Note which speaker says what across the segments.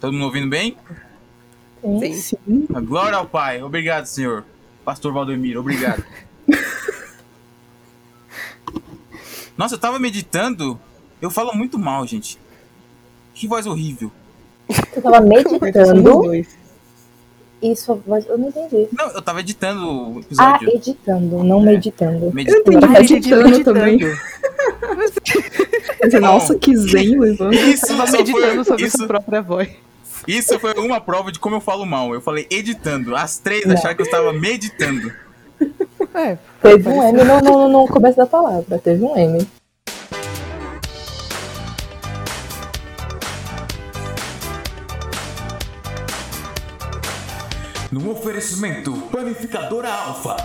Speaker 1: Todo mundo ouvindo bem?
Speaker 2: Sim. Sim.
Speaker 1: Glória ao Pai. Obrigado, senhor. Pastor Valdemiro, obrigado. Nossa, eu tava meditando. Eu falo muito mal, gente. Que voz horrível.
Speaker 2: Tu tava meditando. Isso, mas eu não entendi.
Speaker 1: Não, eu tava editando o
Speaker 2: Ah,
Speaker 1: episódio.
Speaker 2: editando, não meditando.
Speaker 3: Ah, Eu
Speaker 1: meditando.
Speaker 3: entendi
Speaker 4: Tá
Speaker 3: meditando,
Speaker 4: meditando.
Speaker 3: também. é.
Speaker 4: Quer dizer, nossa, que zen, Ivan.
Speaker 1: Isso
Speaker 3: Tava
Speaker 1: só
Speaker 3: meditando
Speaker 1: foi,
Speaker 3: sobre
Speaker 1: isso,
Speaker 3: sua própria voz.
Speaker 1: isso foi uma prova de como eu falo mal. Eu falei editando. As três acharam que eu estava meditando.
Speaker 3: É,
Speaker 2: Teve um M no, no, no começo da palavra, teve um M.
Speaker 1: No oferecimento Panificadora Alfa.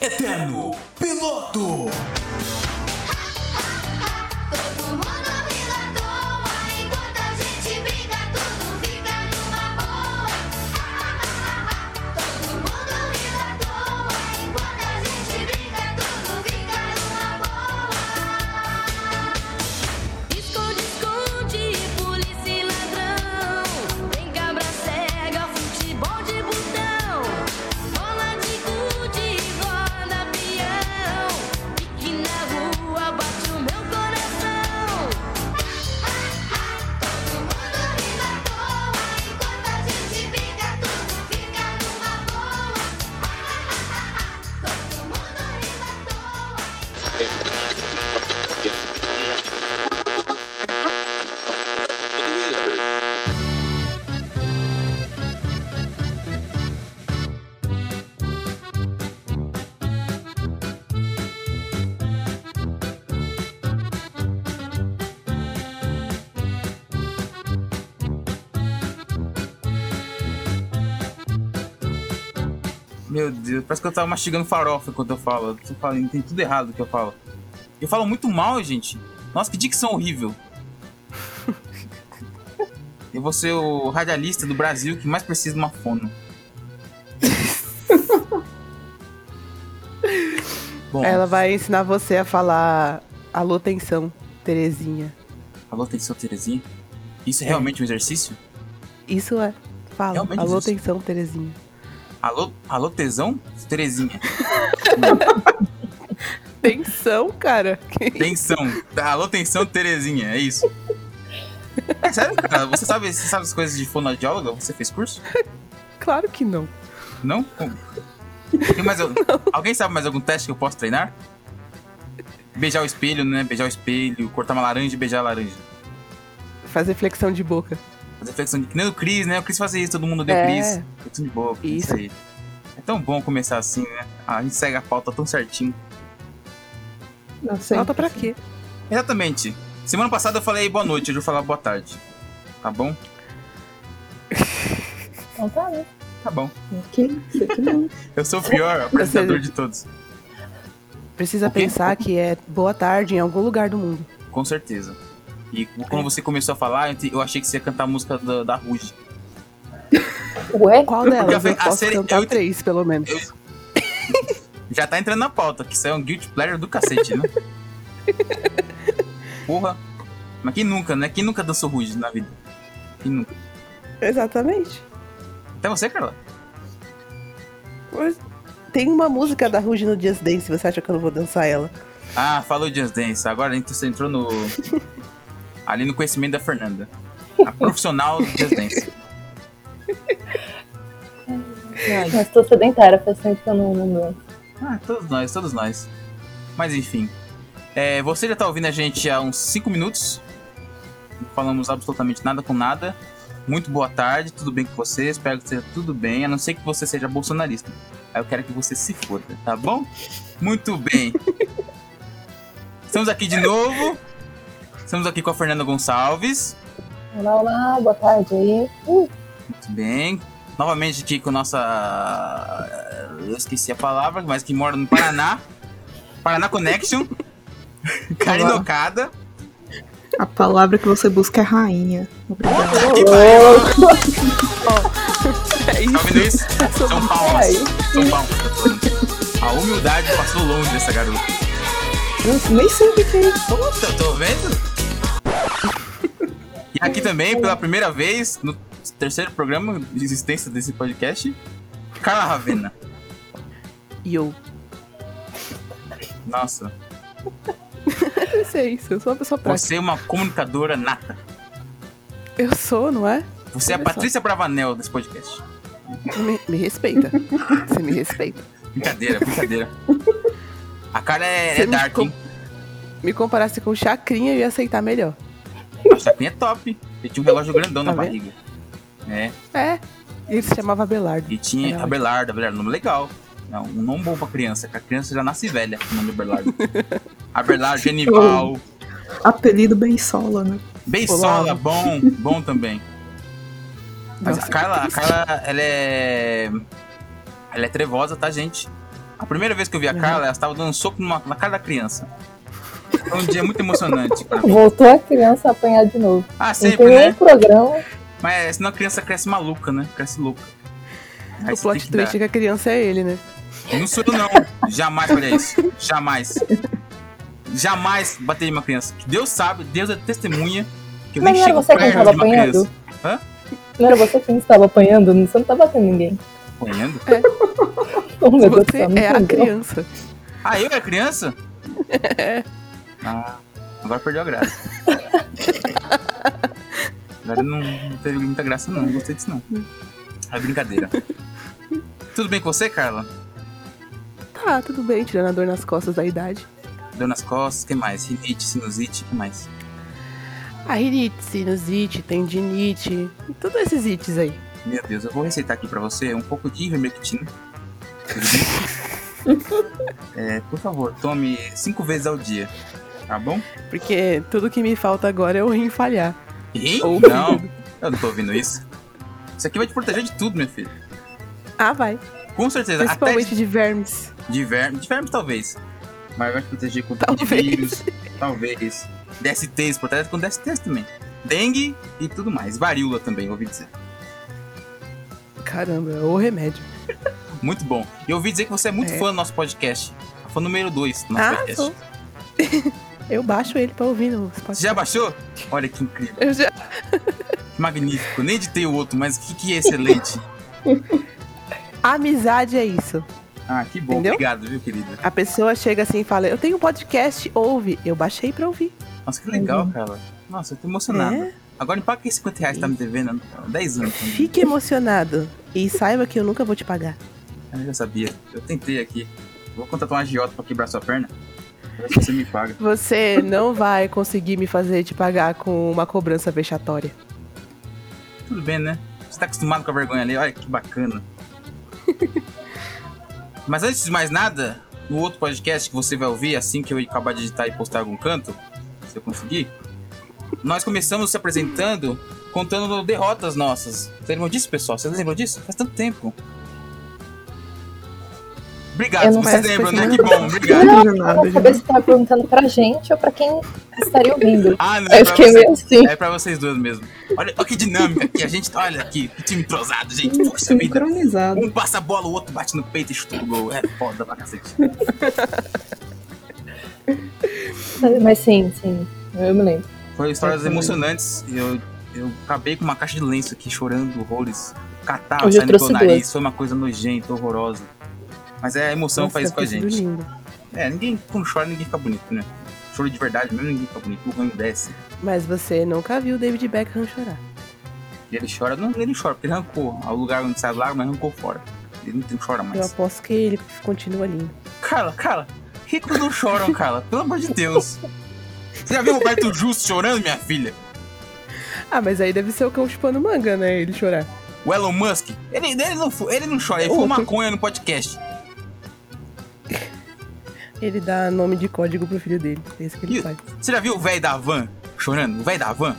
Speaker 1: Eterno Piloto.
Speaker 5: Todo mundo vira à toa, enquanto a gente briga, tudo fica numa boa. Todo mundo vira à toa, enquanto a gente briga, tudo fica numa boa. Esconde, esconde, polícia e ladrão. Tem cabra cega, futebol de botão. Bola de gude, roda peão. Pique na rua, bate o meu coração. Todo mundo vive à toa. Enquanto a gente briga, tudo fica numa boa. Todo mundo vive à toa.
Speaker 1: Meu Deus, parece que eu tava mastigando farofa quando eu falo. Eu falo tem tudo errado que eu falo. Eu falo muito mal, gente. Nossa, que dicção horrível. Eu vou ser o radialista do Brasil que mais precisa de uma fono. Bom,
Speaker 3: Ela vai ensinar você a falar alô, tensão, Terezinha.
Speaker 1: alô, atenção, Terezinha. Isso é realmente um exercício?
Speaker 3: Isso é. Fala.
Speaker 1: Realmente
Speaker 3: alô,
Speaker 1: existe.
Speaker 3: tensão, Terezinha.
Speaker 1: Alô, alô, tesão? Terezinha.
Speaker 3: Tensão, cara.
Speaker 1: Tensão. Alô, tensão, Terezinha. É isso. É sério, cara? Você sabe, você sabe as coisas de fonoaudióloga? Você fez curso?
Speaker 3: claro que não.
Speaker 1: Não? Como? Tem mais algum- Alguém sabe mais algum teste que eu posso treinar? Beijar o espelho, né? Beijar o espelho, cortar uma laranja e beijar a laranja.
Speaker 3: Fazer flexão de boca.
Speaker 1: Fazer flexão de. Que nem o Cris, né? O Cris fazia isso, todo mundo deu
Speaker 3: É.
Speaker 1: Cris. Flexão de boca. Isso.
Speaker 3: Isso.
Speaker 1: aí. É tão bom começar assim, né? A gente segue a pauta tão certinho.
Speaker 4: Não sei.
Speaker 3: Falta pra quê?
Speaker 1: Exatamente. Semana passada eu falei boa noite, hoje eu vou falar boa tarde. Tá bom?
Speaker 2: Então tá, né?
Speaker 1: Tá bom.
Speaker 4: Que isso aqui não.
Speaker 1: Eu sou o pior apresentador de todos.
Speaker 3: Precisa
Speaker 1: O quê?
Speaker 3: pensar que é boa tarde em algum lugar do mundo.
Speaker 1: Com certeza. E quando você começou a falar, eu te- eu achei que você ia cantar a música da, da Ruge.
Speaker 2: Ué?
Speaker 3: Qual
Speaker 1: Eu
Speaker 3: delas?
Speaker 1: vi-
Speaker 3: Eu
Speaker 1: a
Speaker 3: posso
Speaker 1: série- é
Speaker 3: cantar
Speaker 1: eu-
Speaker 3: três, pelo menos.
Speaker 1: Já tá entrando na pauta, que isso é um guilty pleasure do cacete, né? Porra. Mas quem nunca, né? Quem nunca dançou Ruge na vida? Quem nunca?
Speaker 3: Exatamente.
Speaker 1: Até você, Carla?
Speaker 3: Mas Tem uma música da Ruge no Just Dance, você acha que eu não vou dançar ela?
Speaker 1: Ah, falou Just Dance. Agora ent- você entrou no. Ali no conhecimento da Fernanda. A profissional do Just Dance.
Speaker 2: Mas tô sedentária, faz tempo que eu não, não danço.
Speaker 1: Ah, todos nós, todos nós. Mas enfim. É, você já tá ouvindo a gente há uns 5 minutos. Não falamos absolutamente nada com nada. Muito boa tarde, tudo bem com você? Espero que seja tudo bem, a não ser que você seja bolsonarista. Aí eu quero que você se foda, tá bom? Muito bem. Estamos aqui de novo. Estamos aqui com a Fernanda Gonçalves.
Speaker 2: Olá, olá, boa tarde aí. Uh,
Speaker 1: Muito bem. Novamente aqui com nossa. Eu esqueci a palavra, mas que mora no Paraná. Paraná Connection. Karina Okada.
Speaker 4: A palavra que você busca é rainha. Obrigada.
Speaker 1: Puta que pariu!
Speaker 4: É
Speaker 1: Tá ouvindo isso? São Paulo. São Paulo. A humildade passou longe dessa garota.
Speaker 4: Eu nem sei o que que é isso.
Speaker 1: Puta, tô vendo? E aqui também, pela primeira vez, no terceiro programa de existência desse podcast, Carla Ravena.
Speaker 3: E eu.
Speaker 1: Nossa,
Speaker 3: Eu sei isso, eu sou uma pessoa prática.
Speaker 1: você é uma comunicadora nata.
Speaker 3: Eu sou, não é?
Speaker 1: Você é a
Speaker 3: Olha só.
Speaker 1: Patrícia Bravanel desse podcast.
Speaker 3: Me, me respeita. Você me respeita.
Speaker 1: Brincadeira, brincadeira. A Carla é,
Speaker 3: Você
Speaker 1: é
Speaker 3: me
Speaker 1: dark, hein?
Speaker 3: Me comparasse com chacrinha, eu ia aceitar melhor.
Speaker 1: A chapinha é top. Ele tinha um relógio grandão na
Speaker 3: Tá vendo?
Speaker 1: barriga. É,
Speaker 3: É. Ele se chamava Abelardo.
Speaker 1: e tinha
Speaker 3: Era
Speaker 1: Abelardo, Abelardo, nome legal. Não, um nome bom pra criança, que a criança já nasce velha com o nome Abelardo. Abelardo, Genival,
Speaker 4: Apelido Bensola, né?
Speaker 1: Beisola, bom, bom também. Mas
Speaker 3: Nossa,
Speaker 1: a Carla, a
Speaker 3: que triste.
Speaker 1: Carla, ela é. Ela é trevosa, tá, gente? A primeira vez que eu vi a
Speaker 3: Uhum.
Speaker 1: Carla, ela estava dando um soco numa- na cara da criança. Foi um dia muito emocionante pra mim.
Speaker 2: Voltou a criança a apanhar de novo.
Speaker 1: Ah,
Speaker 2: Não
Speaker 1: Tá sempre,
Speaker 2: tem nenhum
Speaker 1: né?
Speaker 2: programa.
Speaker 1: Mas senão a criança cresce maluca, né? Cresce louca. Aí você tem
Speaker 3: O plot
Speaker 1: que dar-
Speaker 3: twist é que a criança é ele, né?
Speaker 1: Não sou eu, não. Jamais faria isso. Jamais. Jamais bateria em uma criança. Deus sabe, Deus é testemunha que eu
Speaker 2: Mas
Speaker 1: nem
Speaker 2: não era
Speaker 1: chego
Speaker 2: você quem
Speaker 1: perto de
Speaker 2: estava
Speaker 1: uma criança.
Speaker 2: apanhando? Não era você quem estava apanhando? Você não tá batendo em ninguém.
Speaker 1: Apanhando?
Speaker 2: Oh, meu Deus do
Speaker 3: Você
Speaker 2: céu, não
Speaker 3: é a
Speaker 2: entendeu.
Speaker 3: criança.
Speaker 1: Ah, eu era criança? Ah, agora perdeu a graça. Agora não não teve muita graça, não. Não gostei disso, não. É brincadeira. Tudo bem com você, Carla?
Speaker 3: Tá, tudo bem, tirando a dor nas costas da idade.
Speaker 1: Deu nas costas, o que mais? Rinite, sinusite, o que mais?
Speaker 3: A rinite, sinusite, tendinite, todos esses ites aí.
Speaker 1: Meu Deus, eu vou receitar aqui pra você um pouco de ivermectina. Tudo bem? é, por favor, tome cinco vezes ao dia, tá bom?
Speaker 3: Porque tudo que me falta agora é o rim falhar.
Speaker 1: Ih,
Speaker 3: Ou-
Speaker 1: não, eu não tô ouvindo isso. Isso aqui vai te proteger de tudo, minha filha.
Speaker 3: Ah, vai.
Speaker 1: Com certeza, até
Speaker 3: Principalmente de vermes.
Speaker 1: de vermes, de vermes talvez. Mas vai te proteger contra
Speaker 3: Talvez.
Speaker 1: vírus, talvez. DSTs, protege com DSTs também. Dengue e tudo mais. Varíola também, ouvi dizer.
Speaker 3: Caramba, é o remédio.
Speaker 1: Muito bom. E eu ouvi dizer que você é muito
Speaker 3: É.
Speaker 1: fã do nosso podcast. Fã número 2 do nosso
Speaker 3: Ah,
Speaker 1: podcast.
Speaker 3: sou. Eu baixo ele pra ouvir no
Speaker 1: Você
Speaker 3: Spotify.
Speaker 1: já baixou? Olha que incrível,
Speaker 3: Eu já...
Speaker 1: que magnífico. Nem editei o outro, mas que, que excelente.
Speaker 3: Amizade é isso.
Speaker 1: Ah, que bom.
Speaker 3: Entendeu?
Speaker 1: Obrigado, viu, querida?
Speaker 3: A pessoa chega assim e fala, eu tenho um podcast, ouve. Eu baixei pra ouvir.
Speaker 1: Nossa, que legal, Carla. Nossa, eu tô emocionado.
Speaker 3: Uhum. É?
Speaker 1: Agora empaca esses 50 reais que tá me devendo. há 10 anos. também.
Speaker 3: Fique emocionado. E saiba que eu nunca vou te pagar.
Speaker 1: Eu já sabia. Eu tentei aqui. Vou contratar um agiota pra quebrar sua perna. Pra ver se você me paga.
Speaker 3: Você não vai conseguir me fazer te pagar com uma cobrança vexatória.
Speaker 1: Tudo bem, né? Você tá acostumado com a vergonha ali. Olha que bacana. Mas antes de mais nada, no outro podcast que você vai ouvir assim que eu acabar de editar e postar em algum canto, se eu conseguir, nós começamos se apresentando contando derrotas nossas. Você lembram disso, pessoal? Vocês lembram disso? Faz tanto tempo. Obrigado,
Speaker 2: Eu não
Speaker 1: vocês
Speaker 3: peço
Speaker 1: lembram,
Speaker 3: pra
Speaker 1: né?
Speaker 3: quem
Speaker 1: Que bom, obrigado.
Speaker 2: Não,
Speaker 4: Não,
Speaker 2: eu
Speaker 4: nada,
Speaker 2: não saber se tava perguntando pra gente ou pra quem estaria ouvindo.
Speaker 1: Ah, não, é
Speaker 2: Aí eu
Speaker 1: pra
Speaker 2: fiquei
Speaker 1: vocês.
Speaker 2: meio assim.
Speaker 1: É pra vocês duas mesmo. Olha, olha que dinâmica aqui. A gente, olha aqui, que time entrosado, gente. Poxa vida.
Speaker 4: Sincronizado.
Speaker 1: Um passa a bola, o outro bate no peito e chuta o gol. É foda pra cacete.
Speaker 2: Mas sim, sim. Eu me lembro.
Speaker 1: Foi histórias
Speaker 2: Exatamente.
Speaker 1: emocionantes. Eu, eu acabei com uma caixa de lenço aqui, chorando horrores. Catar
Speaker 2: Hoje eu
Speaker 1: saindo pelo
Speaker 2: trouxe
Speaker 1: nariz.
Speaker 2: duas.
Speaker 1: Foi uma coisa nojenta, horrorosa. Mas é a emoção
Speaker 3: Nossa,
Speaker 1: faz isso com a
Speaker 3: deve ter sido
Speaker 1: gente.
Speaker 3: lindo.
Speaker 1: É, ninguém, quando chora, ninguém fica bonito, né? Choro de verdade, mesmo ninguém fica bonito. O ranho desce.
Speaker 3: Mas você nunca viu o David Beckham chorar.
Speaker 1: E ele chora, não, ele chora, porque ele arrancou. O lugar onde sai a lágrima arrancou fora. Ele não tem- chora
Speaker 3: Eu
Speaker 1: mais.
Speaker 3: aposto que ele continua lindo.
Speaker 1: Carla, Carla, ricos não choram, Carla. Pelo amor de Deus. Você já viu o Roberto Justo chorando, minha filha?
Speaker 3: Ah, mas aí deve ser o cão chupando manga, né? Ele chorar.
Speaker 1: O Elon Musk? Ele, ele, não, fu- ele não chora, ele fuma maconha no podcast.
Speaker 3: Ele dá nome de código pro filho dele. É isso que ele
Speaker 1: Ih.
Speaker 3: faz.
Speaker 1: Você já viu o velho da van chorando? O velho da van?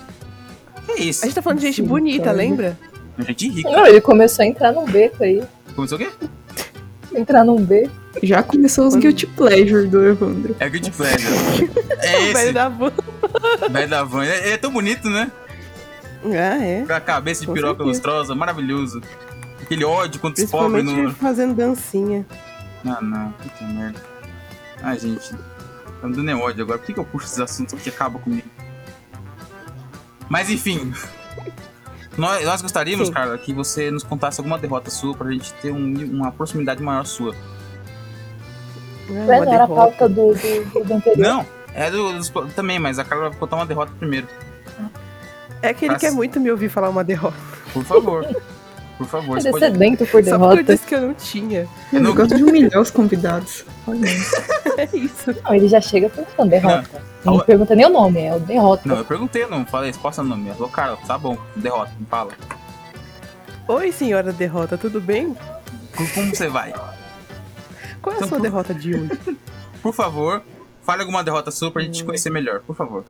Speaker 1: Que isso? É
Speaker 3: A gente tá falando de gente
Speaker 4: Sim,
Speaker 3: bonita,
Speaker 4: cara.
Speaker 3: lembra?
Speaker 1: Gente rica.
Speaker 2: Não, ele começou a entrar num beco aí.
Speaker 1: Começou o quê?
Speaker 2: Entrar num beco.
Speaker 4: Já começou os guilty pleasure do Evandro.
Speaker 1: É o Good Pleasure. É
Speaker 3: O velho
Speaker 1: esse,
Speaker 3: da van.
Speaker 1: velho da van. Ele é tão bonito, né?
Speaker 3: Ah, é.
Speaker 1: Com a cabeça de
Speaker 3: Com
Speaker 1: piroca
Speaker 3: certeza.
Speaker 1: lustrosa, maravilhoso. Aquele ódio contra os pobres
Speaker 3: Principalmente
Speaker 1: no,
Speaker 3: fazendo dancinha.
Speaker 1: Ah, não. Puta merda. Ai, gente. Tá me dando é ódio agora. Por que, que eu puxo esses assuntos que acaba comigo? Mas enfim. Nós, nós gostaríamos,
Speaker 3: Sim.
Speaker 1: Carla, que você nos contasse alguma derrota sua pra gente ter um- uma proximidade maior sua.
Speaker 3: Não,
Speaker 2: Ué,
Speaker 3: Ah, É,
Speaker 4: é
Speaker 3: uma
Speaker 2: não é era a
Speaker 3: derrota.
Speaker 2: pauta do, do, do anterior.
Speaker 1: Não, é do, dos- também, mas a Carla vai contar uma derrota primeiro.
Speaker 3: É que ele
Speaker 1: Nossa.
Speaker 3: quer muito me ouvir falar uma derrota.
Speaker 1: Por favor. Por favor,
Speaker 2: Ele
Speaker 1: você
Speaker 2: é
Speaker 1: pode...
Speaker 2: sedento por
Speaker 3: Só porque eu
Speaker 2: derrota.
Speaker 3: disse que eu não tinha.
Speaker 4: Eu
Speaker 1: não-
Speaker 4: gosto de humilhar os convidados. Olha.
Speaker 3: É isso.
Speaker 2: Não, ele já chega perguntando derrota. Não,
Speaker 1: Não.
Speaker 2: pergunta nem o nome, é o derrota.
Speaker 1: Não, eu perguntei, não falei resposta não. Minha. Ô, Carla, tá bom, derrota, me fala.
Speaker 3: Oi, senhora derrota, tudo bem?
Speaker 1: Co- Como você vai?
Speaker 3: Qual é a
Speaker 1: Então,
Speaker 3: sua
Speaker 1: por-
Speaker 3: derrota de hoje?
Speaker 1: Por favor, fale alguma derrota sua pra gente te conhecer melhor, por favor.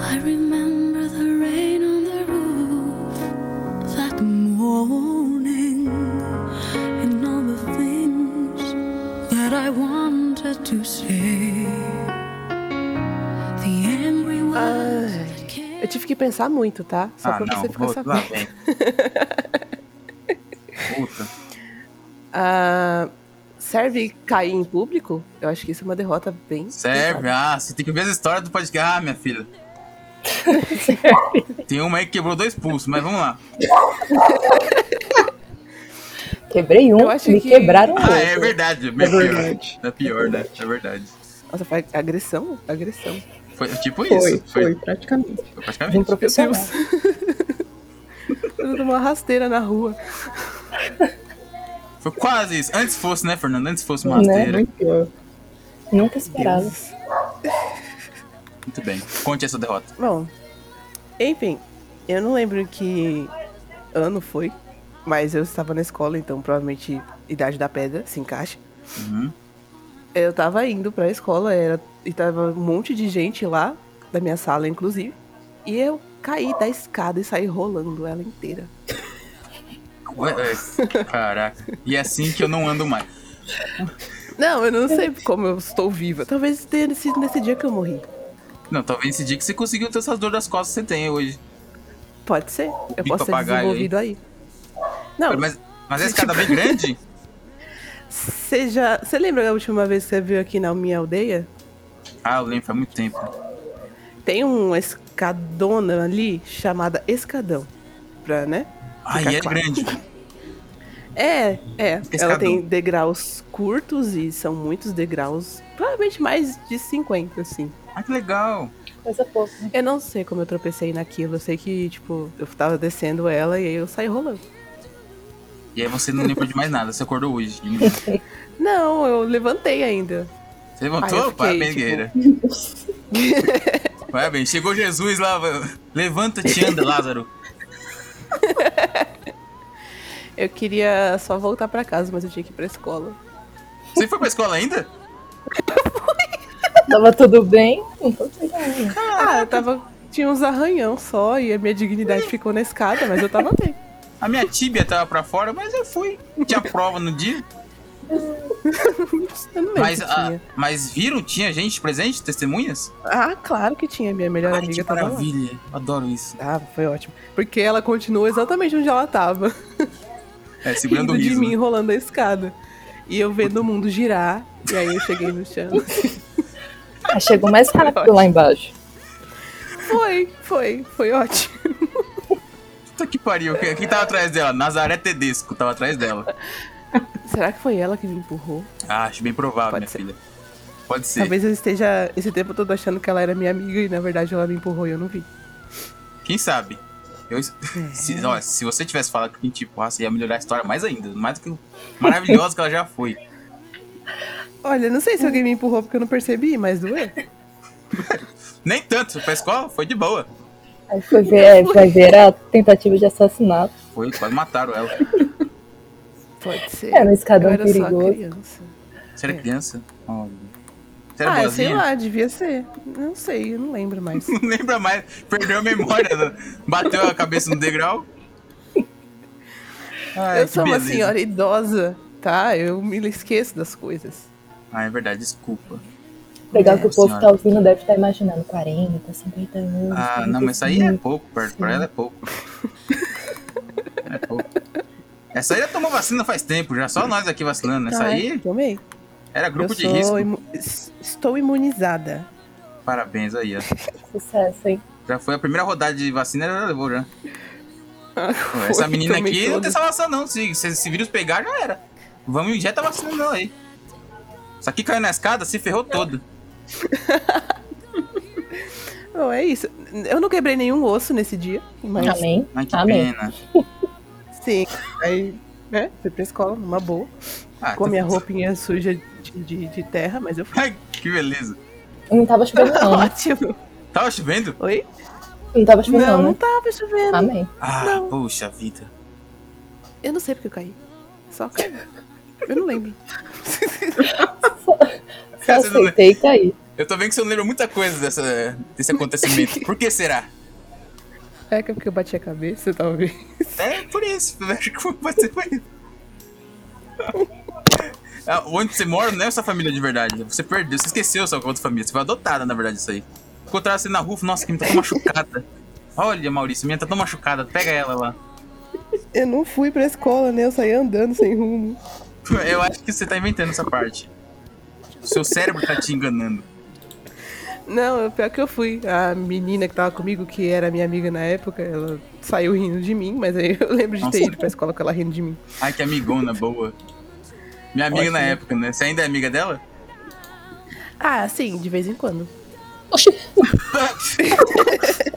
Speaker 5: I remember the rain on the roof that morning and all the things that I wanted to say. The angry words
Speaker 3: Ai,
Speaker 5: that came.
Speaker 3: Eu tive que pensar muito, tá? Só
Speaker 1: ah,
Speaker 3: pra
Speaker 1: não,
Speaker 3: você ficar
Speaker 1: vou, lá
Speaker 3: sabendo.
Speaker 1: vem. Puta.
Speaker 3: Ah, serve cair em público? Eu acho que isso é uma derrota bem.
Speaker 1: Serve, ah, você tem que ver as histórias do podcast. Ah, minha filha. tem uma aí que quebrou dois pulsos, mas vamos lá.
Speaker 2: Quebrei um,
Speaker 3: Eu acho
Speaker 2: me
Speaker 3: que-
Speaker 2: quebraram
Speaker 1: Ah,
Speaker 2: outro.
Speaker 1: é verdade. É bem pior.
Speaker 4: verdade.
Speaker 1: É pior, né? É verdade.
Speaker 3: Nossa, foi agressão? Agressão.
Speaker 1: Foi tipo
Speaker 4: Foi,
Speaker 1: isso.
Speaker 4: foi, praticamente.
Speaker 1: foi
Speaker 2: De um
Speaker 1: praticamente.
Speaker 2: profissional.
Speaker 3: Eu dou uma rasteira na rua.
Speaker 1: Foi quase isso. Antes fosse, né, Fernando? Antes fosse uma
Speaker 2: Né?
Speaker 1: rasteira.
Speaker 4: Muito pior.
Speaker 1: é.
Speaker 2: Nunca esperava.
Speaker 1: Muito bem. Conte essa derrota.
Speaker 3: Bom, enfim, eu não lembro em que ano foi, mas eu estava na escola, então provavelmente idade da pedra se encaixa.
Speaker 1: Uhum.
Speaker 3: Eu tava indo pra escola, era, e tava um monte de gente lá, da minha sala inclusive, e eu caí da escada e saí rolando ela inteira.
Speaker 1: Ué, ué, Caraca. E é assim que eu não ando mais.
Speaker 3: Não, eu não sei como eu estou viva. Talvez tenha sido nesse dia que eu morri.
Speaker 1: Não, talvez esse dia que você conseguiu ter essas dores das costas que você tem hoje.
Speaker 3: Pode ser. Eu
Speaker 1: Pico
Speaker 3: posso ser
Speaker 1: papagaio aí.
Speaker 3: desenvolvido aí. Não,
Speaker 1: Mas, mas é a escada bem grande?
Speaker 3: você já. Você lembra da última vez que você veio aqui na minha aldeia?
Speaker 1: Ah, eu lembro, faz muito tempo.
Speaker 3: Tem uma escadona ali chamada Escadão. Pra, né?
Speaker 1: Ah,
Speaker 3: Fica
Speaker 1: e é
Speaker 3: claro.
Speaker 1: grande.
Speaker 3: É, é.
Speaker 1: Escadão.
Speaker 3: Ela tem degraus curtos e são muitos degraus. Provavelmente mais de 50, assim.
Speaker 1: Ah, que legal.
Speaker 2: Coisa pouca.
Speaker 3: Eu não sei como eu tropecei naquilo. Eu sei que, tipo, eu tava descendo ela e aí eu saí rolando.
Speaker 1: E aí você não lembra de mais nada, você acordou hoje.
Speaker 3: Não, eu levantei ainda.
Speaker 1: Você
Speaker 3: Ah, eu
Speaker 1: levantou?
Speaker 3: fiquei,
Speaker 1: Parabéns,
Speaker 3: tipo-
Speaker 1: guerreira. Parabéns. Chegou Jesus lá. Levanta-te, anda, Lázaro.
Speaker 3: Eu queria só voltar pra casa, mas eu tinha que ir pra escola.
Speaker 1: Você foi pra escola ainda?
Speaker 2: Tava tudo bem? Não tô entendendo.
Speaker 3: Ah, eu tava. Tinha uns arranhão só e a minha dignidade ficou na escada, mas eu tava bem.
Speaker 1: A minha tíbia tava pra fora, mas eu fui. Tinha prova no dia.
Speaker 3: Eu não lembro
Speaker 1: Mas,
Speaker 3: que
Speaker 1: ah,
Speaker 3: tinha.
Speaker 1: mas viram? Tinha gente presente? Testemunhas?
Speaker 3: Ah, claro que tinha. Minha melhor
Speaker 1: Ai, que
Speaker 3: amiga tava lá.
Speaker 1: maravilha. Adoro isso.
Speaker 3: Ah, foi ótimo. Porque ela continuou exatamente onde ela tava.
Speaker 1: É, segurando
Speaker 3: Rindo
Speaker 1: o
Speaker 3: de
Speaker 1: riso.
Speaker 3: mim
Speaker 1: né?
Speaker 3: rolando a escada. E eu vendo o mundo girar. E aí eu cheguei no chão.
Speaker 2: Ah, chegou mais rápido lá embaixo.
Speaker 3: Foi, foi, foi ótimo.
Speaker 1: Puta que pariu. Quem quem tava atrás dela? Nazaré Tedesco tava atrás dela.
Speaker 3: Será que foi ela que me empurrou?
Speaker 1: Ah, acho bem provável,
Speaker 3: Pode
Speaker 1: minha
Speaker 3: ser.
Speaker 1: filha. Pode ser.
Speaker 3: Talvez eu esteja esse tempo todo achando que ela era minha amiga e na verdade ela me empurrou e eu não vi.
Speaker 1: Quem sabe? Eu- se, ó, se você tivesse falado que tipo, ah, você ia melhorar a história mais ainda, mais do que maravilhosa que ela já foi.
Speaker 3: Olha, não sei se alguém me empurrou porque eu não percebi, mas doeu.
Speaker 1: Nem tanto, pra escola foi de boa.
Speaker 2: Aí foi ver, vai ver a tentativa de assassinato.
Speaker 1: Foi, quase mataram ela.
Speaker 3: Pode ser.
Speaker 2: Era um
Speaker 3: eu
Speaker 2: escadão
Speaker 3: era só
Speaker 2: perigoso.
Speaker 3: criança.
Speaker 1: Você era criança? Olha. Você era
Speaker 3: Ah, eu sei
Speaker 1: boazinha?
Speaker 3: lá, devia ser. Não sei, eu não lembro mais.
Speaker 1: Não lembra mais, perdeu a memória. né? Bateu a cabeça no degrau. Ai,
Speaker 3: eu
Speaker 1: Ah, que
Speaker 3: sou uma
Speaker 1: beleza.
Speaker 3: senhora idosa, tá? Eu me esqueço das coisas.
Speaker 1: Ah, é verdade, desculpa.
Speaker 2: Legal que o povo
Speaker 1: senhora.
Speaker 2: tá ouvindo deve estar imaginando 40, 50 anos.
Speaker 1: Ah, não, mas isso aí é
Speaker 2: 45.
Speaker 1: pouco, perto pra ela é pouco. É pouco. Essa aí já tomou vacina faz tempo, já só nós aqui vacinando. Essa
Speaker 3: Ah, é,
Speaker 1: aí
Speaker 3: Tomei.
Speaker 1: era grupo
Speaker 3: eu
Speaker 1: de
Speaker 3: sou
Speaker 1: risco.
Speaker 3: imu- es- Estou imunizada.
Speaker 1: Parabéns aí, ó. é
Speaker 2: Sucesso, hein?
Speaker 1: Já foi a primeira rodada de vacina, ela já levou já.
Speaker 3: Ah,
Speaker 1: Pô, Essa
Speaker 3: foi,
Speaker 1: menina
Speaker 3: tomei
Speaker 1: aqui não tem
Speaker 3: todas.
Speaker 1: salvação, não. Se, se esse vírus pegar, já era. Vamos injetar a vacina nela aí. Isso aqui caiu na escada, se ferrou todo.
Speaker 3: Não, é isso. Eu não quebrei nenhum osso nesse dia, mas
Speaker 2: Amém.
Speaker 1: Ai,
Speaker 3: Ah,
Speaker 1: que
Speaker 2: Amém.
Speaker 1: pena.
Speaker 3: sim. Aí, né? Fui pra escola numa boa.
Speaker 1: Ah,
Speaker 3: Com a
Speaker 1: tá-
Speaker 3: minha roupinha suja de, de- de terra, mas eu fui.
Speaker 1: Ai, que beleza.
Speaker 2: Não tava chovendo,
Speaker 3: Ah.
Speaker 2: não. né?
Speaker 3: Ótimo.
Speaker 1: Tava chovendo?
Speaker 3: Oi?
Speaker 2: Não tava chovendo,
Speaker 3: Não,
Speaker 2: não.
Speaker 3: não
Speaker 2: né?
Speaker 3: tava chovendo.
Speaker 2: Amém.
Speaker 1: Ah,
Speaker 3: Não.
Speaker 1: puxa vida.
Speaker 3: Eu não sei porque eu caí. Só caí. Eu não lembro.
Speaker 2: Só
Speaker 1: Cara, você não- é.
Speaker 2: aceitei e caí.
Speaker 1: Eu tô vendo que você não lembra muita coisa dessa, desse acontecimento. Por que será?
Speaker 3: É que é porque eu bati a cabeça, talvez.
Speaker 1: É por isso. Eu Acho que pode ser por isso. Ah, onde você mora não é sua família de verdade. Você perdeu, você esqueceu sua outra família. Você foi adotada, na verdade, isso aí. Encontraram você na rua, falou, nossa, que minha tá tão machucada. Olha, Maurício, minha tá tão machucada. Pega ela lá.
Speaker 3: Eu não fui pra escola, né? Eu saí andando sem rumo.
Speaker 1: Eu acho que você tá inventando essa parte. O seu cérebro tá te enganando.
Speaker 3: Não, é o pior que eu fui. A menina que tava comigo, que era minha amiga na época, ela saiu rindo de mim, mas aí eu lembro de ter
Speaker 1: Nossa.
Speaker 3: ido pra escola com ela rindo de mim.
Speaker 1: Ai, que amigona boa. Minha amiga na
Speaker 3: Ótimo.
Speaker 1: época, né? Você ainda é amiga dela?
Speaker 3: Ah, sim, de vez em quando.
Speaker 2: Oxi,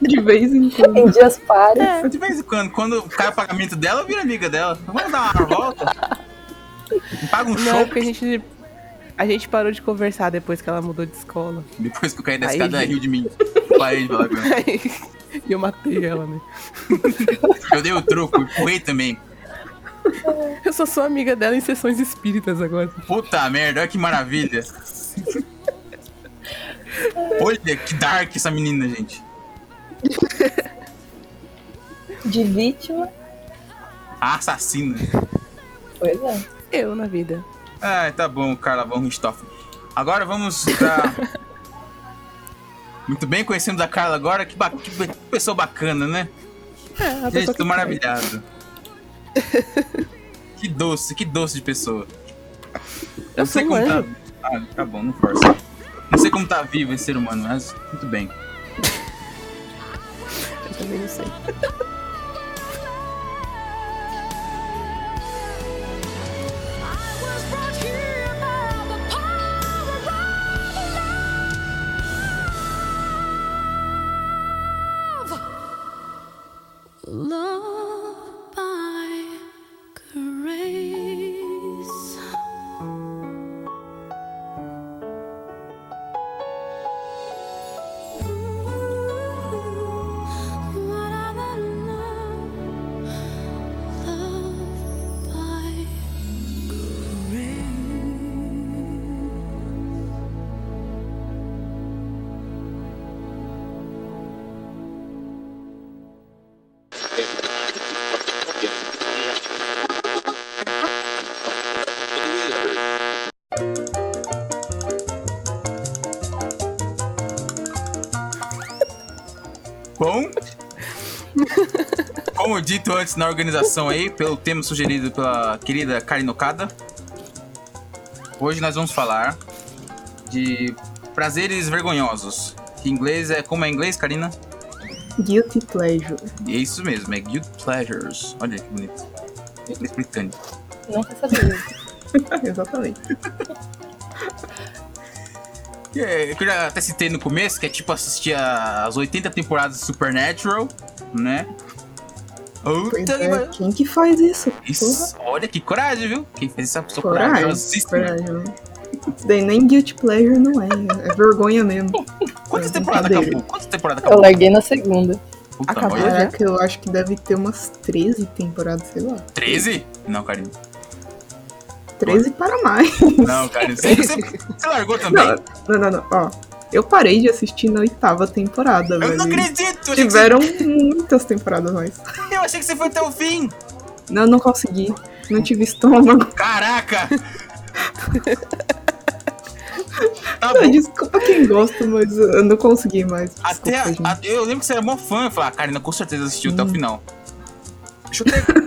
Speaker 4: De vez em quando.
Speaker 2: em dias pares.
Speaker 3: É.
Speaker 1: De vez em quando, quando cai o pagamento dela, eu viro amiga dela. Vamos dar uma volta? Paga um
Speaker 3: Na
Speaker 1: show.
Speaker 3: época a gente. A gente parou de conversar depois que ela mudou de escola.
Speaker 1: Depois que eu caí da
Speaker 3: Aí,
Speaker 1: escada, ela
Speaker 3: gente.
Speaker 1: riu de mim. Parei de falar com ela.
Speaker 3: E eu matei ela, né?
Speaker 1: Eu dei o truco, empurrei também.
Speaker 3: Eu só sou amiga dela em sessões espíritas agora.
Speaker 1: Puta merda, olha que maravilha. Olha que dark essa menina, gente.
Speaker 2: De vítima.
Speaker 1: A assassina.
Speaker 2: Pois é.
Speaker 3: Eu na vida.
Speaker 1: Ah, tá bom, Carla von Richthofen. Agora vamos pra... Muito bem, conhecemos a Carla agora. Que, ba- que be- que pessoa bacana, né?
Speaker 3: É, a
Speaker 1: Gente,
Speaker 3: pessoa
Speaker 1: tô
Speaker 3: que
Speaker 1: maravilhado. que doce, que doce de pessoa. Eu,
Speaker 3: Eu sou um
Speaker 1: tá...
Speaker 3: anjo.
Speaker 1: Ah, tá bom, não força. Não sei como tá vivo esse ser humano, mas muito bem.
Speaker 3: cai. Eu também não sei.
Speaker 5: I was brought here by the power of love. Love by grace. Mm-hmm. What other love? Love by
Speaker 1: Bom, como dito antes na organização aí, pelo tema sugerido pela querida Karen Okada, hoje nós vamos falar de prazeres vergonhosos. Que em inglês é... Como é em inglês, Karina?
Speaker 4: Guilty pleasure.
Speaker 1: E é isso mesmo, é Guild Pleasures. Olha que bonito. Inglês britânico.
Speaker 2: Nunca sabia.
Speaker 1: Então,
Speaker 4: Exatamente.
Speaker 1: Que, é, que eu já até citei no começo, que é tipo assistir a- as 80 temporadas de Supernatural, né? Puta
Speaker 4: Pois
Speaker 1: que
Speaker 4: é,
Speaker 1: pariu.
Speaker 4: quem que faz isso? Porra.
Speaker 1: Isso, olha que coragem, viu? Quem fez é essa pessoa
Speaker 4: Coragem.
Speaker 1: corajosíssima.
Speaker 4: Coragem. Isso daí nem guilty pleasure não é. É vergonha mesmo.
Speaker 1: Quantas
Speaker 4: É
Speaker 1: temporadas
Speaker 4: brincadeira.
Speaker 1: acabou? Quantas temporadas
Speaker 2: Eu
Speaker 1: acabou?
Speaker 2: larguei na segunda.
Speaker 1: Puta,
Speaker 3: Acabou né?
Speaker 1: olha,
Speaker 3: já?
Speaker 4: Caraca, eu acho que deve ter umas 13 temporadas, sei lá.
Speaker 1: 13? Não, Karine.
Speaker 4: 13 para mais.
Speaker 1: Não, Karine. Você, você, você largou também?
Speaker 4: Não, não, não, não. Ó, eu parei de assistir na oitava temporada,
Speaker 1: eu
Speaker 4: velho.
Speaker 1: não acredito! Eu achei, que você,
Speaker 4: Tiveram muitas temporadas mais.
Speaker 1: eu achei que você foi até o fim!
Speaker 4: Não, eu não consegui. Não tive estômago.
Speaker 1: Caraca! Tá
Speaker 4: Não,
Speaker 1: bom.
Speaker 4: desculpa quem gosta, mas eu não consegui mais. Desculpa,
Speaker 1: Até a-
Speaker 4: gente.
Speaker 1: a- eu lembro que você era mó fã. Eu falei, ah, Karina, com certeza assistiu
Speaker 3: Hum.
Speaker 1: até o final. Deixa eu, até,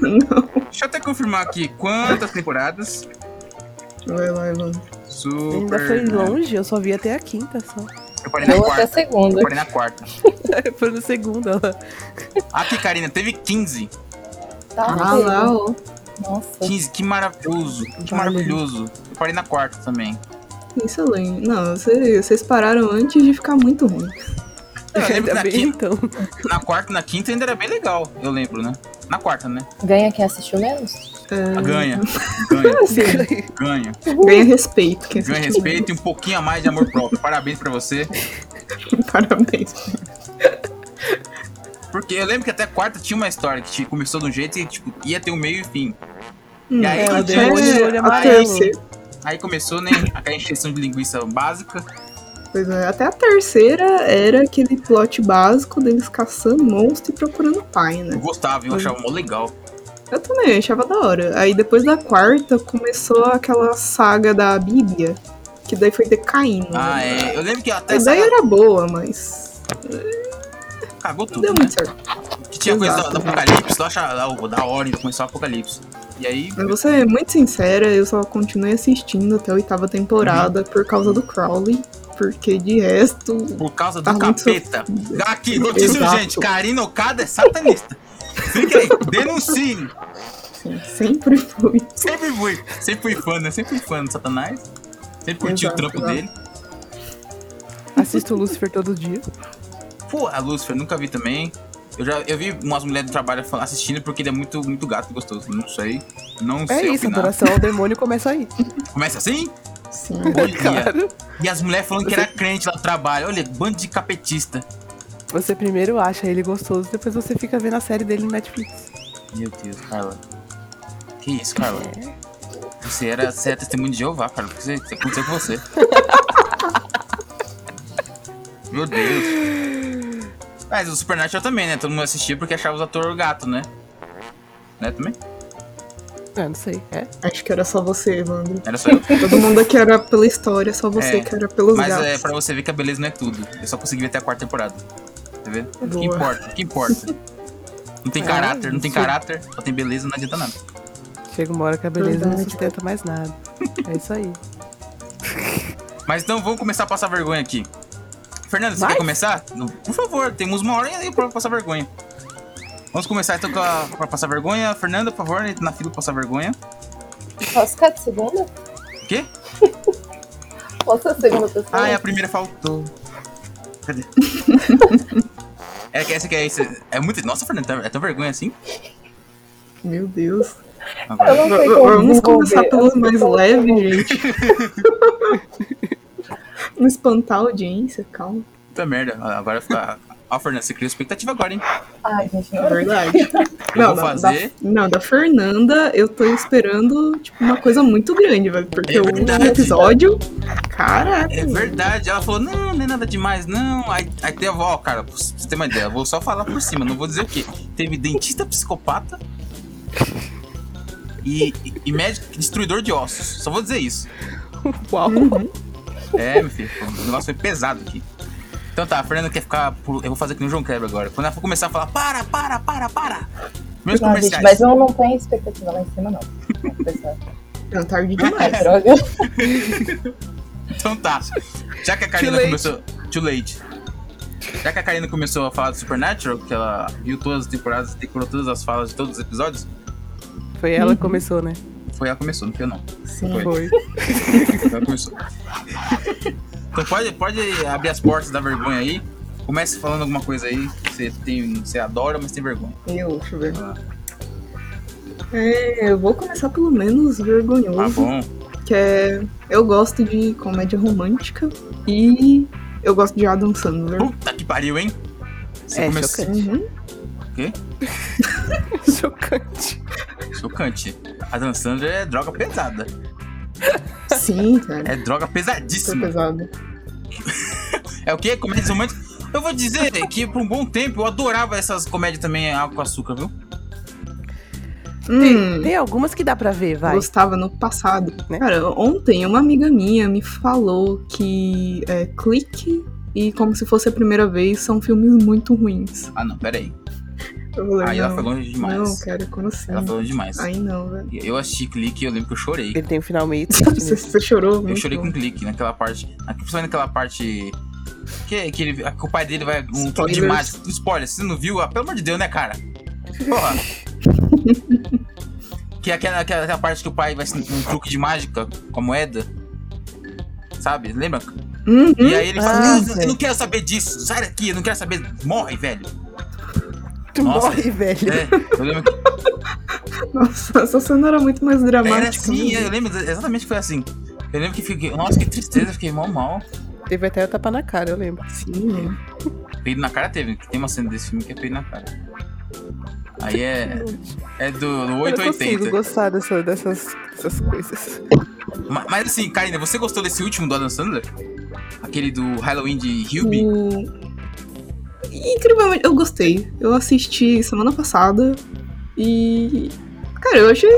Speaker 1: deixa eu até confirmar aqui quantas temporadas.
Speaker 4: Vai lá, Ivan.
Speaker 1: Super.
Speaker 3: Ainda foi longe, eu só vi até a quinta só. É,
Speaker 1: Eu parei na
Speaker 2: Eu até a
Speaker 1: é quarta.
Speaker 2: segunda.
Speaker 1: Eu parei na quarta.
Speaker 3: foi no segundo. ó.
Speaker 1: Aqui, Karina, teve 15.
Speaker 2: Tá
Speaker 4: Ah
Speaker 2: doido.
Speaker 4: lá, ó.
Speaker 2: Nossa.
Speaker 1: 15, que maravilhoso. Que
Speaker 3: Vale.
Speaker 1: maravilhoso. Eu parei na quarta também.
Speaker 4: Excelente. Não, vocês vocês pararam antes de ficar muito ruim.
Speaker 1: Eu lembro que
Speaker 3: Ainda
Speaker 1: na,
Speaker 3: bem
Speaker 1: quinta,
Speaker 3: então.
Speaker 1: na quarta, na quinta ainda era bem legal, eu lembro, né? Na quarta, né?
Speaker 2: Ganha quem assistiu menos?
Speaker 4: É,
Speaker 1: Ganha. Ganha,
Speaker 4: assim,
Speaker 1: ganha.
Speaker 4: ganha respeito. Quem
Speaker 1: Ganha
Speaker 4: assistiu.
Speaker 1: respeito e um pouquinho a mais de amor próprio. Parabéns pra você.
Speaker 4: Parabéns.
Speaker 1: Porque eu lembro que até a quarta tinha uma história que tipo, começou de um jeito e tipo, ia ter um meio e fim. E aí,
Speaker 3: ela
Speaker 1: até-
Speaker 3: deu um olho de olho
Speaker 4: Hum, é, a
Speaker 3: amarelo.
Speaker 4: terceira.
Speaker 1: aí começou, né, aquela encheção de linguiça básica.
Speaker 4: Pois é, até a terceira era aquele plot básico deles caçando monstro e procurando pai, né?
Speaker 1: Eu gostava, eu achava mó legal.
Speaker 4: Eu também, achava da hora. Aí depois da quarta começou aquela saga da Bíblia, que daí foi decaindo.
Speaker 1: Ah,
Speaker 4: né?
Speaker 1: é. Eu lembro que até
Speaker 4: A
Speaker 1: essa
Speaker 4: ideia era boa, mas
Speaker 1: cagou
Speaker 4: não
Speaker 1: tudo,
Speaker 4: deu
Speaker 1: né?
Speaker 4: muito certo.
Speaker 1: Que tinha coisa
Speaker 4: Exato,
Speaker 1: do
Speaker 4: né?
Speaker 1: Apocalipse, eu achava da- da hora, então começou o Apocalipse. E aí,
Speaker 4: Mas vou ser muito sincera, eu só continuei assistindo até a oitava temporada por causa do Crowley, porque de resto.
Speaker 1: por causa do
Speaker 4: Tá muito
Speaker 1: capeta. Aqui, notícia
Speaker 4: Exato.
Speaker 1: urgente. Karina Okada é satanista. Fica aí, denuncie.
Speaker 4: assim, sempre foi.
Speaker 1: Sempre fui. Sempre fui fã, né? Sempre fui fã do Satanás. Sempre curti o
Speaker 4: Exato,
Speaker 1: trampo
Speaker 4: exato.
Speaker 1: dele.
Speaker 3: Assisto o Lucifer todo dia.
Speaker 1: Pô, a Lucifer nunca vi também. Eu já eu vi umas mulheres do trabalho fal- assistindo porque ele é muito, muito gato e gostoso. Não sei. Não
Speaker 3: É
Speaker 1: sei
Speaker 3: isso,
Speaker 1: opinar.
Speaker 3: adoração ao demônio começa aí.
Speaker 1: Começa assim?
Speaker 4: Sim.
Speaker 1: Hoje em dia.
Speaker 3: Claro.
Speaker 1: E as mulheres falando que era crente lá no trabalho. Olha, bando de capetista.
Speaker 3: Você primeiro acha ele gostoso, depois você fica vendo a série dele no Netflix.
Speaker 1: Meu Deus, Carla. Que isso, Carla? Você era, você era testemunho de Jeová, cara. O que você- o que aconteceu com você? Meu Deus. Mas o Supernatural também, né? Todo mundo assistia porque achava os atores gato, né? Né, também?
Speaker 3: Ah, não sei. É.
Speaker 4: Acho que era só você, Evandro.
Speaker 1: Era só eu.
Speaker 4: Todo mundo aqui era pela história, só você
Speaker 1: É,
Speaker 4: que era pelos
Speaker 1: Mas
Speaker 4: gatos.
Speaker 1: é pra você ver que a beleza não é tudo. Eu só consegui ver até a quarta temporada. Tá vendo? O que
Speaker 4: Boa.
Speaker 1: importa? O que importa? Não tem
Speaker 3: É,
Speaker 1: caráter, não tem
Speaker 3: sim.
Speaker 1: caráter, só tem beleza, não adianta nada.
Speaker 3: Chega uma hora que a beleza não
Speaker 4: Verdade.
Speaker 3: sustenta mais nada. É isso aí.
Speaker 1: Mas então vamos começar a passar vergonha aqui. Fernando, você
Speaker 3: Vai?
Speaker 1: quer começar? Não, Por favor, temos uma hora aí pra passar vergonha. Vamos começar então com a, pra passar vergonha. Fernanda, por favor, entre na fila pra passar vergonha.
Speaker 2: Posso ficar de segunda?
Speaker 1: O quê?
Speaker 2: Posso ser a segunda pessoa?
Speaker 1: Ah, é a primeira faltou. Cadê? é que essa que é isso. É muito. Nossa, Fernanda, é tão vergonha assim?
Speaker 4: Meu Deus.
Speaker 1: Agora.
Speaker 2: Eu não sei
Speaker 4: V-
Speaker 2: como
Speaker 4: Vamos
Speaker 2: desenvolver.
Speaker 4: começar
Speaker 2: Eu
Speaker 4: pelos
Speaker 2: não sei
Speaker 4: mais
Speaker 2: como
Speaker 4: leves, gente. Não espantar a audiência, calma.
Speaker 1: Puta merda. Agora fica. Ó, Fernanda, você criou expectativa agora, hein?
Speaker 2: Ai, gente,
Speaker 4: É
Speaker 2: não.
Speaker 4: verdade.
Speaker 1: Eu vou
Speaker 4: da-
Speaker 1: fazer.
Speaker 4: Da, não, da Fernanda, eu tô esperando tipo, uma coisa muito grande, velho. Porque
Speaker 1: É
Speaker 4: o
Speaker 1: verdade.
Speaker 4: episódio. Caraca.
Speaker 1: É verdade, ela falou, não, não é nada demais, não. Aí, aí teve, ó, cara, pra você ter uma ideia, eu vou só falar por cima, não vou dizer o quê. Teve dentista psicopata e, e- e médico destruidor de ossos. Só vou dizer isso.
Speaker 3: Uau!
Speaker 1: É, meu filho, o negócio foi pesado aqui. Então tá, a Fernanda quer ficar. por- Eu vou fazer aqui no João Kleber agora. Quando ela for começar a falar, para, para, para, para! Meus
Speaker 2: Não, gente,
Speaker 1: comerciais.
Speaker 2: mas eu não tenho expectativa lá em cima, não. Pessoal,
Speaker 4: Não, tá tarde
Speaker 1: Ah, é.
Speaker 4: demais.
Speaker 2: Droga.
Speaker 1: Então tá. Já que a Karina
Speaker 3: late.
Speaker 1: começou. Too late. Já que a Karina começou a falar do Supernatural, que ela viu todas as temporadas e decorou todas as falas de todos os episódios,
Speaker 3: Foi ela que começou, né?
Speaker 1: foi ela que começou, não foi eu não.
Speaker 4: Sim.
Speaker 1: Foi.
Speaker 3: Foi.
Speaker 1: Foi ela que começou. então pode, pode abrir as portas da vergonha aí. Comece falando alguma coisa aí que você, tem, você adora, mas tem vergonha.
Speaker 4: Eu, deixa eu ver.
Speaker 1: Ah.
Speaker 4: É, eu vou começar pelo menos vergonhoso.
Speaker 1: Tá
Speaker 3: Uhum.
Speaker 1: bom.
Speaker 4: que é. Eu gosto de comédia romântica e eu gosto de Adam Sandler.
Speaker 1: Puta que pariu, hein? Você
Speaker 3: É,
Speaker 1: começou.
Speaker 3: chocante.
Speaker 4: Uhum.
Speaker 3: Chocante.
Speaker 1: Chocante. Adam Sandler é droga pesada.
Speaker 4: Sim, cara.
Speaker 1: É droga
Speaker 4: Foi
Speaker 1: pesadíssima.
Speaker 4: pesado.
Speaker 1: É o quê? Comédia romântica? Eu vou dizer que por um bom tempo eu adorava essas comédias também água com açúcar, viu?
Speaker 3: Tem,
Speaker 4: Hum,
Speaker 3: tem algumas que dá pra ver, vai.
Speaker 4: gostava no passado.
Speaker 3: Né?
Speaker 4: Cara, ontem uma amiga minha me falou que é, Clique e Como Se Fosse a Primeira Vez são filmes muito ruins.
Speaker 1: Ah, não, peraí.
Speaker 4: Eu falei,
Speaker 1: Aí ela
Speaker 4: não,
Speaker 1: foi longe demais.
Speaker 4: Não, cara, como assim?
Speaker 1: Ela foi longe demais.
Speaker 4: Aí não, velho.
Speaker 1: Eu assisti clique e eu lembro que eu chorei.
Speaker 3: Ele tem um final meio triste
Speaker 4: Você,
Speaker 3: mesmo.
Speaker 4: você chorou muito.
Speaker 1: Eu chorei com clique naquela parte. na- Principalmente naquela parte. Que, que, ele, que o pai dele vai. Um truque de
Speaker 4: Spoilers.
Speaker 1: mágica. Spoiler, se você não viu, ah, pelo amor de Deus, né, cara? Porra! que é aquela, aquela, aquela parte que o pai vai assim, um truque de mágica com a moeda. Sabe? Lembra?
Speaker 4: Uhum.
Speaker 1: E aí ele fala:
Speaker 3: Ah,
Speaker 1: "Não, eu
Speaker 3: sei.
Speaker 1: não quero saber disso, sai daqui, eu não quero saber. Morre, velho.
Speaker 3: Tu
Speaker 1: Nossa.
Speaker 3: morre, velho.
Speaker 1: É, eu lembro que
Speaker 4: Nossa, essa cena era muito mais dramática.
Speaker 1: era assim,
Speaker 4: né?
Speaker 1: eu lembro exatamente que foi assim. Eu lembro que fiquei, nossa, que tristeza, fiquei mal mal.
Speaker 3: É. Teve até o tapa na cara, eu lembro.
Speaker 1: é.
Speaker 4: Sim, né?
Speaker 1: Peido na cara teve, que tem uma cena desse filme que é peido na cara. Aí é. É do
Speaker 3: eu não consigo
Speaker 1: 880.
Speaker 3: gostar dessa- dessas, dessas coisas.
Speaker 1: Ma- Mas assim, Karina, você gostou desse último do Adam Sandler? Aquele do Halloween de Hubie?
Speaker 4: O... Incrivelmente, eu gostei. Eu assisti semana passada e. Cara, eu achei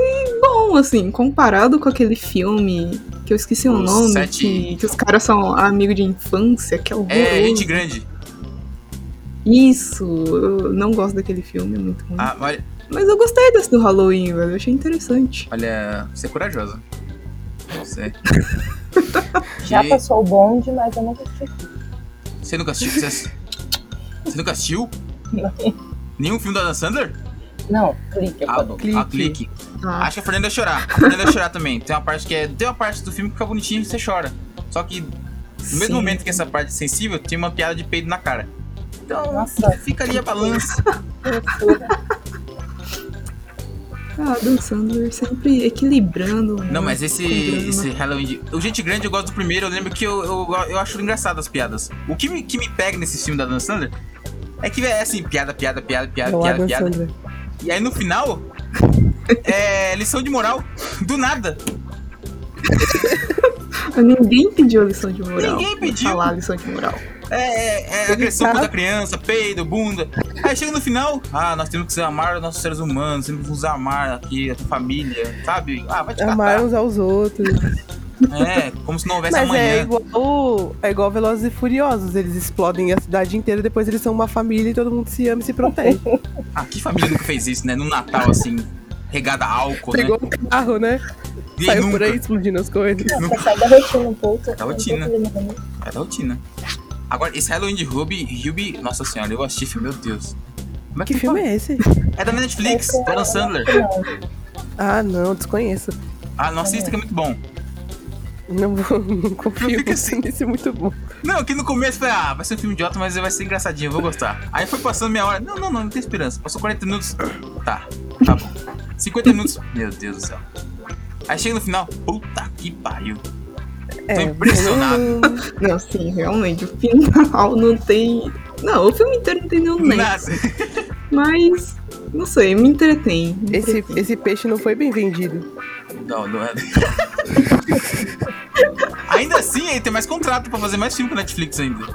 Speaker 4: bom, assim, comparado com aquele filme que eu esqueci o
Speaker 1: Os
Speaker 4: nome,
Speaker 1: sete-
Speaker 4: que, que os caras são amigos de infância, que é horroroso.
Speaker 1: É, gente grande.
Speaker 4: Isso, eu não gosto daquele filme, é muito ruim.
Speaker 1: Ah, olha,
Speaker 4: Mas eu gostei desse do Halloween, velho, eu achei interessante.
Speaker 1: olha, você é corajosa. Você. é.
Speaker 2: Já
Speaker 1: Que-
Speaker 2: passou o bonde, mas eu nunca assisti.
Speaker 1: Você nunca assistiu? Você, ass- você nunca assistiu? Nenhum filme do Adam Sandler?
Speaker 2: Não, clique, eu
Speaker 1: A,
Speaker 2: falo.
Speaker 1: a clique.
Speaker 4: Ah,
Speaker 1: Acho que a Fernanda ia chorar. A Fernanda ia chorar também. Tem uma parte que é. Tem uma parte do filme que fica bonitinho e você chora. Só que No mesmo momento que essa parte é sensível, tem uma piada de peido na cara. Então,
Speaker 2: Nossa.
Speaker 1: fica ali a balança.
Speaker 4: Ah, Dan Sandler sempre equilibrando. né?
Speaker 1: Não, mas esse,
Speaker 4: Com drama.
Speaker 1: esse Halloween. de- O Gente Grande eu gosto do primeiro, eu lembro que eu, eu, eu acho engraçado as piadas. O que me, que me pega nesse filme da Dan Sandler é que é assim: piada, piada, piada, piada,
Speaker 3: Não,
Speaker 1: piada,
Speaker 3: Adam
Speaker 1: piada.
Speaker 3: Sandler.
Speaker 1: E aí no final, é lição de moral, do nada.
Speaker 4: Ninguém pediu a lição de moral.
Speaker 1: Ninguém
Speaker 4: Vou
Speaker 1: pediu.
Speaker 4: Falar a lição de moral.
Speaker 1: É, é, é agressão
Speaker 3: tá-
Speaker 1: contra a criança, peido, bunda. Aí chega no final, ah, nós temos que amar os nossos seres humanos, temos que nos amar aqui, a família, sabe? Ah, vai te catar.
Speaker 3: Amar uns aos outros.
Speaker 1: É, como se não houvesse
Speaker 3: Mas
Speaker 1: amanhã.
Speaker 3: é igual, é igual Velozes e Furiosos. Eles explodem a cidade inteira, depois eles são uma família e todo mundo se ama e se protege.
Speaker 1: Ah, que família nunca fez isso, né? No Natal, assim, regada a álcool,
Speaker 3: Pegou
Speaker 1: né?
Speaker 3: um carro, né?
Speaker 1: E
Speaker 3: Saiu
Speaker 1: nunca.
Speaker 3: por aí explodindo as coisas.
Speaker 2: Você sai da rotina um pouco.
Speaker 1: Da rotina.
Speaker 2: Não tem problema nenhum.
Speaker 1: É da rotina. Agora, esse Halloween de Ruby, Ruby, nossa senhora, eu assisti, meu Deus. Como é
Speaker 3: Que filme é esse?
Speaker 1: É da Netflix,
Speaker 2: Esse é-
Speaker 1: Adam Sandler.
Speaker 2: Não,
Speaker 3: Ah, não, desconheço.
Speaker 1: Ah, não assista que é muito bom.
Speaker 3: Não, vou- não
Speaker 1: Não
Speaker 3: confio
Speaker 1: fica assim.
Speaker 3: assim. Isso é muito bom.
Speaker 1: Não, que no começo eu falei, ah, vai ser um filme idiota, mas vai ser engraçadinho, eu vou gostar. Aí foi passando meia hora, não, não, não, não tem esperança. Passou 40 minutos, tá, tá bom. 50 minutos, meu Deus do céu. Aí chega no final, puta que pariu.
Speaker 3: É,
Speaker 1: impressionado.
Speaker 3: não-
Speaker 4: Não, sim, realmente. O final não tem. Não, o filme inteiro não tem nenhum nexo.
Speaker 1: Nada.
Speaker 4: Mas, não sei, me entretém. me
Speaker 3: Esse,
Speaker 4: entretém.
Speaker 3: esse peixe não foi bem vendido.
Speaker 1: Não, não é. ainda assim, aí tem mais contrato pra fazer mais filme com a Netflix ainda.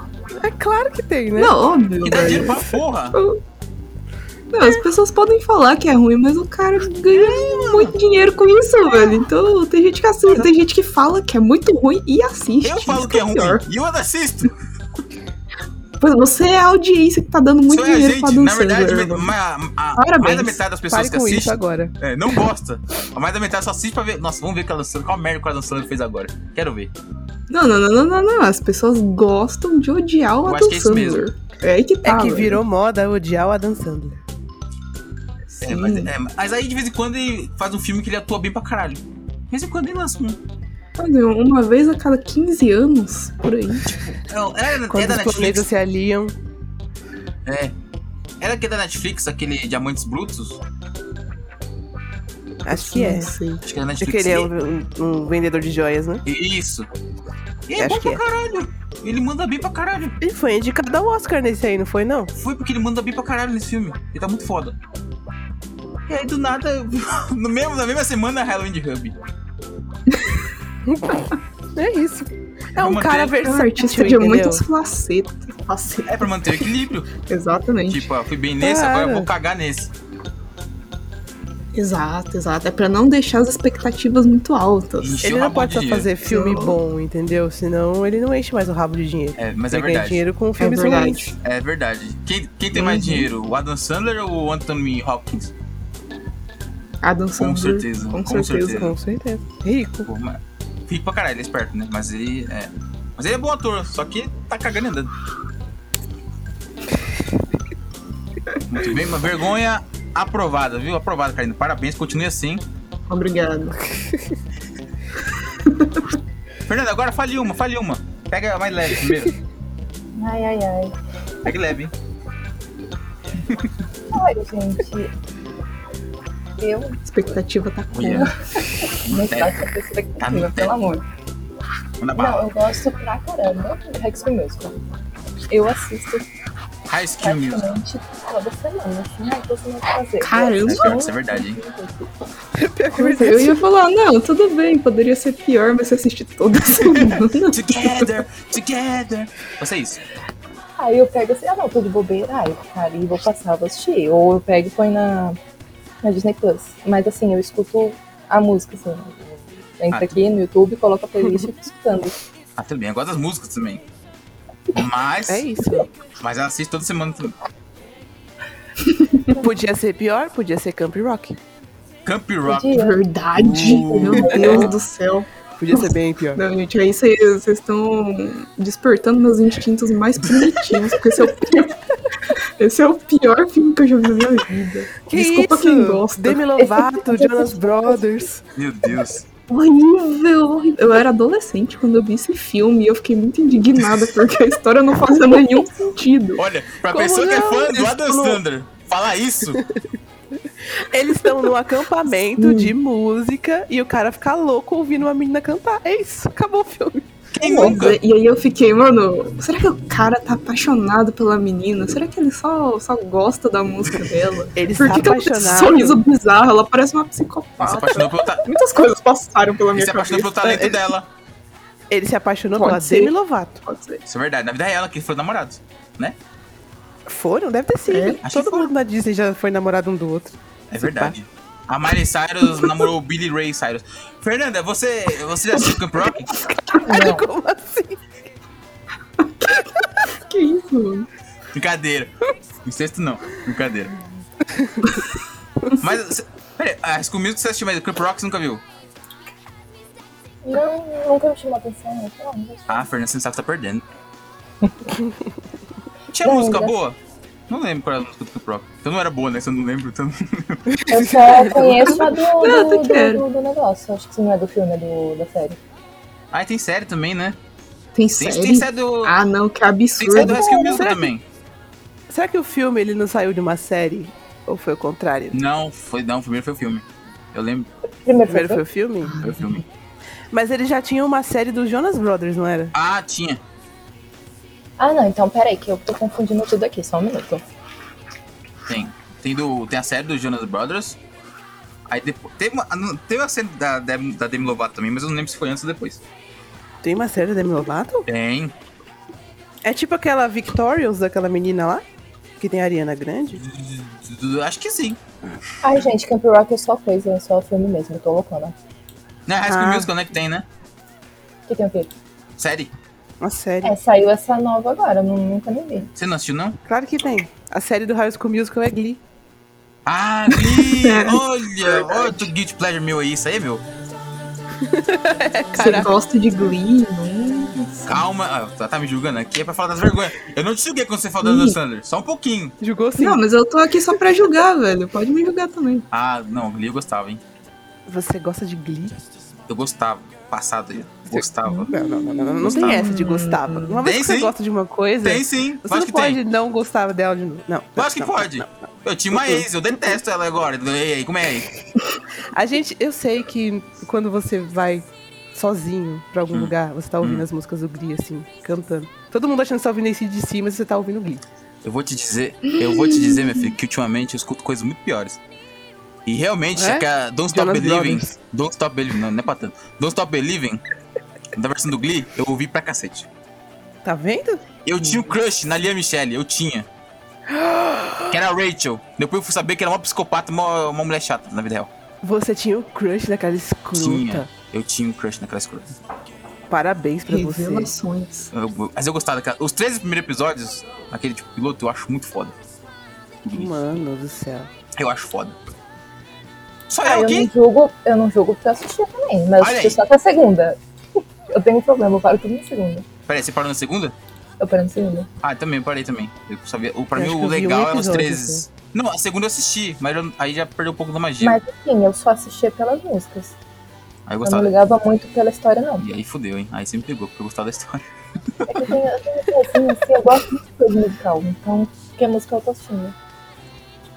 Speaker 3: É claro que tem, né?
Speaker 4: Não, óbvio.
Speaker 1: E dá
Speaker 4: velho.
Speaker 1: dinheiro pra porra.
Speaker 4: Não, as pessoas podem falar que é ruim, mas o cara ganha muito dinheiro com isso,
Speaker 1: É.
Speaker 4: velho. Então tem gente que assiste, tem gente que fala que é muito ruim e assiste.
Speaker 1: Eu falo
Speaker 4: Isso tá
Speaker 1: que é ruim
Speaker 4: pior.
Speaker 1: e eu ainda assisto.
Speaker 4: Pois você é a audiência que tá dando muito
Speaker 1: Só é
Speaker 4: dinheiro pra
Speaker 1: gente.
Speaker 4: Dan
Speaker 1: Na verdade,
Speaker 4: Sandler,
Speaker 1: me-
Speaker 4: velho.
Speaker 1: ma- a- mais
Speaker 4: Parabéns.
Speaker 1: da metade das pessoas
Speaker 3: Pare
Speaker 1: que
Speaker 3: com isso
Speaker 1: assistem
Speaker 3: agora.
Speaker 1: é, não gosta. A mais da metade só assiste pra ver. Nossa, vamos ver qual, qual merda que o Adam Sandler fez agora. Quero ver.
Speaker 4: Não, não, não, não, não, não. As pessoas gostam de odiar o
Speaker 1: Eu
Speaker 4: Adam
Speaker 1: acho que é isso
Speaker 4: Sandler. É aí que
Speaker 3: É
Speaker 4: tá.
Speaker 3: que
Speaker 4: velho.
Speaker 3: virou moda odiar o Adam Sandler.
Speaker 1: É, mas, é, mas aí de vez em quando ele faz um filme que ele atua bem pra caralho. De vez em quando ele lança um.
Speaker 4: Olha, Uma vez a cada 15 anos, por aí.
Speaker 1: É, é,
Speaker 3: Quando
Speaker 1: é da
Speaker 3: os planetas
Speaker 1: Netflix.
Speaker 3: se aliam.
Speaker 1: É. Era que é da Netflix, aquele Diamantes Brutos?
Speaker 3: Acho que é.
Speaker 4: Não sei.
Speaker 1: Acho que é da
Speaker 3: É
Speaker 1: Netflix.
Speaker 3: que ele é um, um- um vendedor de joias, né?
Speaker 1: Isso. E é
Speaker 3: Acho
Speaker 1: bom
Speaker 3: que
Speaker 1: pra
Speaker 3: é.
Speaker 1: caralho. Ele manda bem pra caralho.
Speaker 3: Ele foi indicado ao Oscar nesse aí, não foi, não?
Speaker 1: Foi porque ele manda bem pra caralho nesse filme. Ele tá muito foda. E aí, do nada, eu- no mesmo, na mesma semana, Halloween de Hub.
Speaker 3: É isso. É
Speaker 1: Vamos
Speaker 3: um cara
Speaker 1: manter-
Speaker 4: É um artista
Speaker 3: versátil,
Speaker 4: de
Speaker 3: entendeu?
Speaker 4: muitas facetas. facetas.
Speaker 1: É pra manter o equilíbrio.
Speaker 4: Exatamente.
Speaker 1: tipo, ah, fui bem nesse, agora eu
Speaker 3: Cara.
Speaker 1: vou cagar nesse.
Speaker 4: Exato, exato. É pra não deixar as expectativas muito altas.
Speaker 1: Encher
Speaker 3: Ele
Speaker 1: o
Speaker 3: não
Speaker 1: rabo
Speaker 3: pode
Speaker 1: de
Speaker 3: só
Speaker 1: dinheiro.
Speaker 3: fazer filme
Speaker 4: Não.
Speaker 3: bom, entendeu? Senão ele não enche mais o rabo de dinheiro.
Speaker 1: É, mas é
Speaker 3: ele ganha
Speaker 1: verdade.
Speaker 3: dinheiro com filmes
Speaker 4: verdade.
Speaker 3: ruins.
Speaker 1: É verdade. Quem, quem tem mais dinheiro, o Adam Sandler ou o Anthony Hopkins?
Speaker 4: Adam Sandler.
Speaker 1: certeza,
Speaker 4: Com,
Speaker 1: com
Speaker 4: certeza.
Speaker 1: certeza.
Speaker 3: Com certeza. Rico.
Speaker 1: Pô, mas... Fica pra caralho, ele é esperto, né? Mas ele é... Mas ele é bom ator, só que tá cagando e andando. Muito bem, uma vergonha aprovada, viu? Aprovada, Karina. Parabéns, continue assim.
Speaker 4: Obrigado.
Speaker 1: Fernanda, agora fale uma, fale uma. Pega a mais leve primeiro.
Speaker 2: Ai, ai, ai.
Speaker 1: Pega leve, hein?
Speaker 2: Ai, gente. Eu
Speaker 4: A expectativa tá com.
Speaker 1: Olha, É.
Speaker 2: não faço essa
Speaker 1: Tá
Speaker 2: expectativa,
Speaker 1: no teto.
Speaker 2: pelo amor.
Speaker 1: manda
Speaker 2: Não,
Speaker 1: bala.
Speaker 2: eu gosto pra caramba de High School Musical. Eu assisto
Speaker 1: High School Music.
Speaker 2: praticamente toda semana, assim, ai, tô sem nada pra fazer.
Speaker 4: Caramba!
Speaker 2: Eu assisto
Speaker 1: Isso é verdade, hein?
Speaker 4: Eu ia falar, não, tudo bem, poderia ser pior, mas você assiste toda semana.
Speaker 1: Together, together. é Vocês,
Speaker 2: Aí eu pego assim, ah não, tô de bobeira, ai, cara, e vou passar, vou assistir. Ou eu pego e põe na, na Disney Plus. Mas assim, eu escuto a música, assim. Entra
Speaker 1: Ah.
Speaker 2: aqui no YouTube, coloca a playlist e fico escutando.
Speaker 1: Ah, tudo bem. Eu gosto das músicas também. Mas,
Speaker 3: É isso.
Speaker 1: mas eu assisto toda semana também.
Speaker 3: Podia ser pior, podia ser Camp Rock.
Speaker 1: Camp Rock.
Speaker 2: Podia.
Speaker 4: Verdade.
Speaker 1: Uh.
Speaker 4: Meu Deus do céu.
Speaker 3: Podia ser bem pior.
Speaker 4: Não, gente, aí vocês vocês estão despertando meus instintos mais primitivos, porque esse é o pior. Esse é o pior filme que eu já vi na minha vida.
Speaker 3: Que
Speaker 4: Desculpa
Speaker 3: isso?
Speaker 4: quem gosta.
Speaker 3: Demi Lovato, Jonas Brothers.
Speaker 1: Meu Deus.
Speaker 4: Horrível, horrível. Eu era adolescente quando eu vi esse filme e eu fiquei muito indignada porque a história não fazia nenhum sentido.
Speaker 1: Olha, pra
Speaker 3: Como
Speaker 1: pessoa que é
Speaker 3: não? Tipo,
Speaker 1: fã do Adam
Speaker 3: Explode.
Speaker 1: Sandler, falar isso.
Speaker 3: Eles estão num acampamento de música e o cara fica louco ouvindo uma menina cantar. É isso, acabou o filme.
Speaker 1: Quem nunca?
Speaker 4: é, E aí eu fiquei, mano, será que o cara tá apaixonado pela menina? Será que ele só, só gosta da música dela?
Speaker 3: Ele
Speaker 4: Por
Speaker 3: está
Speaker 4: que, que ela tem esse sorriso
Speaker 3: apaixonado.
Speaker 4: bizarro? Ela parece uma
Speaker 1: Ele se
Speaker 4: psicopata.
Speaker 1: apaixonou pelo, ta...
Speaker 4: Muitas coisas passaram pela
Speaker 1: ele
Speaker 4: minha
Speaker 1: se apaixonou pelo
Speaker 4: cabeça.
Speaker 1: talento dela.
Speaker 3: Ele se apaixonou
Speaker 4: Pode
Speaker 3: pela
Speaker 4: ser.
Speaker 3: Demi Lovato.
Speaker 4: Pode ser.
Speaker 1: Isso é verdade. Na vida é ela que foram namorados.
Speaker 3: Foram? Deve ter sido.
Speaker 4: É,
Speaker 1: acho que
Speaker 3: Todo
Speaker 1: foram.
Speaker 3: mundo na Disney já foi namorado um do outro.
Speaker 1: É verdade.
Speaker 4: tá.
Speaker 1: A Miley Cyrus namorou o Billy Ray Cyrus. Fernanda, você, você já assistiu Camp Rock?
Speaker 3: Caralho, como assim?
Speaker 4: Que isso, mano?
Speaker 1: Brincadeira. Incesto não. Brincadeira. Mas, cê- peraí, a School Music você assistiu, mas Camp Rock você nunca viu?
Speaker 2: Não, nunca me chamou atenção, né? Não, não assisti.
Speaker 1: Ah, Fernanda, você não sabe que tá perdendo. Tinha
Speaker 2: Não,
Speaker 1: música
Speaker 2: já-
Speaker 1: boa? Não lembro qual era a música do Camp Rock. Então não era boa, né? Se eu não lembro, então...
Speaker 2: Eu só conheço a do,
Speaker 4: Não,
Speaker 2: do,
Speaker 4: tem que
Speaker 2: do,
Speaker 4: ver.
Speaker 2: do, do negócio. Acho que isso não é do filme, é do, da série.
Speaker 1: Ah, e tem série também, né?
Speaker 4: Tem
Speaker 1: Tem,
Speaker 4: série?
Speaker 1: tem série do...
Speaker 4: Ah, não, que
Speaker 1: Tem série
Speaker 4: absurdo.
Speaker 1: do Rescue Music
Speaker 3: Será que-
Speaker 1: também.
Speaker 3: Será que o filme ele não saiu de uma série? Ou foi o contrário?
Speaker 1: Não, foi não. Primeiro foi o filme. Eu lembro.
Speaker 2: Primeiro,
Speaker 3: Primeiro foi
Speaker 2: filme.
Speaker 3: o filme?
Speaker 1: Foi o filme.
Speaker 3: Mas ele já tinha uma série do Jonas Brothers, não era?
Speaker 1: Ah, tinha.
Speaker 2: Ah, não, então peraí, que eu tô confundindo tudo aqui, só um minuto.
Speaker 1: Tem. Tem, do, tem a série do Jonas Brothers. Aí depois... Teve uma, ah, não, teve uma série da, da, da Demi Lovato também, mas eu não lembro se foi antes ou depois.
Speaker 3: Tem uma série da Demi Lovato?
Speaker 1: Tem.
Speaker 3: É tipo aquela Victorious daquela menina lá? Que tem a Ariana Grande?
Speaker 1: Acho que sim.
Speaker 2: Ai, gente, Camp Rock é só coisa, é só filme mesmo, eu tô né? loucona.
Speaker 1: Não é Rescue
Speaker 3: Ah.
Speaker 1: Music, né? Que tem, né?
Speaker 2: O que tem o quê?
Speaker 1: Série.
Speaker 3: Uma série.
Speaker 2: É, saiu essa nova agora, nu- nunca nem vi.
Speaker 1: Você não assistiu, não?
Speaker 3: Claro que tem. A série do High School Musical é Glee.
Speaker 1: Ah, Gui! olha! Olha o Guilty Pleasure meu aí, isso aí, meu.
Speaker 4: Você gosta de Glee, né?
Speaker 1: Calma, ah, tá, tá me julgando aqui, é pra falar das vergonhas. Eu não te julguei quando você falou do Adam
Speaker 4: Ih.
Speaker 1: Sandler, só um pouquinho.
Speaker 3: Julgou sim.
Speaker 4: Não, mas eu tô aqui só pra julgar, velho. Pode me julgar também.
Speaker 1: Ah, não, Glee eu gostava, hein?
Speaker 3: Você gosta de Glee?
Speaker 1: Eu gostava, passado eu gostava.
Speaker 3: Não, não, não, não. Não, não
Speaker 1: Gostava.
Speaker 3: tem essa de gostava. Uma vez
Speaker 1: Tem
Speaker 3: que você
Speaker 1: sim.
Speaker 3: gosta de uma coisa,
Speaker 1: Tem sim, eu
Speaker 3: você
Speaker 1: acho
Speaker 3: não
Speaker 1: que
Speaker 3: pode
Speaker 1: tem.
Speaker 3: não gostar dela de novo. Não.
Speaker 1: Eu
Speaker 3: não,
Speaker 1: acho que
Speaker 3: não,
Speaker 1: pode.
Speaker 3: não.
Speaker 1: Eu tinha uma ex, eu detesto ela agora. E aí, como é aí?
Speaker 3: A gente, eu sei que quando você vai sozinho pra algum
Speaker 1: Hum.
Speaker 3: lugar, você tá ouvindo as músicas do Glee, assim, cantando. Todo mundo achando que você tá ouvindo esse de si, mas você tá ouvindo Glee.
Speaker 1: Eu vou te dizer, eu vou te dizer, meu filho, que ultimamente eu escuto coisas muito piores. E realmente,
Speaker 3: É?
Speaker 1: aquela Don't Stop
Speaker 3: Jonas
Speaker 1: Believing,
Speaker 3: Brothers.
Speaker 1: Don't Stop Believing, não, não é pra tanto. Don't Stop Believing, da versão do Glee, eu ouvi pra cacete.
Speaker 3: Tá vendo?
Speaker 1: Eu tinha um crush na Lia Michelle, eu tinha. Que era a Rachel. Depois eu fui saber que era uma psicopata, uma, uma mulher chata, na vida real.
Speaker 3: Você tinha o crush daquela escrota.
Speaker 1: Tinha. Eu tinha um crush naquela escola.
Speaker 3: Parabéns pra você.
Speaker 4: Revelações.
Speaker 1: Eu- eu- Mas eu gostava daquela. Os 13 primeiros episódios, aquele tipo piloto, eu acho muito foda.
Speaker 3: Mano do céu.
Speaker 1: Eu acho foda. Só
Speaker 2: Ah,
Speaker 1: ela
Speaker 2: eu,
Speaker 1: aqui?
Speaker 2: não julgo, eu não julgo porque eu assistia também, mas eu
Speaker 1: É, Olha
Speaker 2: assisti
Speaker 1: aí.
Speaker 2: só até a segunda. Eu tenho um problema, eu paro tudo na segunda.
Speaker 1: Peraí, você parou na segunda?
Speaker 2: Eu paro na segunda.
Speaker 1: Ah, eu também, eu parei também. Eu sabia. O, pra
Speaker 3: Eu
Speaker 1: mim,
Speaker 3: acho
Speaker 1: o
Speaker 3: que eu vi um
Speaker 1: legal é os
Speaker 3: episódio,
Speaker 1: 13. Não, a segunda eu assisti, mas eu- aí já perdeu um pouco da magia.
Speaker 2: Mas enfim, eu só assistia pelas músicas.
Speaker 1: Aí eu
Speaker 2: Eu
Speaker 3: tá
Speaker 2: não
Speaker 1: gostava.
Speaker 2: ligava muito pela história, não.
Speaker 1: E aí fudeu, hein? Aí você me pegou, porque eu gostava da história.
Speaker 2: É que eu tenho, eu tenho assim, assim, eu gosto muito de coisa musical, então que a música eu tô assistindo.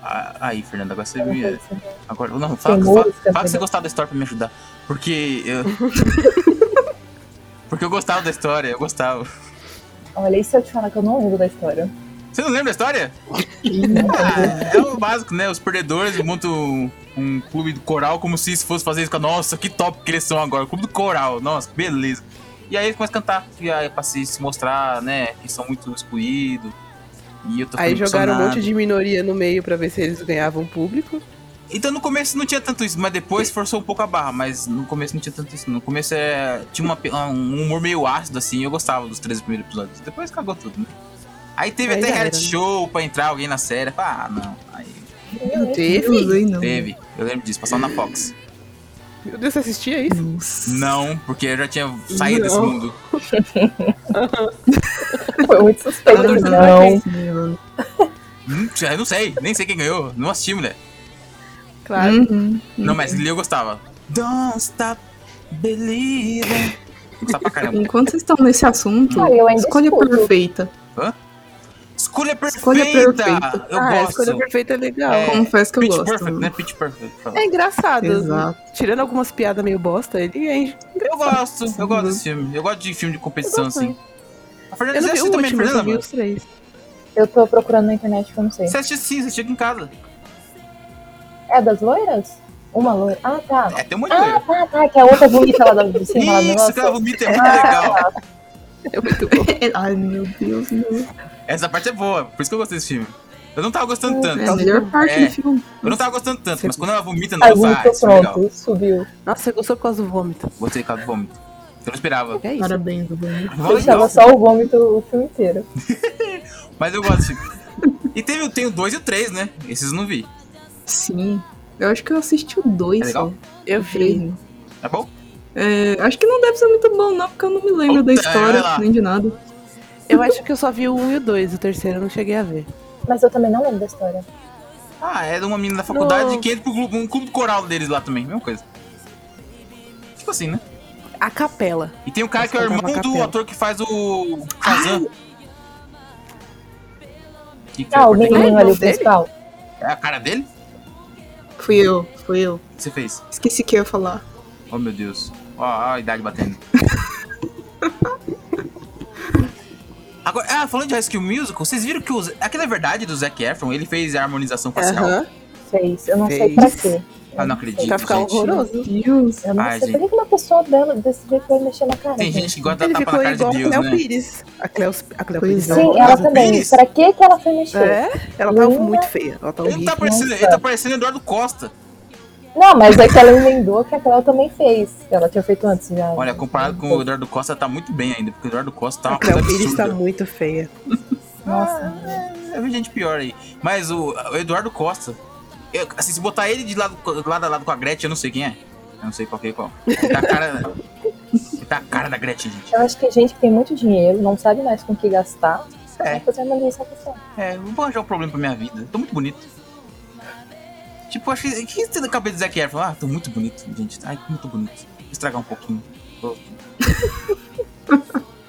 Speaker 1: Ah, Aí, Fernanda, agora você
Speaker 2: Eu não
Speaker 1: me.
Speaker 2: sei se eu-
Speaker 1: Agora, não, fala,
Speaker 2: música,
Speaker 1: fala, fala que você
Speaker 2: Fernanda.
Speaker 1: gostava da história pra me ajudar. Porque eu. porque eu gostava da história, eu gostava.
Speaker 2: Olha, e se eu te falar que eu não lembro da história?
Speaker 1: Você não lembra da história? Ah, é o básico, né? Os perdedores montam um, um clube do coral como se isso fosse fazer isso com a nossa, que top que eles são agora. Clube do coral, nossa, que beleza. E aí eles começam a cantar, e aí pra se, se mostrar, né? Que são muito excluídos. E eu tô
Speaker 3: Aí
Speaker 1: ficando
Speaker 3: jogaram um
Speaker 1: impressionado.
Speaker 3: monte de minoria no meio pra ver se eles ganhavam público.
Speaker 1: Então no começo não tinha tanto isso, mas depois forçou um pouco a barra. Mas no começo não tinha tanto isso. No começo é, tinha uma pe- um humor meio ácido, assim. Eu gostava dos 13 primeiros episódios. Depois cagou tudo, né? Aí teve
Speaker 3: Aí
Speaker 1: até
Speaker 3: já
Speaker 1: reality
Speaker 3: era, né? Então-
Speaker 1: show pra entrar alguém na série. Ah, não. Aí
Speaker 3: Não
Speaker 4: Eu
Speaker 3: teve?
Speaker 4: usei, não.
Speaker 1: teve. Eu lembro disso. Passava na Fox.
Speaker 3: Meu Deus, você assistia isso?
Speaker 4: Nossa.
Speaker 1: Não, porque eu já tinha saído
Speaker 3: Não.
Speaker 1: desse mundo.
Speaker 2: Foi muito suspeito,
Speaker 1: Não,
Speaker 2: não.
Speaker 4: Não.
Speaker 1: Hum, Eu não sei. Nem sei quem ganhou. Não assisti, mulher.
Speaker 3: Claro.
Speaker 1: Hum.
Speaker 4: Uhum.
Speaker 1: Não, mas ali eu gostava. Don't stop believing. Gostava pra caramba.
Speaker 4: Enquanto vocês estão nesse assunto,
Speaker 2: Ah, eu ainda
Speaker 4: escolha
Speaker 2: escuto.
Speaker 4: perfeita.
Speaker 1: Escolha perfeita!
Speaker 4: Escolha perfeita.
Speaker 1: Eu
Speaker 3: ah, a
Speaker 1: gosto.
Speaker 3: escolha perfeita é legal.
Speaker 1: É,
Speaker 4: Confesso que eu
Speaker 1: Pitch
Speaker 4: gosto.
Speaker 1: Perfect, né? Pitch Perfect. pra falar.
Speaker 3: É engraçado.
Speaker 4: Exato.
Speaker 3: Tirando algumas piadas meio bosta, ele é engraçado.
Speaker 1: Eu gosto, eu gosto
Speaker 4: Uhum.
Speaker 1: desse filme. Eu gosto de filme de competição,
Speaker 3: gosto
Speaker 1: assim. A Fernanda,
Speaker 3: Eu
Speaker 1: você
Speaker 3: não vi
Speaker 1: assiste
Speaker 3: o
Speaker 1: também, é
Speaker 3: último, eu só
Speaker 1: Fernanda,
Speaker 3: vi
Speaker 1: mano?
Speaker 3: os três.
Speaker 2: Eu tô procurando na internet que eu não sei.
Speaker 1: Você assiste sim, você chega em casa.
Speaker 2: É das loiras? Uma loira? Ah, tá.
Speaker 1: É, tem um monte de
Speaker 2: Ah,
Speaker 1: loira.
Speaker 2: tá, tá, que a outra bonita lá da- do cinema lá do
Speaker 1: Isso, que ela
Speaker 2: negócio.
Speaker 1: vomita, é muito legal.
Speaker 3: É muito bom.
Speaker 4: Ai, meu Deus, meu.
Speaker 1: Essa parte é boa, por isso que eu gostei desse filme. Eu não tava gostando
Speaker 4: É a
Speaker 1: tanto.
Speaker 4: melhor parte
Speaker 1: É.
Speaker 4: do filme.
Speaker 1: Eu não tava gostando tanto, mas quando ela vomita, não
Speaker 2: Aí
Speaker 1: usa ah,
Speaker 2: vomitou
Speaker 1: isso é legal.
Speaker 2: pronto, subiu.
Speaker 3: Nossa, você gostou por causa do vômito.
Speaker 1: Gostei do vômito. Eu não esperava.
Speaker 3: É isso.
Speaker 4: Parabéns, Dani.
Speaker 2: Deixava
Speaker 1: Nossa,
Speaker 2: só o vômito o filme inteiro.
Speaker 1: Mas eu gosto desse filme. E teve, tem o 2 e o 3, né? Esses eu não vi.
Speaker 4: Sim. Eu acho que eu assisti o 2
Speaker 1: É legal?
Speaker 4: só.
Speaker 3: Eu
Speaker 4: O três, né?
Speaker 3: vi.
Speaker 4: não.
Speaker 1: Tá bom?
Speaker 4: É, acho que não deve ser muito bom, não, porque eu não me
Speaker 1: Puta,
Speaker 4: lembro da história,
Speaker 1: vai lá.
Speaker 4: nem de nada.
Speaker 3: Eu acho que eu só vi o um e o dois. O terceiro eu não cheguei a ver.
Speaker 2: Mas eu também não lembro da história.
Speaker 1: Ah, era uma menina da faculdade
Speaker 3: Não.
Speaker 1: que entra pro clube, um clube coral deles lá também, mesma coisa. Tipo assim, né?
Speaker 3: A capela.
Speaker 1: E tem um cara
Speaker 3: Mas
Speaker 1: que é o irmão
Speaker 3: cantava
Speaker 1: do
Speaker 3: capela.
Speaker 1: ator que faz o Shazam. Que que
Speaker 2: Ah, o
Speaker 1: foi? Cortei?
Speaker 2: menino
Speaker 3: não
Speaker 2: ali, o
Speaker 3: sei.
Speaker 2: principal.
Speaker 1: É a cara dele?
Speaker 4: Fui eu, fui eu.
Speaker 1: O que você fez?
Speaker 4: Esqueci que eu ia falar.
Speaker 1: Oh, meu Deus. Ó, ó a idade batendo. Agora, ah, falando de High School Musical, vocês viram que o... Zac- Aquela é verdade do Zac Efron, ele fez a harmonização facial.
Speaker 3: Aham.
Speaker 2: Fez. Eu não sei
Speaker 3: Fez.
Speaker 2: pra quê.
Speaker 1: Ah, não acredito,
Speaker 3: Pra ficar
Speaker 1: gente.
Speaker 3: horroroso.
Speaker 4: Deus.
Speaker 2: Eu não
Speaker 1: Ai,
Speaker 2: sei.
Speaker 1: gente.
Speaker 2: Por que que uma pessoa dela desse jeito vai mexer na cara?
Speaker 1: Tem gente que gosta de
Speaker 3: Ele
Speaker 1: dar tapa na
Speaker 3: ficou
Speaker 1: tá cara
Speaker 3: igual
Speaker 1: de
Speaker 3: a
Speaker 1: Deus, né?
Speaker 3: Cleo Pires. A Cleo, a Cleo
Speaker 4: Pois
Speaker 3: Pires
Speaker 4: é.
Speaker 3: é
Speaker 2: Sim, ela
Speaker 3: horrorosa.
Speaker 2: também.
Speaker 1: Pires?
Speaker 2: Pra que que ela foi mexer?
Speaker 3: É, ela tava
Speaker 2: Menina.
Speaker 3: muito feia. Ela tava
Speaker 1: Ele tá
Speaker 3: horrível.
Speaker 1: parecendo,
Speaker 2: nossa.
Speaker 1: ele tá parecendo Eduardo Costa.
Speaker 2: Não, mas é que ela emendou que a Cleo também fez. que Ela tinha feito antes já.
Speaker 1: Olha, comparado com o Eduardo Costa, tá muito bem ainda, porque o Eduardo Costa tá
Speaker 3: A
Speaker 1: uma coisa
Speaker 3: Cleo Pires tá
Speaker 1: absurda.
Speaker 3: muito feia.
Speaker 2: Nossa.
Speaker 1: Eu vi gente pior aí. Mas o, o Eduardo Costa. eu- assim, se botar ele de lado, co- lado a lado com a Gretchen, eu não sei quem é. Eu não sei qual que é qual. Ele tá a cara. ele tá a cara da Gretchen, gente.
Speaker 2: Eu acho que gente que tem muito dinheiro, não sabe mais com o que gastar,
Speaker 1: É.
Speaker 2: vai fazer uma lista pessoal.
Speaker 1: É, eu vou arranjar um problema pra minha vida. Tô muito bonito. Tipo, eu acho que. O que você tem na cabeça do Zac Efron? Ah, tô muito bonito, gente. Ai, tô muito bonito. Vou estragar um pouquinho. Tô-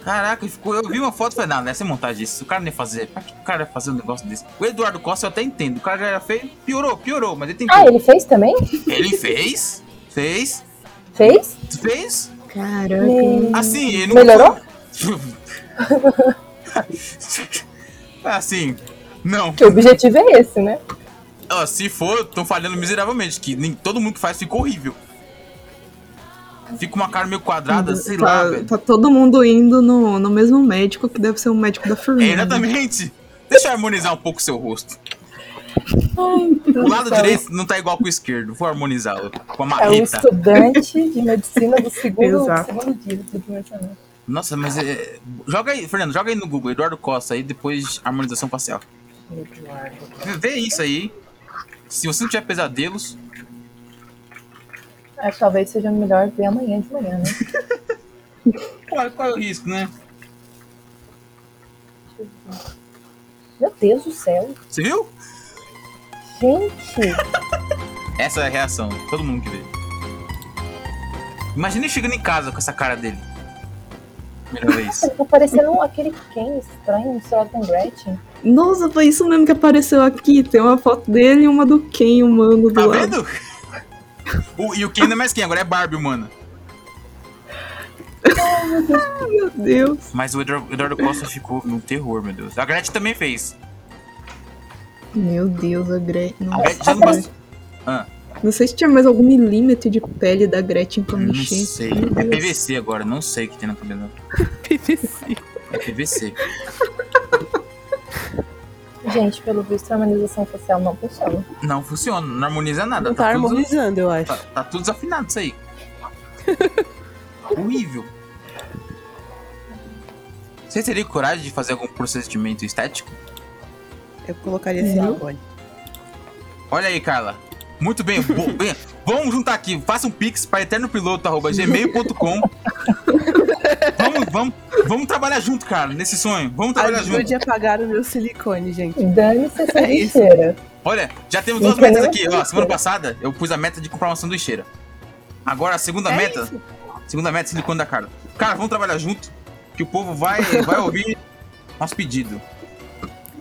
Speaker 1: Caraca, ele ficou, eu vi uma foto e falei, não, não é sem montagem isso. O cara nem fazer. Pra que o cara ia fazer um negócio desse? O Eduardo Costa eu até entendo. O cara já era feio, piorou, piorou, mas ele tentou.
Speaker 2: Ah, ele fez também?
Speaker 1: Ele fez, fez,
Speaker 2: Fez?
Speaker 1: fez.
Speaker 4: Caraca.
Speaker 2: Meu.
Speaker 1: Assim, ele não.
Speaker 2: Melhorou?
Speaker 1: assim, não.
Speaker 2: Que o objetivo é esse, né?
Speaker 1: Ó, se for, tô falhando miseravelmente, que nem todo mundo que faz fica horrível. Fica uma cara meio quadrada, sei
Speaker 4: tá,
Speaker 1: lá, velho.
Speaker 4: tá todo mundo indo no, no mesmo médico que deve ser o médico da
Speaker 1: É,
Speaker 4: Fernanda.
Speaker 1: exatamente. Deixa eu harmonizar um pouco o seu rosto. O lado direito não tá igual pro esquerdo. Vou harmonizá-lo com a
Speaker 2: É o
Speaker 1: marreta.
Speaker 2: estudante de medicina do segundo,
Speaker 4: Exato.
Speaker 2: segundo dia do primeiro semestre.
Speaker 1: Nossa, mas é. Joga aí, Fernando, joga aí no Google, Eduardo Costa, aí depois harmonização facial. Vê- Vê isso aí. Se você não tiver pesadelos,
Speaker 2: Acho que talvez seja melhor ver amanhã de manhã, né?
Speaker 1: qual, qual é o risco, né?
Speaker 2: Meu Deus do céu.
Speaker 1: Você viu?
Speaker 2: Gente,
Speaker 1: Essa é a reação, todo mundo que vê. Imagina ele chegando em casa com essa cara dele. Primeira vez.
Speaker 2: ele tá parecendo aquele Ken estranho, um Sr. Gretchen.
Speaker 4: Nossa, foi isso mesmo que apareceu aqui. Tem uma foto dele e uma do Ken, humano, do
Speaker 1: Tá
Speaker 4: lado.
Speaker 1: vendo? O- e o Ken não é mais Ken, agora é Barbie, mano.
Speaker 4: Meu Deus.
Speaker 1: Mas o Eduardo, Eduardo Costa ficou no terror, meu Deus. A Gretchen também fez.
Speaker 4: Meu Deus, a Gretchen.
Speaker 1: A
Speaker 4: Nossa,
Speaker 1: Gretchen já não
Speaker 4: cara.
Speaker 1: basta. Ah,
Speaker 4: não sei se tinha mais algum milímetro de pele da Gretchen pra
Speaker 1: não
Speaker 4: mexer.
Speaker 1: sei.
Speaker 4: Meu
Speaker 1: É
Speaker 4: Deus.
Speaker 1: PVC agora, não sei o que tem na cabeça.
Speaker 3: PVC.
Speaker 1: É PVC.
Speaker 2: Gente, pelo visto, a harmonização facial não funciona.
Speaker 1: Não funciona, não harmoniza nada.
Speaker 3: Não tá
Speaker 1: tudo-
Speaker 3: harmonizando, eu acho.
Speaker 1: né? Tá, tá tudo desafinado isso aí. Horrível. Você teria coragem de fazer algum procedimento estético?
Speaker 3: Eu colocaria silicone.
Speaker 1: Olha aí, Carla. Muito bem, bo- bem, Vamos juntar aqui. Faça um pix para eternopiloto.gmail.com. vamos, vamos, vamos trabalhar junto, cara, nesse sonho. Vamos trabalhar tá junto.
Speaker 3: Ajude a pagar o meu silicone, gente.
Speaker 2: Dane-se essa
Speaker 3: É isso.
Speaker 2: lixeira.
Speaker 1: Olha, já temos duas
Speaker 2: Entendeu?
Speaker 1: metas aqui. Ó, semana passada eu pus a meta de comprar uma sanduicheira. Agora a segunda
Speaker 3: É
Speaker 1: meta.
Speaker 3: isso.
Speaker 1: Segunda meta, silicone da Carla. Cara, vamos trabalhar junto. Que o povo vai, vai ouvir nosso pedido.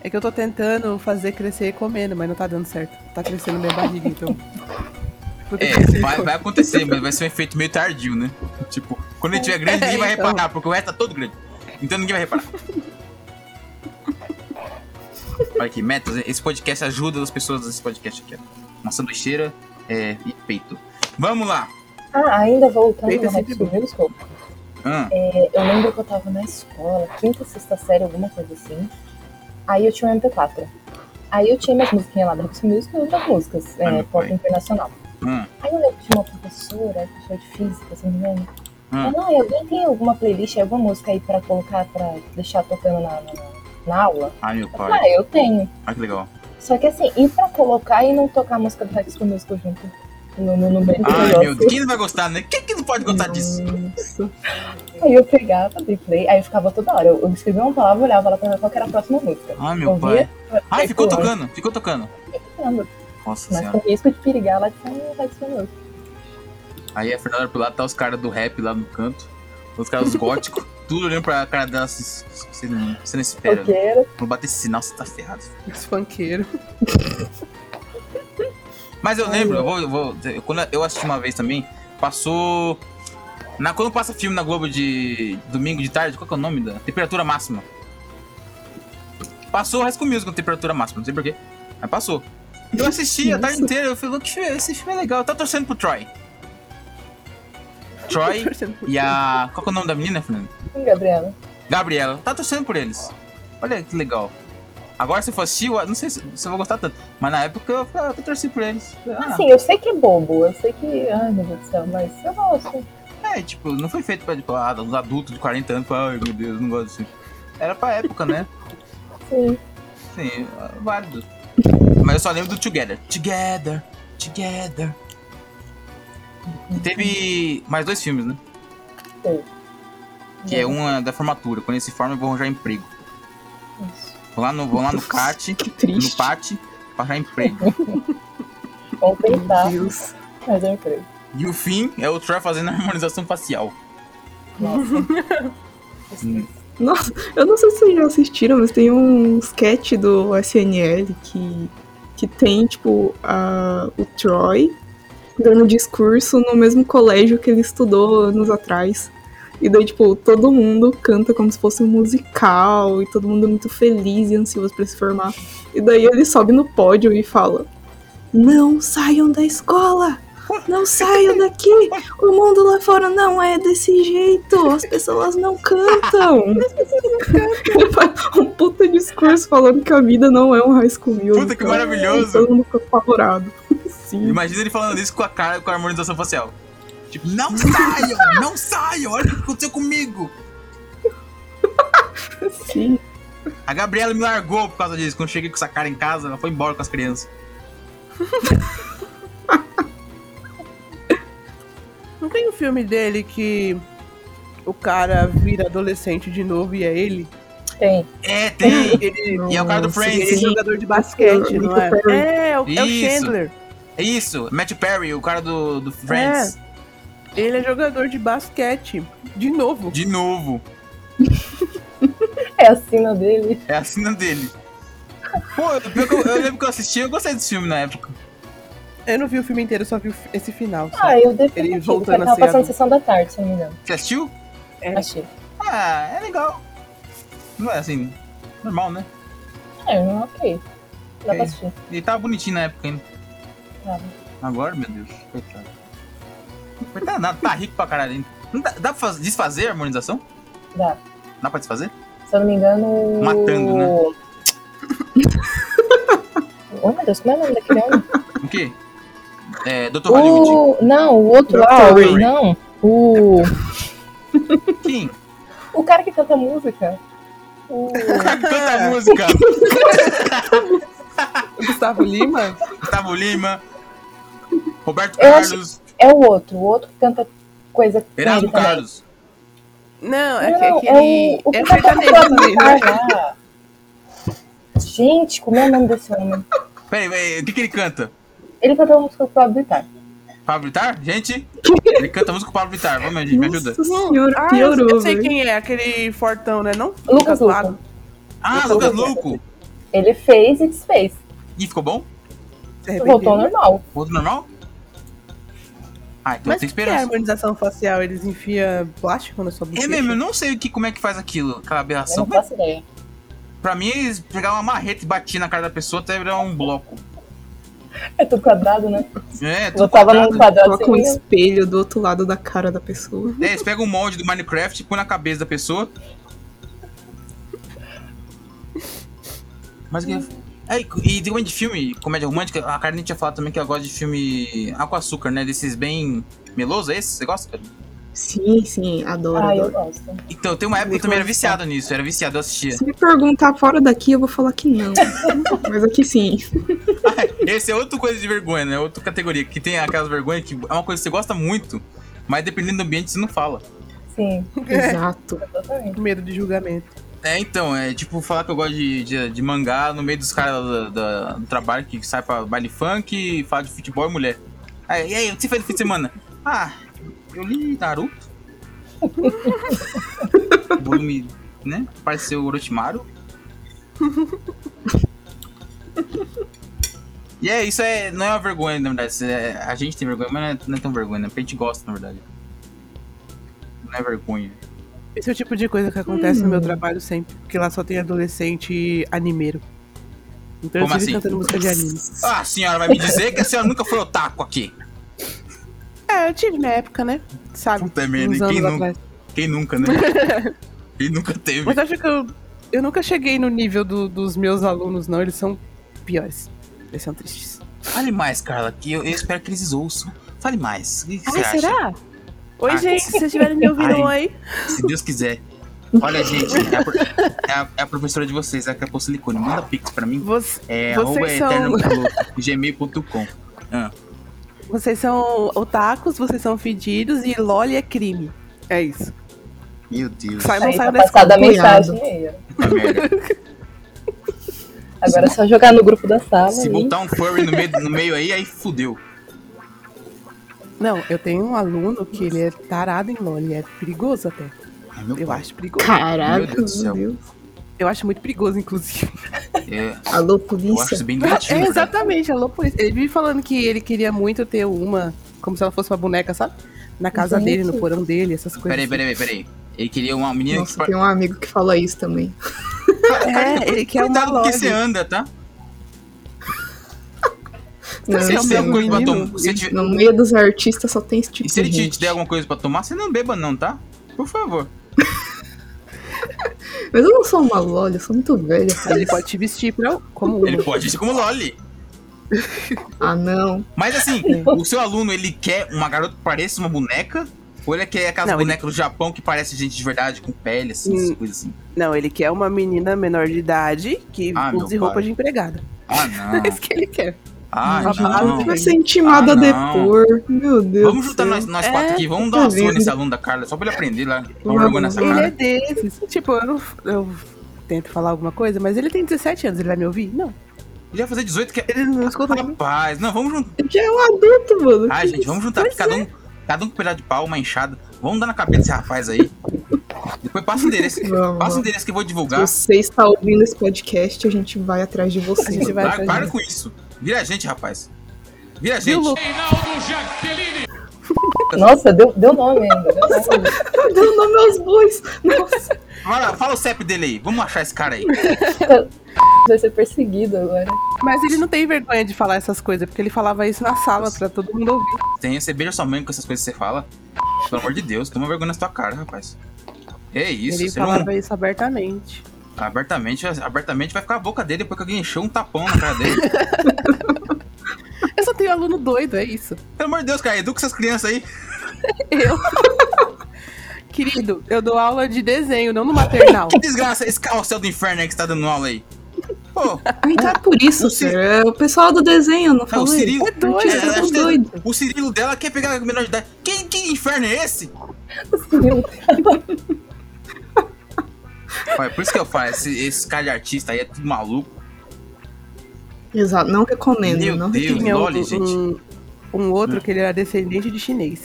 Speaker 3: É que eu tô tentando fazer crescer comendo, mas não tá dando certo. Tá crescendo minha barriga, então. Porque
Speaker 1: É, vai, vai acontecer, mas vai ser um efeito meio tardio, né? Tipo, quando ele tiver grande, ninguém vai
Speaker 3: É, então.
Speaker 1: reparar, porque o resto tá todo grande. Então ninguém vai reparar. Olha aqui, metas. né? Esse podcast ajuda as pessoas desse podcast aqui. ó. Uma sanduicheira é, e peito. Vamos lá.
Speaker 2: Ah, ainda voltando
Speaker 3: Feita
Speaker 2: no
Speaker 3: sempre
Speaker 2: High School Musical, é,
Speaker 1: Ahn.
Speaker 2: eu lembro que eu tava na escola, quinta, sexta série, alguma coisa assim. Aí eu tinha um MP4. Aí eu tinha minhas musiquinhas lá da High School Musical e outras músicas,
Speaker 1: Ah,
Speaker 2: é,
Speaker 1: meu
Speaker 2: pop
Speaker 1: pai.
Speaker 2: internacional.
Speaker 1: Hum.
Speaker 2: Aí eu lembro de uma professora, professora de física, se não me engano.
Speaker 1: Hum.
Speaker 2: Ela, ah, alguém tem alguma playlist, alguma música aí pra colocar, pra deixar tocando na, na, na aula?
Speaker 1: Ai, meu
Speaker 2: Eu
Speaker 1: pai.
Speaker 2: falei, ah, eu tenho.
Speaker 1: Olha que legal.
Speaker 2: Só que assim, e pra colocar e não tocar a música do High School Musical junto? No, no, no meio do
Speaker 1: Ai, meu
Speaker 2: negócio.
Speaker 1: Deus. Quem não vai gostar, né? Quem que não pode gostar disso?
Speaker 4: Nossa.
Speaker 2: Aí eu pegava, dei play, aí eu ficava toda hora. Eu, eu escrevia uma palavra, olhava lá pra ver qual que era a próxima música.
Speaker 1: Ai, Ah, meu
Speaker 2: Ouvia,
Speaker 1: pai. Ai, ficou
Speaker 2: Sei
Speaker 1: tocando. Ficou tocando.
Speaker 2: Caramba,
Speaker 1: Nossa
Speaker 2: Mas
Speaker 1: senhora.
Speaker 2: com risco de perigar lá de ah, vai ser louco.
Speaker 1: Aí a Fernanda por lá tá os caras do rap lá no canto. Os caras góticos. Tudo olhando pra cara dela. assim, Você não, você não espera. né?
Speaker 2: Roqueiro.
Speaker 1: Não bater esse sinal, você tá ferrado.
Speaker 3: Os funkeiros.
Speaker 1: Mas eu lembro, eu vou, eu vou- Quando eu assisti uma vez também, passou. Na, quando passa filme na Globo de domingo de tarde, qual que é o nome da? Temperatura máxima. Passou o High School Musical, temperatura máxima, não sei porquê. Mas passou. Eu assisti a
Speaker 4: Nossa.
Speaker 1: tarde inteira, eu falei, "Look, esse filme é legal, tá torcendo pro Troy. Troy
Speaker 3: Torcendo por
Speaker 1: e a. Qual que é o nome da menina, Fernando?
Speaker 2: Hum, Gabriela.
Speaker 1: Gabriela, tá torcendo por eles. Olha que legal. Agora se eu for assistir, eu não sei se, se eu vou gostar tanto. Mas na época eu, falei, ah, eu torci por eles. Ah,
Speaker 2: Assim, eu sei que é bobo, eu sei que. Ai, meu Deus do céu, mas eu gosto.
Speaker 1: é, tipo, não foi feito pra tipo, ah, uns adultos de 40 anos, falar, ai meu Deus, eu não gosto disso. Era pra época, né?
Speaker 2: Sim.
Speaker 1: Sim, é válido. Mas eu só lembro do Together. Together, Together. E teve mais dois filmes, né?
Speaker 2: Teve.
Speaker 1: Que é uma da formatura. Quando eles se formam, eu vou arranjar emprego.
Speaker 2: Isso.
Speaker 1: Vou lá no, vou lá no CAT,
Speaker 4: Que
Speaker 1: no
Speaker 4: triste.
Speaker 1: PAT, pra arranjar emprego.
Speaker 2: Vamos
Speaker 4: Meu
Speaker 2: tentar,
Speaker 4: Deus.
Speaker 2: mas eu creio.
Speaker 1: E o fim é o Troy fazendo a harmonização facial.
Speaker 2: Nossa.
Speaker 1: Hum.
Speaker 4: Nossa, eu não sei se vocês já assistiram, mas tem um sketch do SNL que, que tem, tipo, a, o Troy dando discurso no mesmo colégio que ele estudou anos atrás. E daí, tipo, todo mundo canta como se fosse um musical e todo mundo é muito feliz e ansioso pra se formar. E daí ele sobe no pódio e fala: Não saiam da escola! Não saiam daqui! O mundo lá fora não é desse jeito! As pessoas não cantam! um puta discurso falando que a vida não é um high school musical.
Speaker 1: Puta, que maravilhoso.
Speaker 4: Todo mundo ficou apavorado. Sim.
Speaker 1: Imagina ele falando isso com a cara, com a harmonização facial. Tipo, não saiam! não saiam! Olha o que aconteceu comigo!
Speaker 4: Sim.
Speaker 1: A Gabriela me largou por causa disso. Quando eu cheguei com essa cara em casa, ela foi embora com as crianças.
Speaker 3: Não tem um filme dele que o cara vira adolescente de novo e é ele?
Speaker 2: Tem.
Speaker 1: É, tem!
Speaker 3: Ele,
Speaker 1: E é o cara do Friends.
Speaker 3: ele é jogador de basquete, não é? É, o, é o
Speaker 1: Isso.
Speaker 3: Chandler.
Speaker 1: É isso, Matt Perry, o cara do, do Friends.
Speaker 3: Ele é jogador de basquete. De novo.
Speaker 1: De novo.
Speaker 2: É a sina dele.
Speaker 1: É a cena dele. Pô, eu, pior que eu- eu lembro que eu assisti, eu gostei desse filme na época.
Speaker 3: Eu não vi o filme inteiro, só vi o fi- esse final. só.
Speaker 2: Ah, eu defendo.
Speaker 3: Ele
Speaker 2: aquilo,
Speaker 3: voltando
Speaker 2: que
Speaker 3: a
Speaker 2: Tava
Speaker 3: ser
Speaker 2: passando
Speaker 3: adulto.
Speaker 2: sessão da tarde, se eu não me engano.
Speaker 1: Você assistiu?
Speaker 3: É.
Speaker 2: Achei.
Speaker 1: Ah, é legal. Não é assim, normal, né?
Speaker 2: É, não, ok. Dá
Speaker 1: Ok.
Speaker 2: pra assistir.
Speaker 1: Ele tava bonitinho na época ainda.
Speaker 2: Tava.
Speaker 1: Agora, meu Deus, coitado. Coitado, nada, tá rico pra caralho ainda. Não dá, dá pra faz- desfazer a harmonização?
Speaker 2: Dá.
Speaker 1: Dá pra desfazer?
Speaker 2: Se eu não me engano.
Speaker 1: Matando, né?
Speaker 2: Oh, meu Deus, como é o nome daquele homem?
Speaker 1: O quê? É, Dr. Hollywood.
Speaker 2: O- Não, o outro lá.
Speaker 1: Dr.
Speaker 2: o-
Speaker 1: Ah, Ray.
Speaker 2: Não. O...
Speaker 1: Quem?
Speaker 2: o cara que canta música. O...
Speaker 1: Canta a música.
Speaker 3: O Gustavo Lima?
Speaker 1: Gustavo Lima. Roberto
Speaker 2: Eu acho-
Speaker 1: Carlos.
Speaker 2: É o outro. O outro que canta coisa. com ele
Speaker 3: tá
Speaker 1: Erasmo
Speaker 2: também.
Speaker 1: Carlos.
Speaker 3: Não, é, que- é
Speaker 2: Não,
Speaker 3: que
Speaker 2: é
Speaker 3: ele.
Speaker 2: o, o
Speaker 3: É
Speaker 2: que tá
Speaker 3: sertanejo também, né?
Speaker 2: tocando lá. Gente, como é o nome desse homem?
Speaker 1: Peraí, peraí, o que, que ele canta?
Speaker 2: Ele cantou uma música com o Pablo Vittar.
Speaker 1: Pablo Vittar? Gente? Ele canta música com o Pablo Vittar. Vamos, gente, me ajuda.
Speaker 4: Nossa senhora,
Speaker 3: Ah, eu,
Speaker 4: piorou,
Speaker 3: eu sei
Speaker 4: velho.
Speaker 3: quem é, aquele fortão, né? Não?
Speaker 2: Lucas
Speaker 3: Lago.
Speaker 2: Luco.
Speaker 1: Ah, Lucas Louco.
Speaker 2: Ele fez e desfez.
Speaker 1: E ficou bom?
Speaker 3: Se arrependeu.
Speaker 2: Voltou né? ao normal.
Speaker 1: Outro normal? Ah, então tem
Speaker 3: Mas o que é a
Speaker 1: esperança.
Speaker 3: harmonização facial? Eles enfiam plástico na sua boca?
Speaker 1: É mesmo, eu não sei o que, como é que faz aquilo, aquela
Speaker 2: Eu
Speaker 1: aberração.
Speaker 2: não faço ideia.
Speaker 1: Pra mim, eles pegavam uma marreta e batiam na cara da pessoa até virar um bloco.
Speaker 2: É tudo quadrado, né?
Speaker 1: É, tudo
Speaker 2: Botava num
Speaker 1: quadrado.
Speaker 2: quadrado
Speaker 4: Coloca um
Speaker 2: assim.
Speaker 4: espelho do outro lado da cara da pessoa.
Speaker 1: É, eles pegam um molde do Minecraft, põe na cabeça da pessoa. Mas o que. É, e e tem um de filme, comédia romântica, a Karen tinha falado também que ela gosta de filme água com açúcar, né? Desses bem meloso, é esse? Você gosta?
Speaker 4: Sim, sim, adoro,
Speaker 2: Ah, eu
Speaker 4: adoro.
Speaker 2: gosto.
Speaker 1: Então, tem uma época que eu também era viciado nisso, eu era viciado, eu assistia.
Speaker 4: Se me perguntar fora daqui, eu vou falar que não. Mas aqui sim.
Speaker 1: Esse é outra coisa de vergonha, né? Outra categoria. Que tem aquelas vergonhas que é uma coisa que você gosta muito, mas dependendo do ambiente você não fala.
Speaker 2: Sim,
Speaker 4: Exato.
Speaker 2: exatamente.
Speaker 3: É, Com medo de julgamento.
Speaker 1: É, então, é tipo falar que eu gosto de, de, de mangá no meio dos caras da- da- do trabalho que sai pra baile funk, fala de futebol e mulher. Aí, e aí, o que você fez no fim de semana? Ah, eu li Naruto. o volume, né? Pareceu o Orochimaru. E é, isso é, não é uma vergonha, na verdade. isso é- a gente tem vergonha, mas não é, não é tão vergonha, né? Porque a gente gosta, na verdade. Não é vergonha.
Speaker 3: Esse é o tipo de coisa que acontece no meu trabalho sempre. Porque lá só tem adolescente e animeiro. Então
Speaker 1: Como
Speaker 3: eu
Speaker 1: assim?
Speaker 3: tive cantando música de anime.
Speaker 1: Ah, a senhora vai me dizer que a senhora nunca foi otaku aqui.
Speaker 3: É, eu tive minha época, né? Sabe?
Speaker 1: Puta merda,
Speaker 3: uns
Speaker 1: e quem
Speaker 3: anos
Speaker 1: Tipo, nunca,
Speaker 3: atrás.
Speaker 1: quem nunca, né? quem nunca teve.
Speaker 3: Mas acho que eu, eu nunca cheguei no nível do- dos meus alunos, não. Eles são piores. Eles são tristes.
Speaker 1: Fale mais, Carla, que eu, eu espero que eles ouçam. Fale mais. O que que você
Speaker 3: Ai,
Speaker 1: acha?
Speaker 3: será? Oi,
Speaker 1: Ah,
Speaker 3: gente, se vocês estiverem me ouvindo,
Speaker 1: Ai.
Speaker 3: oi.
Speaker 1: Se Deus quiser. Olha, gente, é a, pro- é a- é a professora de vocês, a Capô Silicone. Manda pix pra mim.
Speaker 3: Você-
Speaker 1: É
Speaker 3: Vocês
Speaker 1: arroba
Speaker 3: são-
Speaker 1: eternopiloto.gmail.com.
Speaker 3: vocês são otakus, vocês são fedidos e LOL é crime. É isso.
Speaker 1: Meu Deus.
Speaker 3: Sai, não
Speaker 2: Aí
Speaker 3: sai
Speaker 2: tá
Speaker 3: da escola.
Speaker 2: passada a
Speaker 4: cunhado.
Speaker 2: mensagem aí. ó.
Speaker 1: puta merda.
Speaker 2: Agora é só jogar no grupo da sala.
Speaker 1: Se
Speaker 2: aí.
Speaker 1: botar um furry no meio, no meio aí, aí fudeu.
Speaker 3: Não, eu tenho um aluno que ele é tarado em LOL, ele é perigoso até.
Speaker 1: Ai, meu
Speaker 3: Eu
Speaker 1: pai.
Speaker 3: acho perigoso.
Speaker 4: Caraca,
Speaker 1: Meu
Speaker 4: meu
Speaker 1: Deus do
Speaker 4: Deus.
Speaker 1: céu.
Speaker 3: Eu acho muito perigoso, inclusive.
Speaker 1: É,
Speaker 4: Alô,
Speaker 1: eu acho isso
Speaker 4: polícia.
Speaker 1: bem negativo.
Speaker 3: É,
Speaker 1: né?
Speaker 3: exatamente, alô, polícia. Ele vive falando que ele queria muito ter uma, como se ela fosse uma boneca, sabe? Na casa
Speaker 2: Gente.
Speaker 3: dele, no porão dele, essas coisas.
Speaker 1: Peraí, peraí, peraí. Ele queria uma menina que
Speaker 4: Nossa, tem um amigo que fala isso também.
Speaker 3: É, ele quer uma
Speaker 1: tá? Cuidado com que
Speaker 3: loja.
Speaker 1: você anda, tá?
Speaker 4: Não,
Speaker 1: Se ele te
Speaker 4: não sei,
Speaker 1: der alguma coisa pra
Speaker 3: menino,
Speaker 1: tomar. se ele te-
Speaker 4: No meio dos artistas só tem esse tipo
Speaker 1: é E se ele
Speaker 4: de
Speaker 1: te,
Speaker 4: gente.
Speaker 1: te der alguma coisa pra tomar, você não beba, não, tá? Por favor.
Speaker 4: Mas eu não sou uma lolha, eu sou muito velha. pra
Speaker 3: Ele
Speaker 4: isso.
Speaker 3: pode te vestir pra, como uma.
Speaker 1: Ele pode agir como Loli.
Speaker 4: Ah, não.
Speaker 1: Mas assim,
Speaker 3: É.
Speaker 1: o seu aluno, ele quer uma garota que pareça uma boneca? Ou ele quer aquelas
Speaker 3: Não, ele-
Speaker 1: bonecas do Japão que parece gente de verdade, com pele, assim,
Speaker 3: Hum.
Speaker 1: essas coisas assim?
Speaker 3: Não, ele quer uma menina menor de idade que
Speaker 1: Ah, meu
Speaker 3: use roupa
Speaker 1: pai.
Speaker 3: de empregada.
Speaker 1: Ah, não.
Speaker 3: É isso que ele quer.
Speaker 1: Ah,
Speaker 3: Uma
Speaker 1: não.
Speaker 3: base.
Speaker 4: Vai ser intimada
Speaker 1: Ah,
Speaker 4: a
Speaker 1: não.
Speaker 4: depor. Meu Deus.
Speaker 1: Vamos
Speaker 4: do
Speaker 1: juntar
Speaker 4: céu.
Speaker 1: nós, nós
Speaker 3: É,
Speaker 1: quatro aqui, vamos dar uma
Speaker 4: tá
Speaker 1: surra
Speaker 4: vendo?
Speaker 1: nesse aluno da Carla, só pra ele aprender lá. Vamos
Speaker 4: Vamos.
Speaker 1: vergonha nessa
Speaker 3: Ele é
Speaker 1: cara.
Speaker 3: desses. Tipo, eu, não- eu tento falar alguma coisa, mas ele tem 17 anos, ele vai me ouvir? Não.
Speaker 1: Ele vai fazer 18 que é.
Speaker 3: Ele não escuta nada.
Speaker 1: Rapaz, não, vamos juntar.
Speaker 4: Ele Já é um adulto, mano.
Speaker 1: Ai,
Speaker 4: Que
Speaker 1: gente, vamos juntar aqui, cada um, cada um com um pedaço de pau, uma enxada. Vamos dar na cabeça desse rapaz aí. Depois passa o endereço.
Speaker 4: Vamos.
Speaker 1: Passa o endereço que eu vou
Speaker 4: Se
Speaker 1: divulgar.
Speaker 4: você está ouvindo esse podcast, a gente vai atrás de você.
Speaker 3: A gente vai-
Speaker 1: Para,
Speaker 3: fazer.
Speaker 1: para com isso. Vira a gente, rapaz. Vira a
Speaker 3: Viu,
Speaker 1: gente.
Speaker 3: Lu?
Speaker 2: Nossa, deu, deu nome ainda. Deu nome.
Speaker 4: Deu nome aos bois. Nossa.
Speaker 1: Fala, fala o CEP dele aí. Vamos achar esse cara aí.
Speaker 2: Vai ser perseguido agora.
Speaker 3: Mas ele não tem vergonha de falar essas coisas, porque ele falava isso na sala pra todo mundo ouvir.
Speaker 1: Tem, você beija sua mãe com essas coisas que você fala. Pelo amor de Deus, toma vergonha na sua cara, rapaz. É isso,
Speaker 3: ele
Speaker 1: você não,
Speaker 3: falava isso abertamente.
Speaker 1: abertamente, abertamente vai ficar a boca dele depois que alguém encheu um tapão na cara dele.
Speaker 3: Eu só tenho aluno doido, é isso.
Speaker 1: Pelo amor de Deus, cara, educa essas crianças aí.
Speaker 3: Eu. Querido, eu dou aula de desenho, não no maternal.
Speaker 1: Que desgraça, esse carrossel do inferno aí que você tá dando aula aí. Pô,
Speaker 3: Tá
Speaker 4: Então é por isso,
Speaker 1: O Cir-
Speaker 4: cara. É o pessoal do desenho, não
Speaker 1: é, o
Speaker 4: falou?
Speaker 1: Cirilo.
Speaker 3: é doido,
Speaker 1: Artistas
Speaker 4: é
Speaker 1: são
Speaker 4: doido.
Speaker 1: doidos. O Cirilo dela quer pegar a menor de idade. Quem, que inferno é esse? Olha, por isso que eu falo, esse, esse cara de artista aí é tudo maluco.
Speaker 4: Exato, não recomendo.
Speaker 1: Meu
Speaker 4: não
Speaker 1: Deus.
Speaker 4: recomendo.
Speaker 3: Tinha um,
Speaker 1: Loli, gente.
Speaker 3: um- um
Speaker 1: Né?
Speaker 3: outro que ele era descendente de chinês.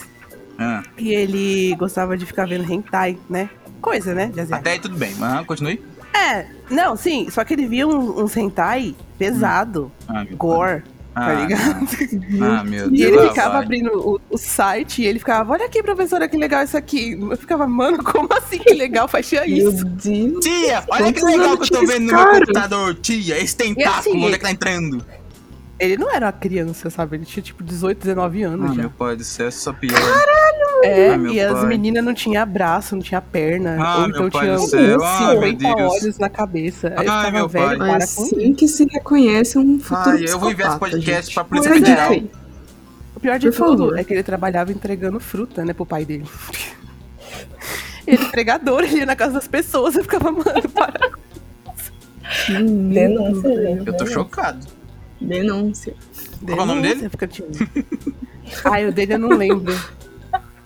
Speaker 1: Ah,
Speaker 3: E ele gostava de ficar vendo hentai, né? Coisa, né? De asiático.
Speaker 1: até aí tudo bem, mas ah, continue.
Speaker 3: É, não, sim, só que ele via um, um hentai pesado,
Speaker 1: Ah, meu
Speaker 3: gore,
Speaker 1: Ah,
Speaker 3: tá ligado?
Speaker 1: Ah, meu Deus.
Speaker 3: E ele
Speaker 1: lá
Speaker 3: ficava
Speaker 1: vai.
Speaker 3: abrindo o, o site e ele ficava, olha aqui, professora, que legal isso aqui. Eu ficava, mano, como assim que legal? Fazia
Speaker 4: Meu
Speaker 3: isso.
Speaker 4: Deus.
Speaker 1: Tia, olha que
Speaker 4: Quantos
Speaker 1: legal
Speaker 4: anos
Speaker 1: que eu
Speaker 4: tinha
Speaker 1: tô
Speaker 4: esse
Speaker 1: vendo no meu
Speaker 4: cara?
Speaker 1: computador, tia. Esse tentáculo,
Speaker 3: assim,
Speaker 1: onde é
Speaker 3: ele-
Speaker 1: que tá entrando?
Speaker 3: Ele não era uma criança, sabe? Ele tinha tipo 18, 19 anos
Speaker 1: Ah,
Speaker 3: já.
Speaker 1: meu pai do céu, isso é pior.
Speaker 3: É,
Speaker 1: Ai, Ah, meu
Speaker 3: e as
Speaker 1: pai.
Speaker 3: meninas não tinham braço, não tinha perna.
Speaker 1: Ah,
Speaker 3: ou então
Speaker 1: meu pai
Speaker 3: tinha
Speaker 1: do céu. Ah, meu
Speaker 3: 50
Speaker 1: Deus.
Speaker 3: olhos na cabeça. Aí eu
Speaker 1: Ai,
Speaker 3: ficava
Speaker 1: meu
Speaker 3: velho,
Speaker 1: pai.
Speaker 3: para
Speaker 4: É
Speaker 3: com
Speaker 4: assim que se reconhece um futuro
Speaker 1: Ai, eu vou enviar esse
Speaker 4: psicopata,
Speaker 1: podcast
Speaker 4: gente.
Speaker 1: pra Polícia
Speaker 4: Pois é.
Speaker 1: Federal.
Speaker 3: O pior de
Speaker 4: Por
Speaker 3: tudo
Speaker 4: favor.
Speaker 3: é que ele trabalhava entregando fruta, né, pro pai dele. ele era entregador, ele ia na casa das pessoas, eu ficava, mano, para.
Speaker 2: Denúncia, gente. né?
Speaker 3: né?
Speaker 1: Eu tô chocado.
Speaker 4: Denúncia.
Speaker 1: Qual é o nome dele?
Speaker 3: Denúncia, fica tipo- Ai, o dele eu não lembro.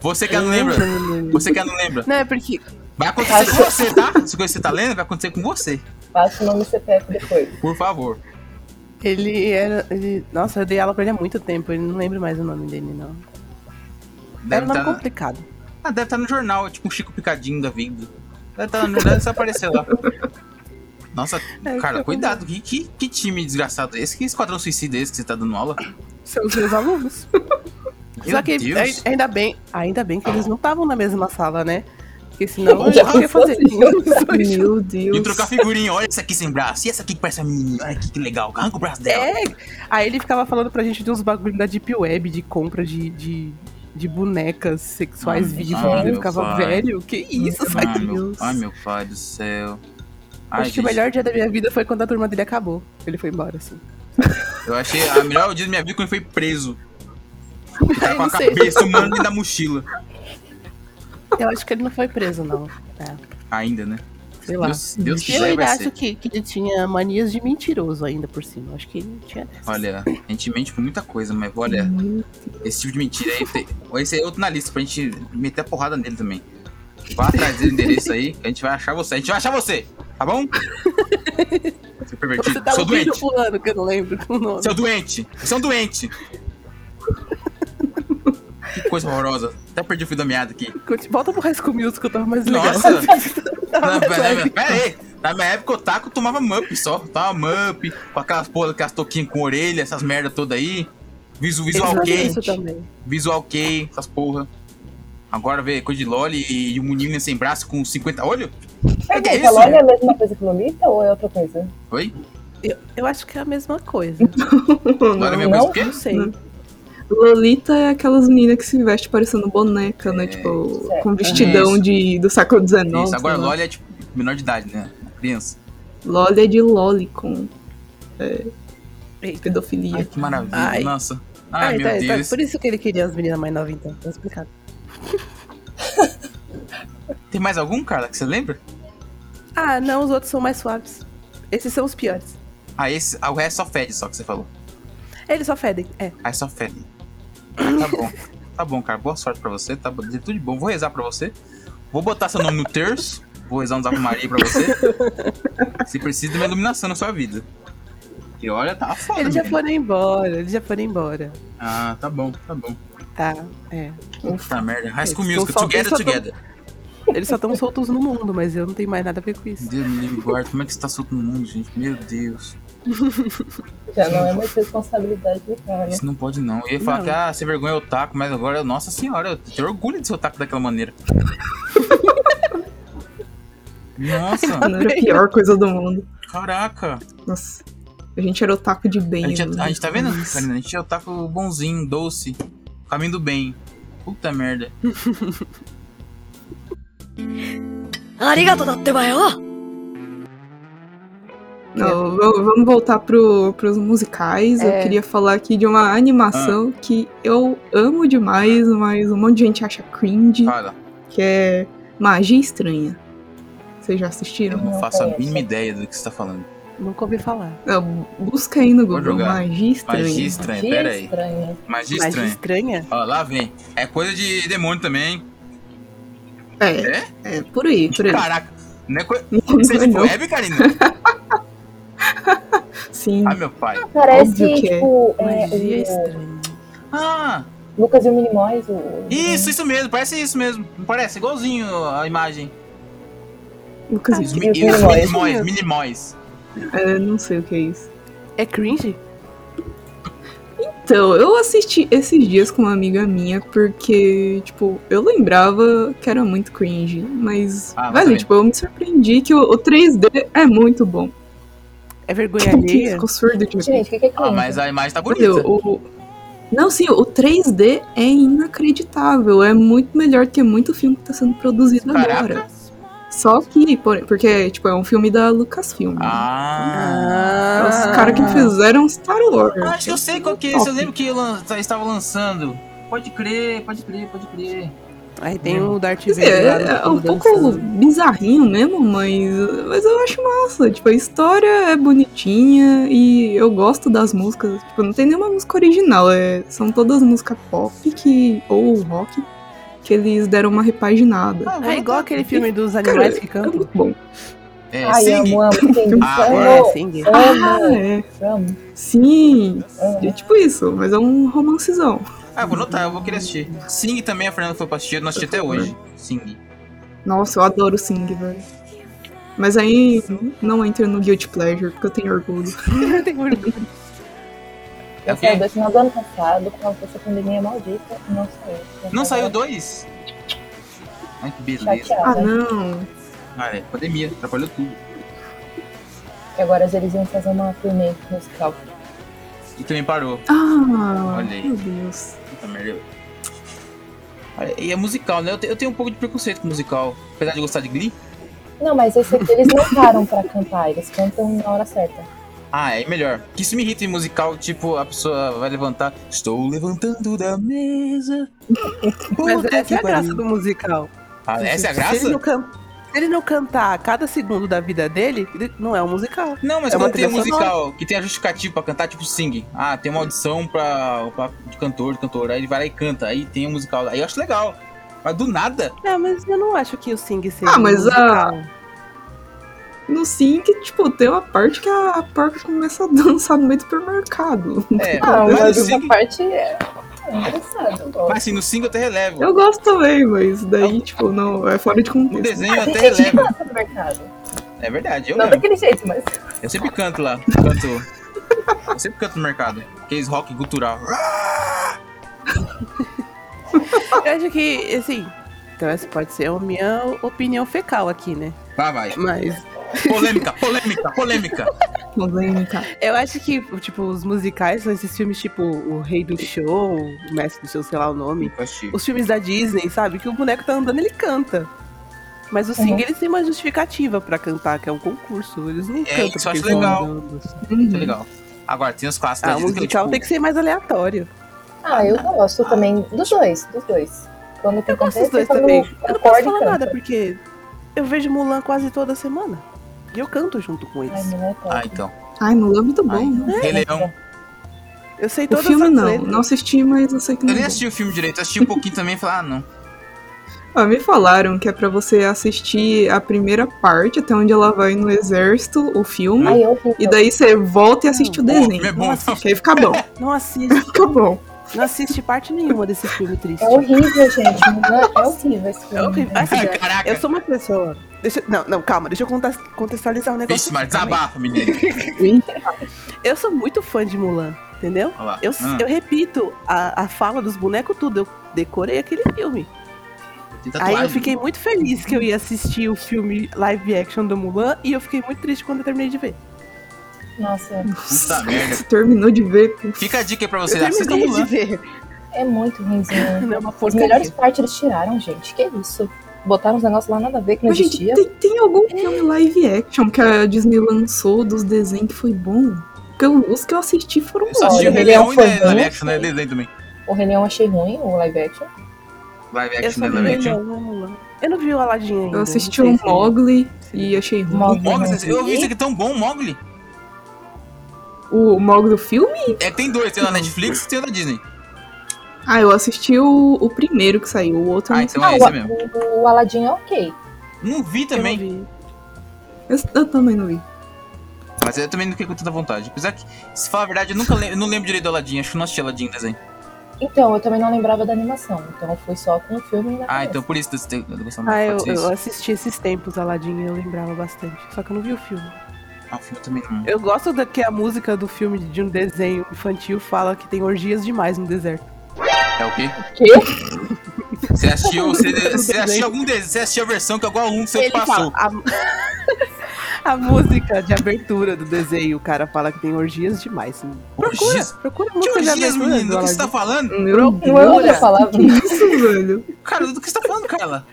Speaker 1: Você que não lembra.
Speaker 3: Eu não lembro.
Speaker 1: Você que não lembra.
Speaker 3: Não, é porque
Speaker 1: Vai acontecer com você, tá? Se você tá lendo, vai acontecer com você.
Speaker 2: Passa o nome e CPF depois.
Speaker 1: Por favor.
Speaker 3: ele era. ele- Nossa, eu dei aula pra ele há muito tempo, ele não lembro mais o nome dele, não.
Speaker 1: Deve
Speaker 3: Era um nome
Speaker 1: estar tá,
Speaker 3: complicado.
Speaker 1: ah, deve tá no jornal, tipo um Chico Picadinho da vida. Deve, tá, deve desaparecer lá. Nossa,
Speaker 3: É,
Speaker 1: cara,
Speaker 3: tá
Speaker 1: cuidado. Que, que, que time desgraçado é esse? Que esquadrão suicida é esse que você tá dando aula?
Speaker 3: São os meus alunos. Só
Speaker 1: Meu
Speaker 3: que
Speaker 1: Deus.
Speaker 3: ai- ainda bem, ainda bem que eles não estavam na mesma sala, né? Porque senão eu
Speaker 2: Já
Speaker 3: não ia
Speaker 2: pensou
Speaker 3: fazer
Speaker 2: se
Speaker 3: isso.
Speaker 4: Meu Deus.
Speaker 1: E trocar figurinha. Olha essa aqui sem braço. E essa aqui que parece a menina. Olha aqui que legal. Arranca o braço dela.
Speaker 3: É. Aí ele ficava falando pra gente de uns bagulho da Deep Web, de compra de, de, de bonecas sexuais
Speaker 1: Ah,
Speaker 3: vivas.
Speaker 1: ah,
Speaker 3: eu
Speaker 1: meu
Speaker 3: ficava
Speaker 1: pai.
Speaker 3: velho. Que isso, sai
Speaker 1: ai, Ah, meu,
Speaker 4: Deus.
Speaker 1: ai, meu pai do céu. Ai,
Speaker 3: Acho que o
Speaker 1: gente,
Speaker 3: melhor dia da minha vida foi quando a turma dele acabou. Ele foi embora, assim.
Speaker 1: Eu achei a melhor dia da minha vida quando ele foi preso. O cara
Speaker 3: Aí
Speaker 1: com a
Speaker 3: não sei.
Speaker 1: cabeça humana dentro da mochila.
Speaker 3: Eu acho que ele não foi preso, não. É,
Speaker 1: Ainda, né?
Speaker 3: sei lá.
Speaker 1: Deus, Deus
Speaker 3: eu
Speaker 1: quiser,
Speaker 3: ainda
Speaker 1: vai
Speaker 3: acho
Speaker 1: ser.
Speaker 3: que, que ele tinha manias de mentiroso ainda por cima. Acho que ele tinha dessas.
Speaker 1: Olha, a gente mente por muita coisa, mas olha, esse tipo de mentira aí. Tem... Esse é outro na lista pra gente meter a porrada nele também. Vá atrás dele, endereço aí, que a gente vai achar você. A gente vai achar você, tá bom? Seu pervertido.
Speaker 3: Você tá
Speaker 1: Seu
Speaker 3: ouvindo
Speaker 1: doente.
Speaker 3: fulano, que eu não lembro o nome.
Speaker 1: Seu doente. Você é um doente. que coisa horrorosa. Até perdi o fio da meada aqui.
Speaker 3: Conti- Volta pro High School Musical, tava mais legal.
Speaker 1: Nossa.
Speaker 3: Tava
Speaker 1: Não,
Speaker 3: mais
Speaker 1: pera,
Speaker 3: leve.
Speaker 1: pera aí. Na minha época, o Taco tomava Mup só. Tomava Mup, com aquelas porra, aquelas toquinhas com orelha, essas merda toda aí. Visu-
Speaker 3: Eles
Speaker 1: Visual
Speaker 3: fazem
Speaker 1: Kei,
Speaker 3: isso também.
Speaker 1: Visual Kei, essas porra. Agora vê coisa de Loli e e um menino sem braço com 50 olhos? É que é
Speaker 2: Pergunta, Loli é
Speaker 1: isso?
Speaker 2: a mesma coisa que Lolita ou é outra coisa?
Speaker 1: Oi?
Speaker 3: Eu, eu acho que é a mesma coisa.
Speaker 1: Agora
Speaker 4: Não.
Speaker 1: minha coisa
Speaker 2: não.
Speaker 1: é o quê?
Speaker 3: Não sei.
Speaker 4: Não. Lolita é aquelas meninas que se vestem parecendo boneca, né? Tipo,
Speaker 2: certo.
Speaker 4: com vestidão
Speaker 1: Isso.
Speaker 4: de, do século XIX.
Speaker 1: É, Isso, agora
Speaker 4: né?
Speaker 1: Loli é tipo menor de idade, né? Criança.
Speaker 4: Loli é de Lolicon,
Speaker 3: Eita.
Speaker 1: Ai,
Speaker 4: pedofilia.
Speaker 1: que maravilha.
Speaker 3: Ai.
Speaker 1: Nossa. Ai,
Speaker 3: Ah,
Speaker 1: meu
Speaker 3: então, então,
Speaker 1: Deus.
Speaker 3: por isso que ele queria as meninas mais novinhas, então. Tá explicado.
Speaker 1: Tem mais algum, Carla, que você lembra?
Speaker 3: Ah, não, os outros são mais suaves. Esses são os piores.
Speaker 1: Ah, esse. Ah, o resto só fede, só que você falou.
Speaker 3: Eles só fedem. É.
Speaker 1: Ah, é só fede. Tá bom. tá bom, cara. Boa sorte pra você. Tá bom. Tudo de bom. Vou rezar pra você. Vou botar seu nome no terço. Vou rezar um Ave Maria pra você. você precisa de uma iluminação na sua vida. E olha, tá foda.
Speaker 3: Eles já
Speaker 1: menino.
Speaker 3: foram embora, eles já foram embora.
Speaker 1: Ah, tá bom, tá bom.
Speaker 3: Tá, é.
Speaker 1: Puta merda. High School
Speaker 3: Eles
Speaker 1: Music,
Speaker 3: tão só-
Speaker 1: together,
Speaker 3: eles só tão-
Speaker 1: together.
Speaker 3: Eles só estão soltos no mundo, mas eu não tenho mais nada a ver com isso.
Speaker 1: Deus me livre, guarda. Como é que você tá solto no mundo, gente? Meu Deus.
Speaker 2: Já não é mais responsabilidade do cara. né?
Speaker 1: Isso não pode, não. Eu ia falar
Speaker 3: Não.
Speaker 1: que, ah, você vergonha o taco, mas agora, eu- nossa senhora, eu tenho orgulho de ser o taco daquela maneira. nossa,
Speaker 4: Mano, era é a pior coisa do mundo.
Speaker 1: caraca.
Speaker 4: Nossa. A gente era otaku de bem. né?
Speaker 1: A gente,
Speaker 4: mano.
Speaker 1: a gente tá vendo,
Speaker 4: Nossa.
Speaker 1: Karina? A gente é o taco bonzinho, doce, caminho do bem. Puta merda.
Speaker 5: ありがとうだってばよ
Speaker 4: Não, v- vamos voltar pro, pros musicais. Eu
Speaker 2: É.
Speaker 4: queria falar aqui de uma animação
Speaker 1: Ah.
Speaker 4: que eu amo demais, mas um monte de gente acha cringe,
Speaker 1: Cara,
Speaker 4: que é Magia Estranha. Vocês já
Speaker 1: eu
Speaker 4: assistiram?
Speaker 1: não
Speaker 2: Não
Speaker 1: faço a
Speaker 2: conheço.
Speaker 1: mínima ideia do que você tá falando.
Speaker 3: Nunca ouvi falar.
Speaker 4: Não, É busca aí no Google,
Speaker 1: jogar.
Speaker 4: Magia Estranha.
Speaker 1: Magia estranha,
Speaker 2: Que
Speaker 1: pera aí.
Speaker 2: estranho.
Speaker 1: Magia
Speaker 3: Mas
Speaker 1: estranha.
Speaker 3: estranha?
Speaker 1: Ó, lá vem. É coisa de demônio também.
Speaker 4: É, é, por aí, por aí.
Speaker 1: Caraca. Não é coisa.
Speaker 4: Não,
Speaker 1: Isso é tipo
Speaker 4: não.
Speaker 1: web, Karina?
Speaker 4: Sim.
Speaker 1: Ai, meu pai.
Speaker 2: Parece,
Speaker 4: Óbvio que é.
Speaker 2: tipo, é,
Speaker 3: Magia
Speaker 2: o
Speaker 3: estranha.
Speaker 1: Ah!
Speaker 2: Lucas e o Minimóis. o-
Speaker 1: Isso, isso mesmo, parece isso mesmo. Não parece? Igualzinho a imagem.
Speaker 4: Lucas,
Speaker 1: Os
Speaker 2: é
Speaker 1: mi-
Speaker 2: isso
Speaker 1: os
Speaker 2: mesmo.
Speaker 1: minimóis, minimóis. tá.
Speaker 4: é, não sei o que é isso.
Speaker 3: É cringe?
Speaker 4: Então, eu assisti esses dias com uma amiga minha porque, tipo, eu lembrava que era muito cringe, mas,
Speaker 1: Ah, mas
Speaker 4: velho,
Speaker 1: também.
Speaker 4: tipo, eu me surpreendi que o, o 3D é muito bom. Tipo,
Speaker 3: É vergonha alheia?
Speaker 4: Ficou surdo de
Speaker 2: Gente, o que que é
Speaker 1: Ah,
Speaker 2: cringe?
Speaker 1: mas a imagem tá
Speaker 4: Velho,
Speaker 1: bonita.
Speaker 4: o- Não, sim, o 3D é inacreditável, é muito melhor que muito filme que tá sendo produzido
Speaker 1: Caraca.
Speaker 4: agora. Só que, por- porque, tipo, é um filme da Lucasfilm. né?
Speaker 1: Ah!
Speaker 4: É Os caras que fizeram Star Wars.
Speaker 1: Ah, acho que eu sei qual que é
Speaker 4: Top.
Speaker 1: esse. Eu lembro que eu lan- tá, estava lançando. Pode crer, pode crer, pode crer.
Speaker 3: Aí tem o Darth
Speaker 4: Quer dizer,
Speaker 3: Vader lá no
Speaker 4: é, é
Speaker 3: fundo
Speaker 4: um pouco
Speaker 3: dançando.
Speaker 4: bizarrinho mesmo, mas, mas eu acho massa. Tipo, a história é bonitinha e eu gosto das músicas. Tipo, não tem nenhuma música original, é- são todas músicas pop que, ou rock que eles deram uma repaginada.
Speaker 1: Ah,
Speaker 3: É igual aquele filme dos animais
Speaker 4: Cara,
Speaker 3: que
Speaker 4: é
Speaker 3: cantam.
Speaker 4: muito bom.
Speaker 1: É,
Speaker 2: Ai,
Speaker 1: Sing.
Speaker 2: amo, amo. Sim,
Speaker 1: Ah, assim.
Speaker 2: amo,
Speaker 3: É, Sing.
Speaker 4: Ah,
Speaker 2: amo,
Speaker 4: é.
Speaker 2: amo.
Speaker 4: Sim. É tipo isso, mas é um romancezão.
Speaker 1: Ah, vou notar, eu vou querer assistir. Sing também, a Fernanda foi pra assistir, eu não assisti até hoje. Sing.
Speaker 4: Nossa, eu adoro Sing, velho. Mas aí não entra no Guilty Pleasure, porque eu tenho orgulho.
Speaker 3: Eu tenho orgulho.
Speaker 1: É o
Speaker 2: Eu
Speaker 1: quê?
Speaker 2: saí do final do ano passado por causa dessa pandemia maldita. Não saiu.
Speaker 1: Não saiu dois? Ai, que beleza.
Speaker 4: Ah,
Speaker 2: Chateada.
Speaker 4: não.
Speaker 1: Cara, é pandemia, atrapalhou tudo.
Speaker 2: E agora eles iam fazer uma turnê musical.
Speaker 1: E também parou.
Speaker 4: Ah,
Speaker 1: Olha aí.
Speaker 4: meu Deus.
Speaker 1: Puta merda. Olha, E é musical, né? Eu te- eu tenho um pouco de preconceito com musical. Apesar de gostar de Glee.
Speaker 2: Não, mas esse aqui eles não param pra cantar, eles cantam na hora certa.
Speaker 1: Ah, é melhor. Que isso me irrita em musical, tipo, a pessoa vai levantar. Estou levantando da mesa.
Speaker 3: Mas
Speaker 1: Puta
Speaker 3: essa é
Speaker 1: que
Speaker 3: a graça
Speaker 1: pariu.
Speaker 3: do musical.
Speaker 1: Ah, essa é a
Speaker 3: Se ele,
Speaker 1: graça?
Speaker 3: não can- se ele não cantar cada segundo da vida dele, ele- não é um musical.
Speaker 1: Não, mas
Speaker 3: É uma
Speaker 1: quando tem
Speaker 3: trilha
Speaker 1: musical que tem a justificativa pra cantar, tipo sing. Ah, tem uma audição pra, pra- de cantor, de cantora. Aí ele vai lá e canta. Aí tem um musical. Aí eu acho legal. Mas do nada.
Speaker 3: Não, É, mas eu não acho que o Sing seja
Speaker 4: Ah, mas
Speaker 3: um musical.
Speaker 4: No Sync, tipo, tem uma parte que a porca começa a dançar no meio do supermercado.
Speaker 1: É,
Speaker 2: Ah,
Speaker 1: mas,
Speaker 2: mas
Speaker 1: no
Speaker 2: essa
Speaker 1: sing,
Speaker 2: parte é engraçada. eu gosto.
Speaker 1: mas assim, no sing eu até relevo.
Speaker 4: Eu gosto também, mas daí, tipo, não, é fora de
Speaker 1: No
Speaker 4: contexto.
Speaker 1: Um desenho eu
Speaker 2: Tem
Speaker 1: até
Speaker 2: gente que
Speaker 1: relevo.
Speaker 2: gosta do Tipo, mercado.
Speaker 1: É verdade, eu
Speaker 2: Não
Speaker 1: mesmo.
Speaker 2: daquele jeito, mas.
Speaker 1: Eu sempre canto lá. Canto. Eu sempre canto no mercado. Aqueles rock cultural.
Speaker 3: Eu acho que, assim. Então, essa pode ser a minha opinião fecal aqui, né?
Speaker 1: Lá vai.
Speaker 3: Mas.
Speaker 1: Polêmica, polêmica, polêmica.
Speaker 4: Polêmica.
Speaker 3: Eu acho que, tipo, os musicais são esses filmes, tipo, O Rei do Show, O Mestre do Show, sei lá o nome.
Speaker 1: Nunca assisti.
Speaker 3: Os filmes da Disney, sabe? Que o boneco tá andando, ele canta. Mas o Sing, eles têm uma justificativa pra cantar, que é um concurso. Eles não
Speaker 1: É, isso
Speaker 3: cantam
Speaker 1: eu
Speaker 3: porque
Speaker 1: acho
Speaker 3: estão
Speaker 1: legal.
Speaker 3: andando.
Speaker 1: Tá legal. Agora, tem os clássicos
Speaker 3: Ah,
Speaker 1: da
Speaker 3: o
Speaker 1: Disney que,
Speaker 3: musical
Speaker 1: tipo,
Speaker 3: tem que ser mais aleatório.
Speaker 2: Ah, eu gosto também dos dois, dos dois. Quando tem
Speaker 3: Eu gosto
Speaker 2: contexto
Speaker 3: dos
Speaker 2: e
Speaker 3: dois
Speaker 2: quando
Speaker 3: também. Eu não posso
Speaker 2: acorda e
Speaker 3: falar
Speaker 2: canta.
Speaker 3: nada, porque eu vejo Mulan quase toda semana. E eu canto junto com
Speaker 2: Ai,
Speaker 3: eles.
Speaker 2: não é top.
Speaker 1: Ah, então.
Speaker 4: Ai, Mulan é muito bom.
Speaker 1: Ai,
Speaker 4: né?
Speaker 1: Rei Leão.
Speaker 3: Eu sei
Speaker 4: O
Speaker 3: todas
Speaker 4: filme
Speaker 3: as
Speaker 4: não.
Speaker 3: letras.
Speaker 4: Não assisti, mas eu sei que
Speaker 1: Eu
Speaker 4: não
Speaker 1: nem
Speaker 4: é bom.
Speaker 1: assisti o filme direito, eu assisti um pouquinho também e falei, ah, não.
Speaker 4: Ó, me falaram que é pra você assistir a primeira parte, até onde ela vai no exército, o filme.
Speaker 2: Ai, é horrível.
Speaker 4: E daí você volta e assiste o
Speaker 1: Pô, o
Speaker 4: desenho.
Speaker 1: filme é bom.
Speaker 3: Nossa,
Speaker 4: Que aí fica bom.
Speaker 3: Não assiste,
Speaker 4: Fica bom.
Speaker 3: não assiste parte nenhuma desse filme triste.
Speaker 2: É horrível, gente. Mulan é horrível esse filme.
Speaker 3: É horrível. Assim,
Speaker 1: Ai, Ah, caraca.
Speaker 3: eu sou uma pessoa. deixa- não, não, calma, deixa eu contas- contextualizar um negócio.
Speaker 1: Vixe, mas
Speaker 3: aqui, calma aí.
Speaker 1: desabafa, menino.
Speaker 3: Eu sou muito fã de Mulan, entendeu?
Speaker 1: Olha lá.
Speaker 3: Eu,
Speaker 1: Ah,
Speaker 3: eu repito a, a fala dos bonecos, tudo. Eu decorei aquele filme.
Speaker 1: tem
Speaker 3: Aí
Speaker 1: tatuagem.
Speaker 3: eu fiquei muito feliz que eu ia assistir o filme live action do Mulan e eu fiquei muito triste quando eu terminei de ver.
Speaker 2: Nossa,
Speaker 1: Puta merda.
Speaker 4: Você terminou de ver. pô.
Speaker 1: Fica a dica aí pra
Speaker 3: Eu
Speaker 1: vocês. Assistam
Speaker 3: terminei de
Speaker 1: Mulan.
Speaker 3: ver.
Speaker 2: é muito ruimzinho.
Speaker 3: Não, é uma
Speaker 2: As
Speaker 3: porcaria.
Speaker 2: melhores partes eles tiraram, gente. Que isso? Botaram uns negócios lá nada a ver que não
Speaker 4: Mas, gente, é.
Speaker 2: existia.
Speaker 4: tem, tem algum filme live action que a Disney lançou dos desenhos que foi bom? Porque eu- os que eu assisti foram
Speaker 1: Eu só
Speaker 4: bons.
Speaker 1: assisti o
Speaker 2: Olha,
Speaker 1: Rei
Speaker 2: Rei
Speaker 1: Leão
Speaker 2: Leão
Speaker 1: e
Speaker 2: foi
Speaker 1: né,
Speaker 2: bom,
Speaker 1: live action, né?
Speaker 2: sim.
Speaker 1: Desenho também.
Speaker 2: O Rei Leão achei ruim, o live action.
Speaker 1: Live
Speaker 3: Eu
Speaker 1: action,
Speaker 3: só
Speaker 1: né?
Speaker 3: vi
Speaker 1: Live
Speaker 3: o
Speaker 1: action.
Speaker 3: Mulan, o Mulan. Eu não vi o Aladdin ainda.
Speaker 4: Eu assisti o
Speaker 3: não sei se-
Speaker 4: Mogli e achei ruim.
Speaker 1: O
Speaker 2: Mogli,
Speaker 1: Mogli,
Speaker 2: né?
Speaker 1: vocês- eu vi isso aqui tão bom, o Mogli.
Speaker 4: O Mogli do filme?
Speaker 1: É que tem dois, tem o da Netflix e tem o da Disney.
Speaker 4: Ah, eu assisti o, o primeiro que saiu, o outro
Speaker 1: Ah,
Speaker 4: não.
Speaker 1: então
Speaker 2: Ah,
Speaker 1: é
Speaker 2: o,
Speaker 1: esse mesmo.
Speaker 2: o, o Aladdin é ok.
Speaker 1: Não vi
Speaker 3: Eu não
Speaker 1: também,
Speaker 3: vi.
Speaker 4: Eu, eu também não vi.
Speaker 1: mas eu também não fiquei com tanta vontade. Apesar que, se falar a verdade, eu nunca lembro, não lembro direito do Aladdin. Acho que eu não assisti Aladdin em desenho.
Speaker 2: Então, eu também não lembrava da animação. Então, eu fui só com o filme e na
Speaker 1: Ah,
Speaker 2: cabeça.
Speaker 1: então por isso que você tem- eu gostava
Speaker 3: Ah,
Speaker 1: mais
Speaker 3: eu,
Speaker 1: de fazer
Speaker 3: eu
Speaker 1: isso.
Speaker 3: assisti esses tempos Aladdin e eu lembrava bastante. Só que eu não vi o filme.
Speaker 1: Ah, o filme também não.
Speaker 3: Eu gosto da que a música do filme de um desenho infantil fala que tem orgias demais no deserto.
Speaker 1: É o quê?
Speaker 2: Quê?
Speaker 1: Você assistiu, você, você assistiu
Speaker 3: Desenho.
Speaker 1: algum desenho, você assistiu a versão que algum aluno seu
Speaker 3: fala.
Speaker 1: passou.
Speaker 3: A, a música de abertura do desenho, o cara fala que tem orgias demais. Procura,
Speaker 1: Orgias?
Speaker 3: procura né, a
Speaker 1: Que
Speaker 3: música de
Speaker 1: orgias,
Speaker 3: abertura
Speaker 1: menino? Do
Speaker 3: do
Speaker 1: que você tá
Speaker 3: Aladdin.
Speaker 1: falando?
Speaker 4: Meu
Speaker 2: Não é
Speaker 4: Deus,
Speaker 2: outra palavra.
Speaker 4: isso, velho.
Speaker 1: Cara, do que você tá falando, Carla?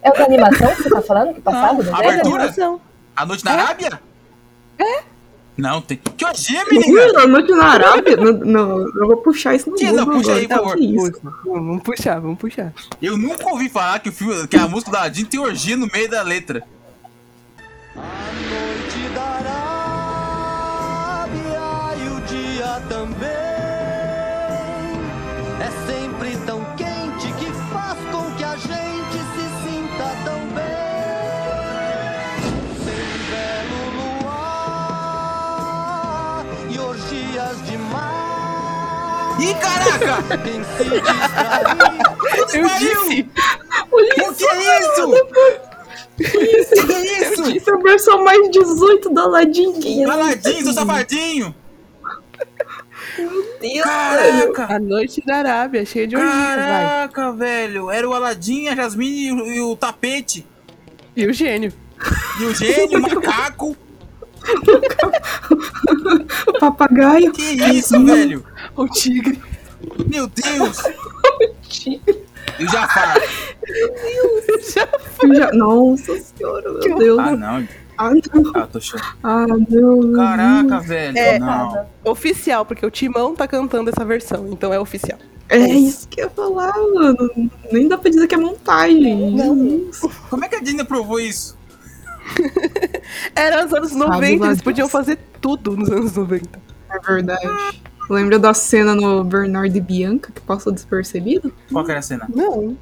Speaker 2: É da animação que você tá falando? Que passava? do
Speaker 3: é
Speaker 1: Ah,
Speaker 2: desenho?
Speaker 1: abertura?
Speaker 3: Não,
Speaker 1: A Noite na
Speaker 3: É?
Speaker 1: Arábia? É? Não, tem. Que orgia, menina?
Speaker 4: Menina, a noite na Arábia. Não, não, eu vou puxar isso no
Speaker 1: Tia, não,
Speaker 4: Google
Speaker 1: puxa
Speaker 4: agora.
Speaker 1: aí, por
Speaker 4: tá?
Speaker 1: favor.
Speaker 4: Que isso?
Speaker 3: Vamos puxar, vamos puxar.
Speaker 1: Eu nunca ouvi falar que, o filme, que a música do Aladdin tem orgia no meio da letra.
Speaker 6: A noite da Arábia e o dia também. É sempre tão quente que faz com que a gente se sinta tão bem. Tem belo luar e orgias demais.
Speaker 1: Ih, caraca!
Speaker 6: Quem se distrair
Speaker 1: Eu disse! O que é isso? O que é isso?
Speaker 4: Isso é a versão mais 18 da Aladdin. Que isso?
Speaker 1: Aladdin, seu safadinho!
Speaker 4: Meu Deus, velho.
Speaker 1: Caraca!
Speaker 3: A noite da Arábia, cheia de orgias, vai.
Speaker 1: Caraca, velho! Era o Aladdin, a Jasmine e o, e o tapete.
Speaker 3: E o gênio.
Speaker 1: E o gênio, o macaco.
Speaker 4: O papagaio.
Speaker 1: Que isso, velho?
Speaker 3: O tigre.
Speaker 1: Meu Deus! E o Jafar.
Speaker 3: Ah,
Speaker 4: Já... Nossa senhora, meu Deus.
Speaker 1: Ah, não.
Speaker 4: Ah, não.
Speaker 1: Ah, tô chorando.
Speaker 4: Ah, meu
Speaker 1: Caraca, velho.
Speaker 3: É.
Speaker 1: Não.
Speaker 3: Oficial, porque o Timão tá cantando essa versão, então é oficial.
Speaker 4: É isso que eu ia falar, mano. Nem dá pra dizer que é montagem. Jesus.
Speaker 1: Como é que a Disney provou isso?
Speaker 3: Era os anos 90,
Speaker 4: lá
Speaker 3: eles
Speaker 4: Deus.
Speaker 3: podiam fazer tudo nos anos 90.
Speaker 4: É verdade. Lembra da cena no Bernardo e Bianca que passou despercebido?
Speaker 1: Qual que era a cena?
Speaker 3: Não.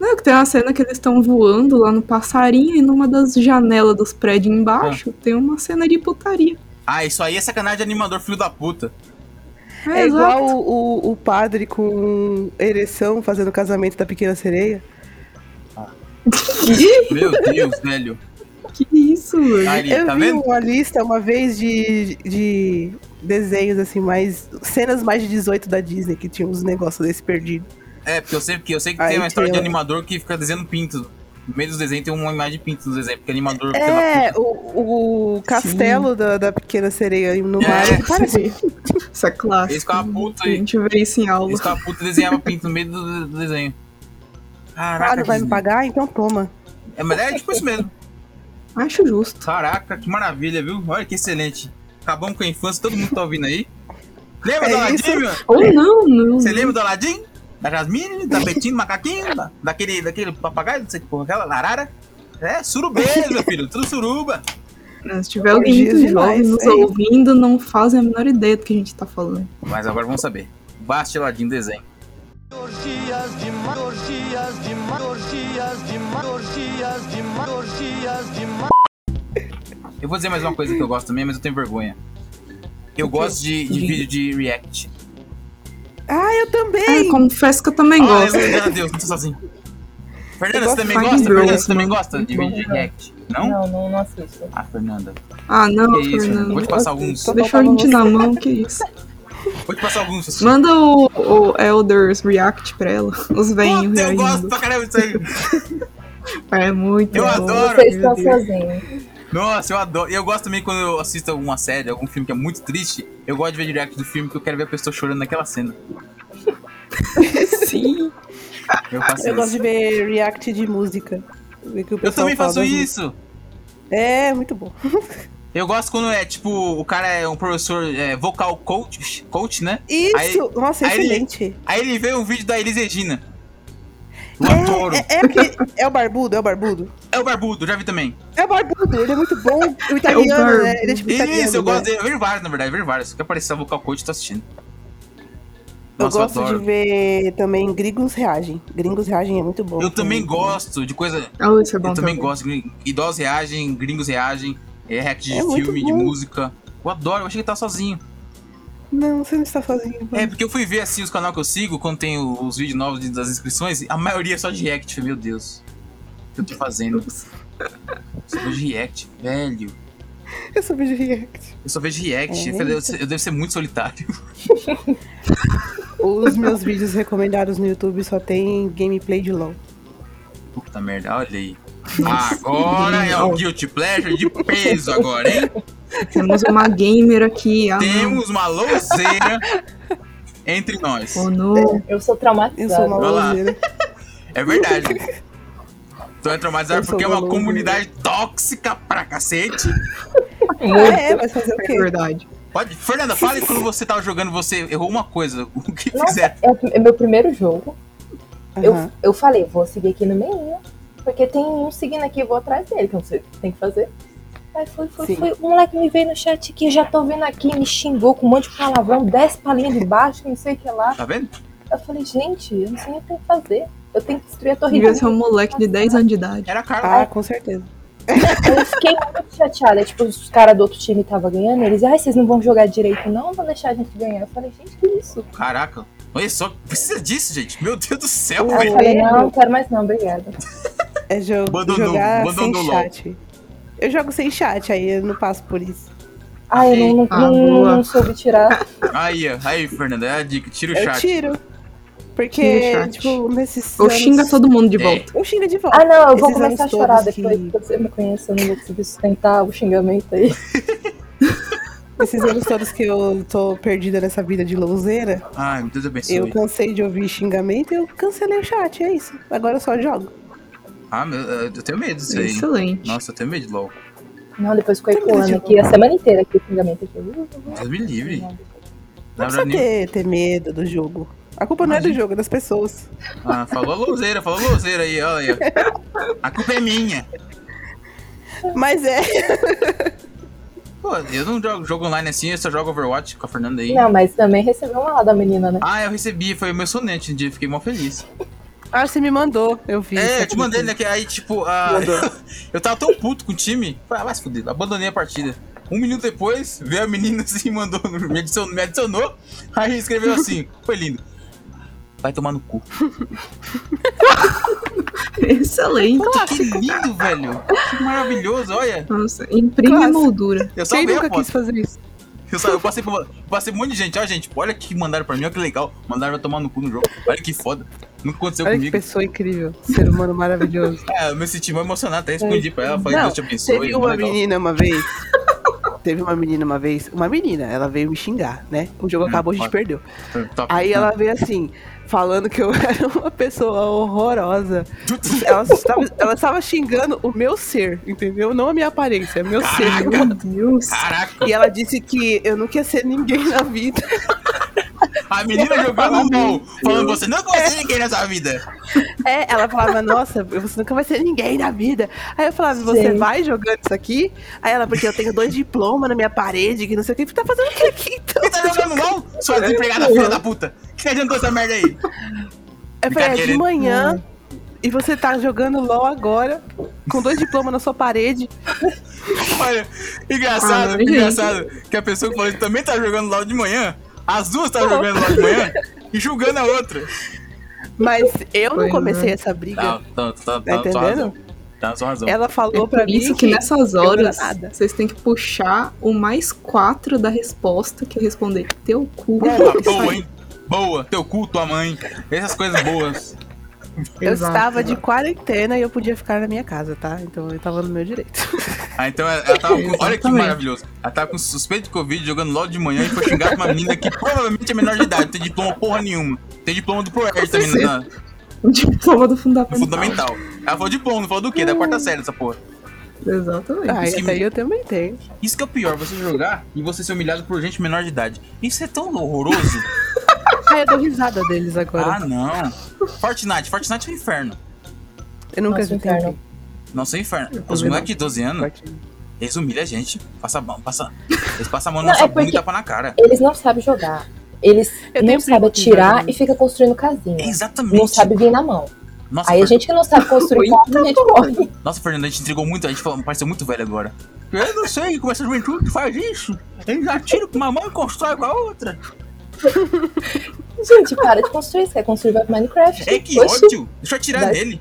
Speaker 4: Não, que tem uma cena que eles estão voando lá no passarinho e numa das janelas dos prédios embaixo tem uma cena de putaria.
Speaker 1: Ah, isso aí é sacanagem de animador, filho da puta.
Speaker 3: É, igual o, o, o padre com ereção fazendo o casamento da pequena sereia.
Speaker 4: exato.
Speaker 1: Meu Deus, velho.
Speaker 4: Que, que isso, velho?
Speaker 1: Aí,
Speaker 3: Eu
Speaker 1: tá
Speaker 3: vi
Speaker 1: vendo?
Speaker 3: uma lista uma vez de, de desenhos, assim, mais. cenas mais de 18 da Disney que tinha uns negócios desse perdido.
Speaker 1: É, porque eu sei, porque eu sei que
Speaker 3: Aí
Speaker 1: tem uma história
Speaker 3: tem
Speaker 1: de
Speaker 3: o-
Speaker 1: animador que fica desenhando pinto. No meio dos desenhos tem uma imagem de pinto nos desenhos, porque animador. sei lá,
Speaker 3: É, o, o castelo da, da pequena sereia no mar.
Speaker 1: É.
Speaker 3: Parece.
Speaker 4: Isso é clássico.
Speaker 1: Eles com a puta
Speaker 4: A
Speaker 1: aí.
Speaker 4: gente vê isso em aula.
Speaker 1: Eles com a puta desenhavam pinto no meio do, do desenho. Caraca,
Speaker 3: Ah, não vai me
Speaker 1: Disney.
Speaker 3: pagar? Então toma.
Speaker 1: É, mas é tipo isso mesmo.
Speaker 4: Acho justo.
Speaker 1: Caraca, que maravilha, viu? Olha que excelente. Acabamos com a infância, todo mundo tá ouvindo aí. Lembra
Speaker 3: É
Speaker 1: do
Speaker 3: isso.
Speaker 1: Aladim? meu?
Speaker 4: Ou não, não.
Speaker 1: Você lembra do Aladim? Da Jasmine, da Betinho, do macaquinho, da- daquele, daquele papagaio, não sei que porra, aquela arara? É, surubeiro, meu filho, tudo suruba.
Speaker 4: né? Se tiver alguém
Speaker 3: Dias
Speaker 4: muito jovem
Speaker 3: demais,
Speaker 4: nos
Speaker 3: é isso.
Speaker 4: ouvindo, não fazem a menor ideia do que a gente tá falando.
Speaker 1: Mas agora vamos saber. Baste Aladim desenho.
Speaker 6: Orgias de mar, orgias de mar, orgias de mar, orgias de mar, orgias de mar.
Speaker 1: Eu vou dizer mais uma coisa que eu gosto também, mas eu tenho vergonha. Eu gosto de, de vídeo de react.
Speaker 3: Ah, eu
Speaker 4: É,
Speaker 3: também!
Speaker 4: confesso que eu também
Speaker 1: Ah,
Speaker 4: gosto.
Speaker 1: Meu Deus, não tô sozinho. Fernanda,
Speaker 3: Eu
Speaker 1: você
Speaker 3: gosto
Speaker 1: também
Speaker 3: mais de
Speaker 1: gosta? Fernanda,
Speaker 4: Girls,
Speaker 1: você também
Speaker 4: né?
Speaker 1: gosta de vídeo de react? Não?
Speaker 2: Não, não, não assisto.
Speaker 1: Ah, Fernanda.
Speaker 4: Ah, não,
Speaker 1: Que isso, Fernanda. Vou
Speaker 4: Fernando.
Speaker 1: te passar alguns.
Speaker 3: Tô-
Speaker 4: Deixou a gente na mão, que isso.
Speaker 1: Vou te passar alguns. assim.
Speaker 4: Manda o, o Elders React pra ela. Os
Speaker 1: Puta,
Speaker 4: velhinhos
Speaker 1: eu gosto
Speaker 4: reagindo.
Speaker 1: pra caramba disso aí.
Speaker 4: É muito
Speaker 1: Eu
Speaker 4: bom.
Speaker 1: adoro.
Speaker 2: Vocês
Speaker 4: meu
Speaker 2: estão
Speaker 4: Deus.
Speaker 2: sozinhos.
Speaker 1: Nossa, eu adoro. E eu gosto também quando eu assisto alguma série, algum filme que é muito triste. Eu gosto de ver direct do filme porque eu quero ver a pessoa chorando naquela cena. Ah,
Speaker 4: Sim.
Speaker 1: Eu faço
Speaker 3: Eu gosto
Speaker 1: isso.
Speaker 3: de ver react de música. Ver que o
Speaker 1: Eu
Speaker 3: pessoal
Speaker 1: também faço
Speaker 3: fala das
Speaker 1: isso.
Speaker 3: músicas. É, muito bom.
Speaker 1: Eu gosto quando é tipo, o cara é um professor é, vocal coach, coach, né?
Speaker 3: Isso!
Speaker 1: Aí-
Speaker 3: Nossa,
Speaker 1: aí ele-
Speaker 3: excelente.
Speaker 1: Aí ele vê um vídeo da Elis Regina. Eu adoro.
Speaker 3: É, é, é, aquele- é o barbudo, é o barbudo.
Speaker 1: É o Barbudo, já vi também.
Speaker 3: É o barbudo, ele é muito bom. O italiano,
Speaker 4: barbudo.
Speaker 3: né? Ele é tipo italiano.
Speaker 1: Isso, eu
Speaker 3: né?
Speaker 1: gosto dele. Eu vejo vários, na verdade, eu vejo vários. Se quer aparecer a vocal coach, eu tô assistindo.
Speaker 3: Eu
Speaker 1: Nossa, eu
Speaker 3: gosto
Speaker 1: adoro.
Speaker 3: de ver também gringos reagem. Gringos reagem é muito bom.
Speaker 1: Eu também gosto de coisa.
Speaker 4: Oh, isso é bom
Speaker 1: eu também
Speaker 4: também.
Speaker 1: gosto. de- Idosos reagem, gringos reagem, é react de
Speaker 3: É muito
Speaker 1: filme, de
Speaker 3: bom.
Speaker 1: música. Eu adoro, eu achei que tá sozinho.
Speaker 3: Não, você não está sozinho.
Speaker 1: É, porque eu fui ver assim os canais que eu sigo, quando tem o- os vídeos novos de- das inscrições, a maioria é só de react. Meu Deus. O que eu tô fazendo? Só vejo react, velho. É.
Speaker 3: Eu sou vídeo react.
Speaker 1: Eu só vejo react.
Speaker 3: É
Speaker 1: eu, falei, eu, eu devo ser muito solitário.
Speaker 3: Os meus vídeos recomendados no YouTube só tem gameplay de LOL.
Speaker 1: Puta merda, olha aí. Agora é o Guilty Pleasure de peso agora, hein?
Speaker 4: Temos uma gamer aqui. Ah, não.
Speaker 1: Temos uma louceira entre nós.
Speaker 4: Oh, não.
Speaker 2: Eu sou
Speaker 3: Eu sou uma
Speaker 2: traumatizada.
Speaker 1: Vai lá.
Speaker 3: lozeira.
Speaker 1: É verdade. Tô traumatizado
Speaker 3: Eu sou
Speaker 1: porque é uma
Speaker 3: maluco.
Speaker 1: comunidade tóxica pra cacete.
Speaker 3: Ah, é, vai fazer o
Speaker 4: É
Speaker 3: quê?
Speaker 4: verdade.
Speaker 1: Pode, Fernanda, fale quando você tava jogando, você errou uma coisa, o que
Speaker 2: Nossa,
Speaker 1: fizer.
Speaker 2: é, o pr- é meu primeiro jogo. Eu,
Speaker 3: Aham.
Speaker 2: eu falei, vou seguir aqui no meio, porque tem um seguindo aqui, eu vou atrás dele, que eu não sei o que tem que fazer. Aí foi, foi,
Speaker 3: Sim.
Speaker 2: foi. O moleque me veio no chat aqui, já tô vendo aqui, me xingou com um monte de palavrão, desce pra linha de baixo, não sei o que lá.
Speaker 1: Tá vendo?
Speaker 2: Eu falei, gente, eu não sei nem o que tem que fazer. Eu tenho que destruir a torre.
Speaker 4: Devia ser um moleque de 10 anos de idade.
Speaker 1: Era a Carla.
Speaker 3: Ah, com certeza.
Speaker 2: Aí Eu fiquei muito chateada. Tipo, os caras do outro time estavam ganhando, eles, ai, vocês não vão jogar direito, não, vão deixar a gente ganhar. Eu falei, gente, que isso?
Speaker 1: Caraca. Olha só, precisa disso, gente. Meu Deus do céu,
Speaker 3: Ui.
Speaker 2: Aí
Speaker 1: velho.
Speaker 2: eu falei, não, não quero mais não, obrigada.
Speaker 3: É jogo.
Speaker 1: Abandonou,
Speaker 3: jogar
Speaker 1: abandonou
Speaker 3: sem
Speaker 1: LOL.
Speaker 3: chat. Eu jogo sem chat, aí eu não passo por isso.
Speaker 2: Ah, eu não, não,
Speaker 4: Ah,
Speaker 2: não- não
Speaker 4: boa.
Speaker 2: soube tirar.
Speaker 1: Aí, ó, aí, Fernanda, é a dica. Tira o
Speaker 3: Eu
Speaker 1: chat.
Speaker 3: tiro. Porque,
Speaker 4: Tira o chat.
Speaker 3: tipo, nesses.
Speaker 4: Ou
Speaker 3: anos-
Speaker 4: xinga todo mundo de
Speaker 1: É.
Speaker 4: volta.
Speaker 3: Ou xinga de volta.
Speaker 2: Ah, não, eu vou
Speaker 3: Esses
Speaker 2: começar a
Speaker 3: anos
Speaker 2: chorar
Speaker 3: todos
Speaker 2: depois,
Speaker 3: que-
Speaker 2: porque você me conhece, eu não vou conseguir sustentar o xingamento aí.
Speaker 3: Esses anos todos que eu tô perdida nessa vida de louzeira,
Speaker 1: Ai, meu Deus abençoe.
Speaker 3: eu cansei de ouvir xingamento e eu cancelei o chat, é isso. Agora eu só jogo.
Speaker 1: Ah, meu, eu tenho medo disso aí.
Speaker 4: Excelente.
Speaker 1: Nossa, eu tenho medo de LOL.
Speaker 2: Não, depois ficou
Speaker 3: Tem medo de
Speaker 2: ecoando aqui a semana inteira aqui o xingamento aqui.
Speaker 1: Deus me livre.
Speaker 3: Não
Speaker 1: Na verdade,
Speaker 3: precisa
Speaker 1: nem-
Speaker 3: ter, ter medo do jogo. A culpa não é do jogo, é das pessoas.
Speaker 1: Ah, falou louzeira, falou louzeira aí, olha aí. ó. A culpa é minha.
Speaker 3: Mas é.
Speaker 1: Pô, eu não jogo jogo online assim, eu só jogo Overwatch com a Fernanda aí.
Speaker 2: Não, mas também recebeu uma lá da menina, né?
Speaker 1: Ah, eu recebi, foi emocionante um dia, fiquei mó feliz.
Speaker 3: Ah, você me mandou, eu vi.
Speaker 1: É, eu te mandei, né? que Aí, tipo, ah, eu tava tão puto com o time. Falei, ah, vai se fuder, abandonei a partida. Um minuto depois, veio a menina assim, mandou, me adicionou, me adicionou aí escreveu assim, foi lindo. Vai tomar no cu.
Speaker 4: Excelente.
Speaker 1: Puta, que lindo, velho. Que maravilhoso, olha.
Speaker 4: Nossa, imprime
Speaker 3: Clássico.
Speaker 4: moldura.
Speaker 1: Eu
Speaker 3: Quem
Speaker 1: salvei a
Speaker 3: nunca
Speaker 1: foto.
Speaker 3: quis fazer isso?
Speaker 1: Eu, sa- eu passei por passei por um monte de gente. Ó, gente, olha que mandaram pra mim, olha que legal. Mandaram eu tomar no cu no jogo. Olha que foda. Nunca aconteceu
Speaker 3: Olha que
Speaker 1: comigo.
Speaker 3: pessoa incrível, ser humano maravilhoso.
Speaker 1: É, eu me senti mais emocionado, até respondi pra ela, falei,
Speaker 3: Não,
Speaker 1: Deus te abençoe.
Speaker 3: Teve
Speaker 1: mó
Speaker 3: uma
Speaker 1: legal.
Speaker 3: menina uma vez. teve uma menina uma vez. Uma menina, ela veio me xingar, né? O jogo
Speaker 1: Hum,
Speaker 3: acabou, a gente
Speaker 1: ótimo.
Speaker 3: perdeu.
Speaker 1: Top.
Speaker 3: Aí ela veio assim, falando que eu era uma pessoa horrorosa. Ela estava, ela estava xingando o meu ser, entendeu? Não a minha aparência, é meu ser.
Speaker 4: Meu Deus.
Speaker 1: Caraca,
Speaker 3: E ela disse que eu não queria ser ninguém na vida.
Speaker 1: a menina jogando LOL, falando você não conhece ninguém nessa vida.
Speaker 3: É, ela falava, nossa, você nunca vai ser ninguém na vida. Aí eu falava, você
Speaker 2: Gente.
Speaker 3: vai jogando isso aqui? Aí ela, porque eu tenho dois diplomas na minha parede, que não sei o que. Tá fazendo o que aqui, então?
Speaker 1: Quem tá jogando LOL? Sua desempregada filha da puta. Que adiantou essa merda aí?
Speaker 3: Eu falei, é de
Speaker 1: Brincadeira.
Speaker 3: manhã, e você tá jogando LOL agora, com dois diplomas na sua parede.
Speaker 1: Olha, engraçado,
Speaker 4: Ah, gente.
Speaker 1: engraçado que a pessoa que falou isso também tá jogando LOL de manhã. As duas estavam jogando LOL de manhã e julgando a outra.
Speaker 3: Mas eu não
Speaker 4: Pois é.
Speaker 3: comecei essa briga.
Speaker 1: Tá, tá, tá,
Speaker 3: Tá
Speaker 1: tá, sua razão. Tá, sua razão.
Speaker 3: Ela falou
Speaker 4: É
Speaker 3: pra
Speaker 4: por
Speaker 3: mim
Speaker 4: isso que nessas
Speaker 3: eu não era
Speaker 4: horas
Speaker 3: nada.
Speaker 4: vocês têm que puxar o mais quatro da resposta que eu responder. Teu cu.
Speaker 1: Boa, boa, hein? Boa, teu cu, tua mãe. Essas coisas boas.
Speaker 3: eu
Speaker 4: Exato.
Speaker 3: estava de quarentena e eu podia ficar na minha casa, tá? Então eu tava no meu direito.
Speaker 1: Ah, então ela, ela tava com. Olha que
Speaker 4: Exatamente.
Speaker 1: maravilhoso. Ela tava com suspeito de Covid jogando LOL de manhã e foi xingar uma menina que provavelmente é menor de idade, não tem diploma porra nenhuma. Tem diploma do ProErd também na,
Speaker 4: Diploma do
Speaker 1: no
Speaker 4: fundamental.
Speaker 1: fundamental. Ela falou diploma, não falou do quê? Da quarta série, essa porra.
Speaker 4: Exatamente.
Speaker 3: Ah,
Speaker 1: Isso
Speaker 3: essa aí eu também tenho.
Speaker 1: Isso que é o pior, você jogar e você ser humilhado por gente menor de idade. Isso é tão horroroso.
Speaker 3: Ah, eu dou risada deles agora.
Speaker 1: Ah, não. Fortnite, Fortnite é um inferno.
Speaker 3: eu nunca
Speaker 2: Nossa,
Speaker 3: vi tempo.
Speaker 2: inferno. Hum.
Speaker 1: Nossa, é um inferno. Os
Speaker 3: também
Speaker 1: moleques de 12 anos,
Speaker 3: Fortnite.
Speaker 1: eles humilham a gente. Passa a mão, passa. Eles passam a mão
Speaker 2: Não,
Speaker 1: na nossa
Speaker 2: é
Speaker 1: bunda e
Speaker 2: porque-
Speaker 1: tapa na cara.
Speaker 2: Eles não sabem jogar. Eles
Speaker 3: Eu tenho
Speaker 2: não sabem
Speaker 3: primo que joga
Speaker 2: atirar
Speaker 3: muito.
Speaker 2: e fica construindo casinha.
Speaker 1: É, Exatamente.
Speaker 2: Não sabe vir na mão.
Speaker 1: Nossa,
Speaker 2: Aí a
Speaker 1: Fer-
Speaker 2: gente que não sabe construir tipo, casa, a gente morre.
Speaker 1: Nossa, Fernando, a gente entregou muito, a gente falou, parece muito velho agora. Eu não sei como essa juventude faz isso. Eles atiram com uma mão e constrói com a outra.
Speaker 2: Gente, para de construir. Você quer construir vai pro Minecraft?
Speaker 1: É que
Speaker 2: Oxi.
Speaker 1: ódio. Deixa eu atirar
Speaker 3: Dá-
Speaker 1: nele.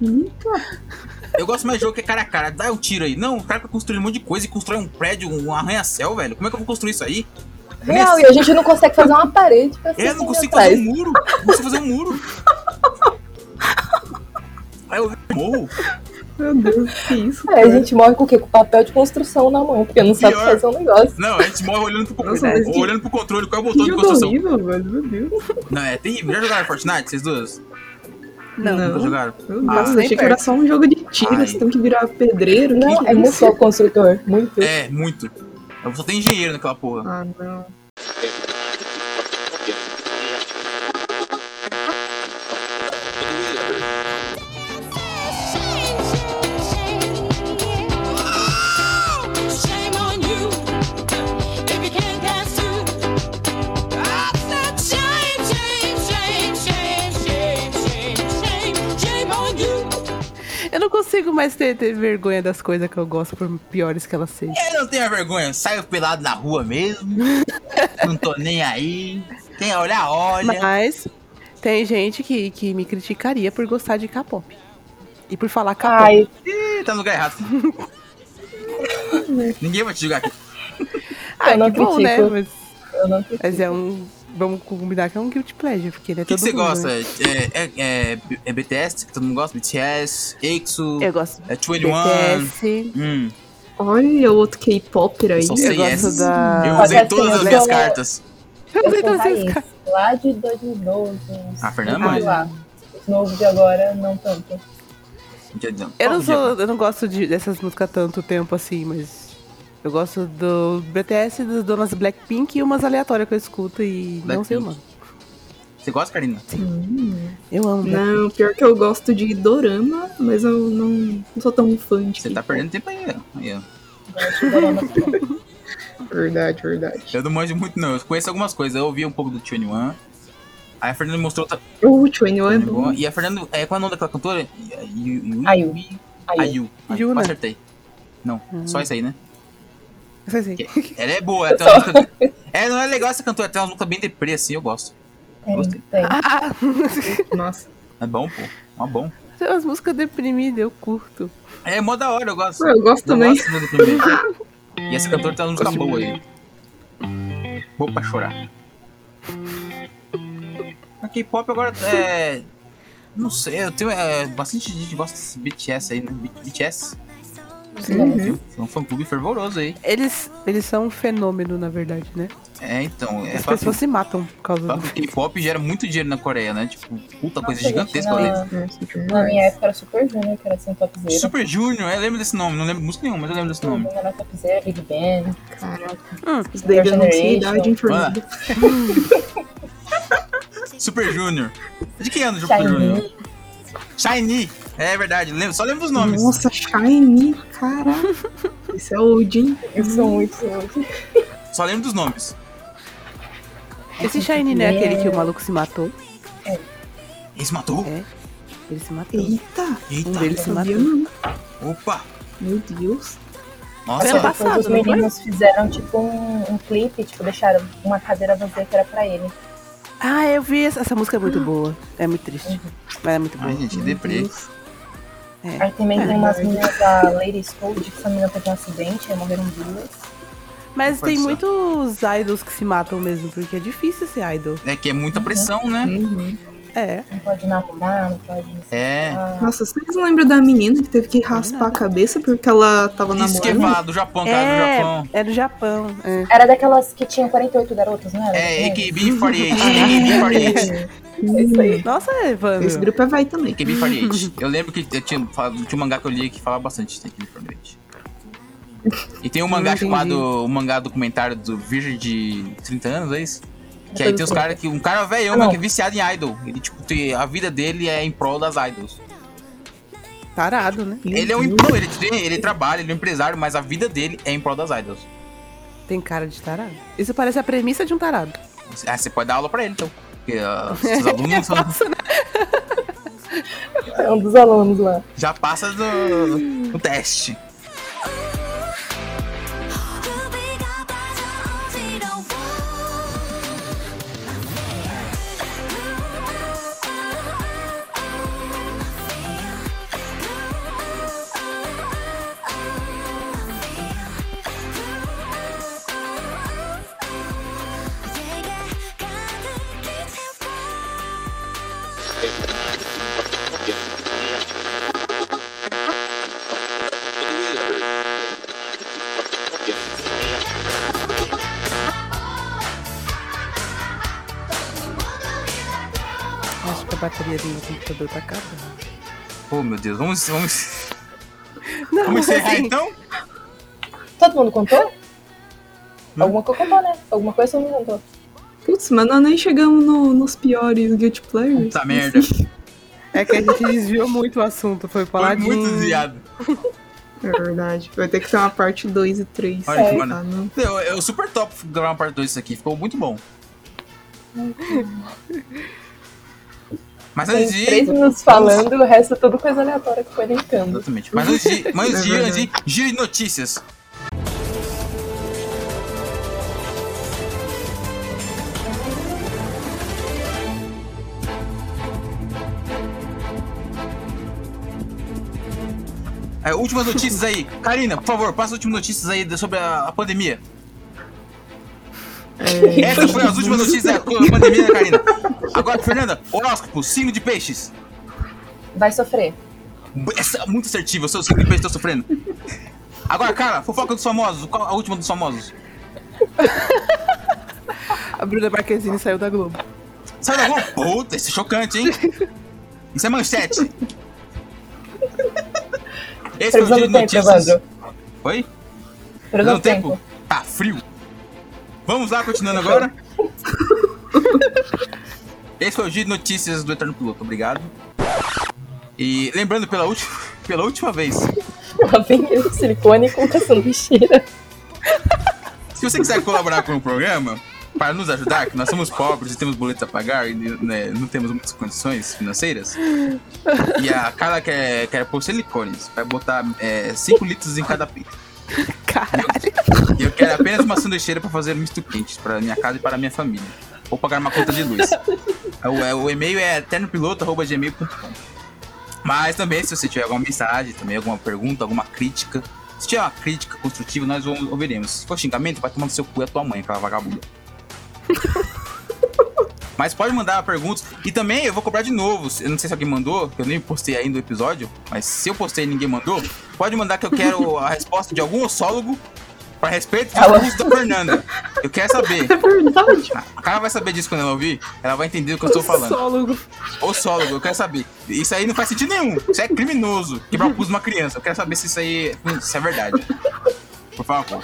Speaker 1: Eu gosto mais de jogo que é cara a cara. Dá um tiro aí. Não, o cara tá construindo um monte de coisa e constrói um prédio, um arranha-céu, velho. Como é que eu vou construir isso aí?
Speaker 2: Real, e a gente não consegue fazer uma parede pra
Speaker 1: É,
Speaker 2: ser
Speaker 1: eu não consigo
Speaker 2: atrás.
Speaker 1: fazer um muro. Não consigo fazer um muro. Aí eu morro.
Speaker 4: Meu Deus, que isso?
Speaker 2: Aí É, a gente morre com o quê? Com papel de construção na mão, porque não sabe
Speaker 1: um Pior.
Speaker 2: fazer um negócio.
Speaker 1: Não, a gente morre olhando pro,
Speaker 4: Nossa, mas que-
Speaker 1: olhando pro controle. Qual é o
Speaker 4: Que
Speaker 1: botão de
Speaker 4: jogo
Speaker 1: construção?
Speaker 4: horrível, velho. Meu Deus.
Speaker 1: Não, é terrível. Já jogaram Fortnite, vocês duas?
Speaker 3: Não.
Speaker 1: Nunca
Speaker 4: Não.
Speaker 1: jogaram?
Speaker 4: Meu
Speaker 1: Ah,
Speaker 4: Deus,
Speaker 3: nem
Speaker 4: achei que era só um jogo de tiro.
Speaker 1: Ai.
Speaker 4: Você tem que virar pedreiro.
Speaker 2: Não,
Speaker 4: que
Speaker 2: é muito
Speaker 4: isso?
Speaker 2: bom o construtor. Muito.
Speaker 1: É, muito. Eu só tem engenheiro naquela porra.
Speaker 4: Ah, não.
Speaker 5: Shame on you if you can't pass through. I said shame, shame, shame, shame, shame, shame, shame, shame on you.
Speaker 3: Eu não consigo mais ter, ter vergonha das coisas que eu gosto, por piores que elas sejam.
Speaker 1: Eu não tenho vergonha, saio pelado na rua mesmo. não tô nem aí. Quem olhar, olha.
Speaker 3: Mas tem gente que, que me criticaria por gostar de K-pop. E por falar K-pop.
Speaker 2: Ai,
Speaker 1: Ih, tá no lugar errado. Ninguém vai te julgar aqui.
Speaker 3: Ah,
Speaker 2: eu não
Speaker 3: que bom, né?
Speaker 2: critico.
Speaker 3: Mas,
Speaker 2: eu não
Speaker 3: mas é um. Vamos combinar que é um guilty pleasure, porque né,
Speaker 1: O que,
Speaker 3: todo
Speaker 1: que você
Speaker 3: mundo,
Speaker 1: gosta?
Speaker 3: né?
Speaker 1: É, é, é, é BTS, que todo mundo gosta? BTS, EXO,
Speaker 3: Eu gosto
Speaker 1: é 21.
Speaker 3: de BTS.
Speaker 1: Hum,
Speaker 4: Olha o outro K-Popper aí.
Speaker 1: Só
Speaker 3: Eu
Speaker 1: sei
Speaker 3: gosto
Speaker 1: essas.
Speaker 3: da.
Speaker 1: eu
Speaker 2: Olha,
Speaker 1: usei
Speaker 2: assim,
Speaker 1: todas as
Speaker 2: eu
Speaker 1: minhas
Speaker 2: sou-
Speaker 1: cartas.
Speaker 3: Eu
Speaker 2: Eu
Speaker 3: sei
Speaker 2: sou
Speaker 3: todas essas
Speaker 2: raiz,
Speaker 3: caras.
Speaker 2: lá de 2012. uns
Speaker 1: Ah, Fernanda
Speaker 2: sei
Speaker 1: manja.
Speaker 2: lá. Os novos de agora, não tanto.
Speaker 1: Quer dizer,
Speaker 3: Eu não
Speaker 1: qual que é?
Speaker 3: sou. Eu não gosto de, dessas músicas tanto tempo assim, mas. Eu gosto do BTS, das donas Blackpink e umas aleatórias que eu escuto e não sei o nome.
Speaker 1: Você gosta, Karina?
Speaker 3: Eu amo. né? Black-
Speaker 4: Não, pior que eu gosto de dorama, mas eu não, não sou tão fã de
Speaker 1: Você tá
Speaker 4: K-pop.
Speaker 1: perdendo tempo aí. ó. Aí, ó.
Speaker 2: Eu acho que era uma-
Speaker 4: Verdade, verdade.
Speaker 1: Eu não manjo muito, não. Eu conheço algumas coisas. Eu ouvi um pouco do 21. Aí a Fernanda mostrou outra
Speaker 4: O Twenty-One é
Speaker 1: Fernanda
Speaker 4: bom.
Speaker 1: Gomes. E a Fernanda. É, qual é o nome daquela cantora? Yu- Yu-
Speaker 2: Ayu. Hum. Aí,
Speaker 1: Ayu. Ayu.
Speaker 3: Yuna.
Speaker 1: Acertei. Não, só isso aí, né?
Speaker 3: Eu sei, sei.
Speaker 1: Ela é boa, ela tem uma música. É, não é legal essa cantora, ela tem uma música bem deprê, assim, eu gosto.
Speaker 2: tem,
Speaker 1: Gostei.
Speaker 2: tem.
Speaker 3: Ah,
Speaker 4: Nossa.
Speaker 1: É bom, pô. É bom.
Speaker 3: tem umas músicas deprimidas, eu curto.
Speaker 1: É mó da hora, eu gosto.
Speaker 4: Pô, eu gosto
Speaker 1: Eu
Speaker 4: também.
Speaker 1: tá gosto do primeiro. E essa cantora tem uma música boa aí. Vou pra chorar. A K-pop agora é. Não sei, eu tenho é, bastante gente que gosta desse BTS aí, né? BTS.
Speaker 4: Uhum.
Speaker 1: É um fã clube fervoroso aí.
Speaker 3: Eles, eles são um fenômeno, na verdade, né?
Speaker 1: É, então. É
Speaker 3: As
Speaker 1: fato
Speaker 3: pessoas se matam por causa
Speaker 1: Sabe,
Speaker 3: do.
Speaker 1: o K-pop gera muito dinheiro na Coreia, né? Tipo, puta coisa
Speaker 2: Nossa,
Speaker 1: gigantesca
Speaker 2: gente,
Speaker 1: lá
Speaker 2: não.
Speaker 1: dentro.
Speaker 4: Nossa,
Speaker 2: Na minha
Speaker 4: demais.
Speaker 2: época era Super Junior, que era assim, sem topzera.
Speaker 1: Super Junior, eu lembro desse nome, não lembro de música nenhuma, mas eu lembro desse nome.
Speaker 2: Junior era topzera, Big Bang.
Speaker 4: Caraca.
Speaker 3: Hum.
Speaker 4: Isso daí já não sei idade informada.
Speaker 1: Mano. Super Junior. É De que ano de Super Junior?
Speaker 2: Shiny.
Speaker 1: Shiny! É verdade, lembro, só lembro os nomes.
Speaker 4: Nossa, Shiny, caraca. Esse é o Jin.
Speaker 2: Eu sou
Speaker 3: Hum.
Speaker 2: muito. muito-
Speaker 1: Só lembro dos nomes.
Speaker 3: Esse Shine, né?
Speaker 2: É.
Speaker 3: Aquele que o maluco se matou.
Speaker 1: Esse matou?
Speaker 3: É. Ele se matou.
Speaker 4: Eita,
Speaker 3: Um
Speaker 1: Eita!
Speaker 3: deles
Speaker 4: não
Speaker 3: se
Speaker 4: sabia
Speaker 3: matou.
Speaker 4: não.
Speaker 1: Opa!
Speaker 4: Meu Deus.
Speaker 3: Pera,
Speaker 1: Nossa!
Speaker 3: passa-
Speaker 2: Depois
Speaker 3: é Passado,
Speaker 2: os
Speaker 3: não foi?
Speaker 2: meninos fizeram tipo um, um clipe, tipo, deixaram uma cadeira vazia que era pra ele.
Speaker 3: Ah, eu vi. Essa, essa música é muito boa. É muito triste. Mas é muito boa.
Speaker 1: Ai, gente, que deprê.
Speaker 3: É.
Speaker 2: Aí também
Speaker 3: É
Speaker 2: tem umas
Speaker 4: verdade.
Speaker 2: meninas da Lady Scold, que essa menina teve um acidente, aí morreram duas.
Speaker 3: Mas
Speaker 1: Pode
Speaker 3: tem
Speaker 1: ser.
Speaker 3: muitos idols que se matam mesmo, porque é difícil ser idol.
Speaker 1: É que é muita pressão, né?
Speaker 4: Uhum.
Speaker 3: É.
Speaker 2: Não pode namorar, não pode. não sei
Speaker 1: É.
Speaker 2: lá.
Speaker 4: Nossa, vocês lembram da menina que teve que raspar a cabeça porque ela tava
Speaker 1: Isso que é
Speaker 4: namorando?
Speaker 1: vá do Japão, cara do Japão.
Speaker 3: É, é do Japão. É.
Speaker 2: Era daquelas que tinham 48 garotas, não era?
Speaker 1: É,
Speaker 2: Não.
Speaker 1: AKB48,
Speaker 4: É.
Speaker 1: AKB48. É
Speaker 4: Hum,
Speaker 3: Nossa,
Speaker 4: Esse
Speaker 3: Evandro.
Speaker 4: grupo é vai também.
Speaker 1: AKB48. Eu lembro que eu tinha, falado- tinha um mangá que eu li que falava bastante de AKB48. E tem um mangá
Speaker 3: entendi.
Speaker 1: chamado. Um mangá documentário do Virgem de 30 anos, é isso? Que aí
Speaker 2: Depois
Speaker 1: tem os
Speaker 2: eu
Speaker 1: caras que. Um cara velhão,
Speaker 2: Ah,
Speaker 1: mas
Speaker 2: não.
Speaker 1: que é viciado em idol. Ele, tipo, tem- a vida dele é em prol das idols.
Speaker 3: Tarado, né?
Speaker 1: Ele é um
Speaker 4: Meu
Speaker 1: não, ele, tem- ele trabalha, ele é um empresário, mas a vida dele é em prol das idols.
Speaker 3: Tem cara de tarado. Isso parece a premissa de um tarado.
Speaker 1: Ah, você pode dar aula pra ele, então. Porque ah, seus alunos não são-
Speaker 3: Nossa, né?
Speaker 2: É um dos alunos lá.
Speaker 1: já passa do, do teste.
Speaker 5: 루비가 빠져 어지러워 내게 가득히 채워
Speaker 3: Acho que a bateria do meu computador tá acabando.
Speaker 1: Pô, meu Deus, vamos, vamos,
Speaker 3: Não,
Speaker 1: vamos encerrar
Speaker 3: assim,
Speaker 1: então?
Speaker 2: Todo mundo contou?
Speaker 1: Hum?
Speaker 2: Alguma coisa contou, né? Alguma coisa todo mundo contou.
Speaker 4: Putz, mas nós nem chegamos no- nos piores Guilty Players.
Speaker 1: Puta merda.
Speaker 3: É que a gente desviou muito o assunto. Foi falar
Speaker 1: Foi
Speaker 3: de...
Speaker 1: muito desviado.
Speaker 4: É verdade. Vai ter que ter uma parte 2 e 3.
Speaker 1: Olha que
Speaker 4: Ah,
Speaker 1: mano.
Speaker 4: não.
Speaker 1: Eu, eu super top gravar uma parte 2 disso aqui, ficou muito bom. Mas
Speaker 2: Tem
Speaker 1: antes de.
Speaker 2: três minutos falando, o resto é tudo coisa aleatória que foi linkando.
Speaker 1: Exatamente. Mas antes de. Mas antes de,
Speaker 4: É
Speaker 1: antes de giro de notícias. É, últimas notícias aí. Karina, por favor, passa as últimas notícias aí de- sobre a, a pandemia.
Speaker 4: É,
Speaker 1: Essa foi as últimas notícias da pandemia, né, Karina. Agora, Fernanda, horóscopo, signo de peixes.
Speaker 2: Vai sofrer.
Speaker 1: Essa é muito assertiva, eu sou o signo de peixes, tô sofrendo. Agora, cara, fofoca dos famosos. Qual a última dos famosos?
Speaker 3: A Bruna Marquezine saiu da Globo.
Speaker 1: Sai da Globo. Puta, isso é chocante, hein? Isso é manchete. Esse foi o
Speaker 2: Previsão
Speaker 1: dia de
Speaker 2: do tempo,
Speaker 1: notícias.
Speaker 2: Evandro.
Speaker 1: Oi?
Speaker 2: Previsão
Speaker 1: Não
Speaker 2: do tempo.
Speaker 1: tempo? Tá frio. Vamos lá, continuando agora. Esse foi o dia de notícias do Eterno Piloto, obrigado. E lembrando pela última, pela última vez,
Speaker 2: Ela vem de silicone com caçando bicheira.
Speaker 1: se você quiser colaborar com o programa, para nos ajudar, que nós somos pobres e temos boletos a pagar e né, não temos muitas condições financeiras, e a Carla quer, quer pôr silicones, vai botar 5 litros em cada peito.
Speaker 3: Caralho.
Speaker 1: E eu quero apenas uma sanduicheira para fazer misto quente para minha casa e para minha família. Ou pagar uma conta de luz. o, é, o e-mail é eternopiloto.gmail.com Mas também, se você tiver alguma mensagem, também alguma pergunta, alguma crítica, é se tiver uma crítica construtiva, nós vamos- ouviremos. Se for xingamento, vai tomar no seu cu e a tua mãe, aquela vagabunda. Mas pode mandar perguntas. E também eu vou cobrar de novo. Eu não sei se alguém mandou, que eu nem postei ainda o episódio, mas se eu postei e ninguém mandou, pode mandar que eu quero a resposta de algum ossólogo pra respeito do curso da Fernanda. Eu quero saber.
Speaker 4: É verdade.
Speaker 1: A cara vai saber disso quando ela ouvir, ela vai entender o que eu estou falando.
Speaker 4: Sólogo.
Speaker 1: Ossólogo, eu quero saber. Isso aí não faz sentido nenhum. Isso é criminoso. Quebrar o pulso de uma criança. Eu quero saber se isso aí se é verdade. Por favor.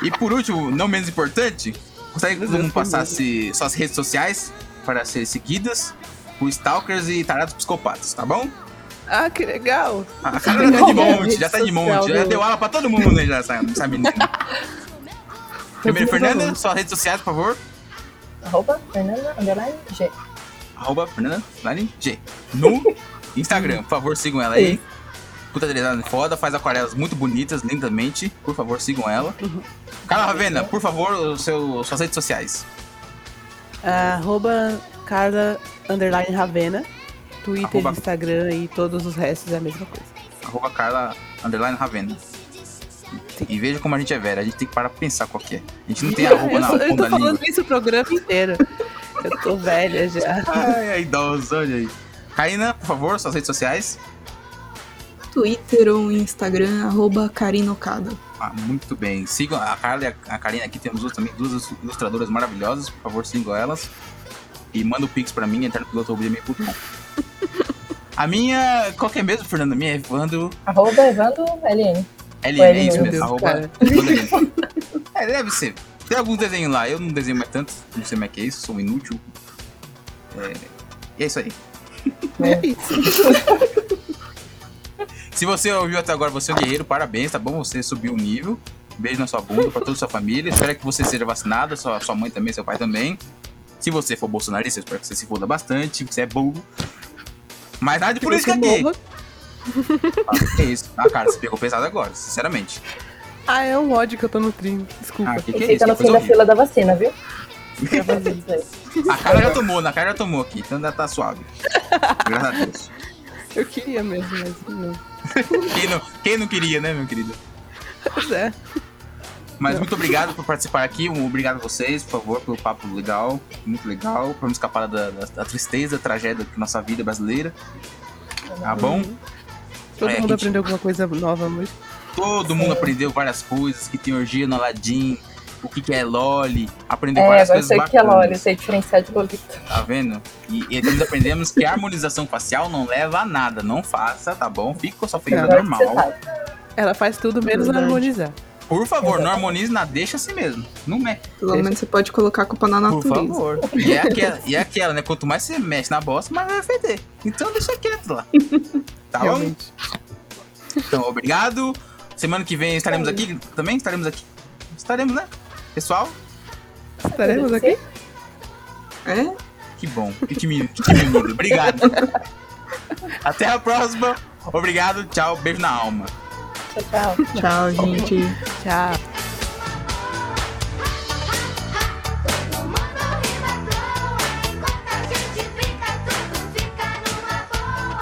Speaker 1: E por último, não menos importante, gostaria que todo mundo passasse suas redes sociais para serem seguidas por stalkers e tarados psicopatas, tá bom?
Speaker 3: Ah, que legal.
Speaker 1: A cara já tá de
Speaker 3: é
Speaker 1: monte,
Speaker 2: rede
Speaker 1: já tá de
Speaker 2: social
Speaker 1: monte. Já
Speaker 2: do-
Speaker 1: deu aula pra todo mundo, né, já, essa, essa menina. Primeiro,
Speaker 3: Todo mundo
Speaker 1: Fernanda,
Speaker 3: falou.
Speaker 1: suas redes sociais, por favor.
Speaker 2: Arroba Fernanda Underline G.
Speaker 1: arroba Fernanda Line G. No Instagram, por favor, sigam ela aí. Puta design foda, faz aquarelas muito bonitas, lindamente. Por favor, sigam ela.
Speaker 3: Uhum.
Speaker 1: Carla Ravena, por favor, o seu, suas redes sociais.
Speaker 3: Arroba Carla Underline Ravena. Twitter,
Speaker 1: Arroba-
Speaker 3: Instagram e todos os restos é a mesma coisa.
Speaker 1: Arroba Carla Underline Ravena. E veja como a gente é velha, a gente tem que parar pra pensar qual que é. A gente não tem arroba
Speaker 3: eu,
Speaker 1: na
Speaker 3: sou- eu tô
Speaker 1: ponta da língua.
Speaker 3: falando isso o programa inteiro. Eu tô velha já.
Speaker 1: Ai, ai, idosa, olha aí. Karina, por favor, suas redes sociais.
Speaker 4: Twitter ou Instagram, arroba Karinocada.
Speaker 1: Ah, muito bem. Sigam a Carla e a a Karina aqui. Temos duas, também duas ilustradoras maravilhosas. Por favor, sigam elas. E manda o Pix pra mim, entrar no piloto.com. A minha. Qual que é mesmo, Fernando? A minha é Evandro
Speaker 2: Arroba Evandro LN.
Speaker 1: LN,
Speaker 2: Ué,
Speaker 1: é isso mesmo.
Speaker 2: meu
Speaker 3: Deus,
Speaker 1: Arroba
Speaker 3: cara.
Speaker 1: Evandro LN. É, deve ser. Tem alguns desenhos lá. Eu não desenho mais tanto. Não sei mais que é isso. Sou um inútil. É, e é isso aí.
Speaker 3: É isso.
Speaker 1: Se você ouviu até agora, você é um guerreiro, parabéns, tá bom? Você subiu o nível. Beijo na sua bunda pra toda a sua família. Espero que você seja vacinada, sua, sua mãe também, seu pai também. Se você for bolsonarista, eu espero que você se foda bastante, que você é burro. Mas nada de política
Speaker 3: Que
Speaker 1: aqui.
Speaker 3: morra.
Speaker 1: Ah, que isso. Ah, cara, você pegou pesado agora, sinceramente.
Speaker 3: Ah, é um ódio que eu tô nutrindo. Desculpa.
Speaker 1: Ah, que
Speaker 2: E
Speaker 1: que é isso?
Speaker 2: fica
Speaker 1: Que
Speaker 2: no fim
Speaker 1: coisa
Speaker 2: da
Speaker 1: horrível.
Speaker 2: fila da vacina, viu? Pra fazer isso aí.
Speaker 1: A cara já tomou, na cara já tomou aqui, então ainda tá suave. Graças a Deus.
Speaker 3: Eu queria mesmo, mas não.
Speaker 1: Quem não, quem não queria, né, meu querido?
Speaker 3: Pois é.
Speaker 1: Mas muito obrigado por participar aqui. Um obrigado a vocês, por favor, pelo papo legal. Muito legal. Pra me escapar da, da- da tristeza, da tragédia da nossa vida brasileira. Tá bom?
Speaker 3: Todo
Speaker 1: É,
Speaker 3: mundo
Speaker 1: gente.
Speaker 3: aprendeu alguma coisa nova, mas.
Speaker 1: Todo mundo aprendeu várias coisas. Que tem orgia no Aladdin. O que, que é Loli. Aprendeu
Speaker 2: É,
Speaker 1: várias
Speaker 2: agora eu
Speaker 1: coisas
Speaker 2: sei o que é
Speaker 1: bacanas.
Speaker 2: LOL, eu sei diferenciar de Lolita.
Speaker 1: Tá vendo? E, e nós aprendemos que a harmonização facial não leva a nada. Não faça, tá bom? Fica com a sua figura
Speaker 2: Agora que você
Speaker 1: normal.
Speaker 2: sabe.
Speaker 3: Ela faz tudo menos
Speaker 4: Verdade.
Speaker 3: harmonizar.
Speaker 1: Por favor, não harmonize nada. Deixa assim mesmo. Não mexe.
Speaker 4: Pelo menos você pode colocar a culpa na
Speaker 1: Por
Speaker 4: natureza.
Speaker 1: favor. E é, aquela, e é aquela, né? Quanto mais você mexe na bosta, mais vai feder. Então deixa quieto lá. Tá bom?
Speaker 3: Realmente.
Speaker 1: Então, obrigado. Semana que vem estaremos aqui também? Estaremos aqui. Estaremos, né? Pessoal,
Speaker 3: Estaremos aqui?
Speaker 4: É?
Speaker 1: que bom. Que time, que time unido. Obrigado. Até a próxima. Obrigado, tchau. Beijo na alma.
Speaker 2: Tchau, tchau.
Speaker 4: Tchau, gente.
Speaker 3: Tchau.
Speaker 5: Todo mundo rima flow. Enquanto a gente brinca, tudo fica numa boa.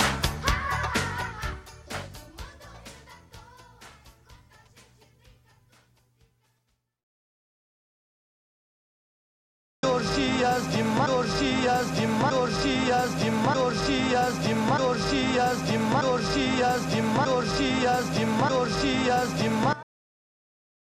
Speaker 6: Orgias de mar, orgias de mar, orgias de mar, orgias de mar, orgias de mar, orgias de mar, orgias de mar, orgias de mar.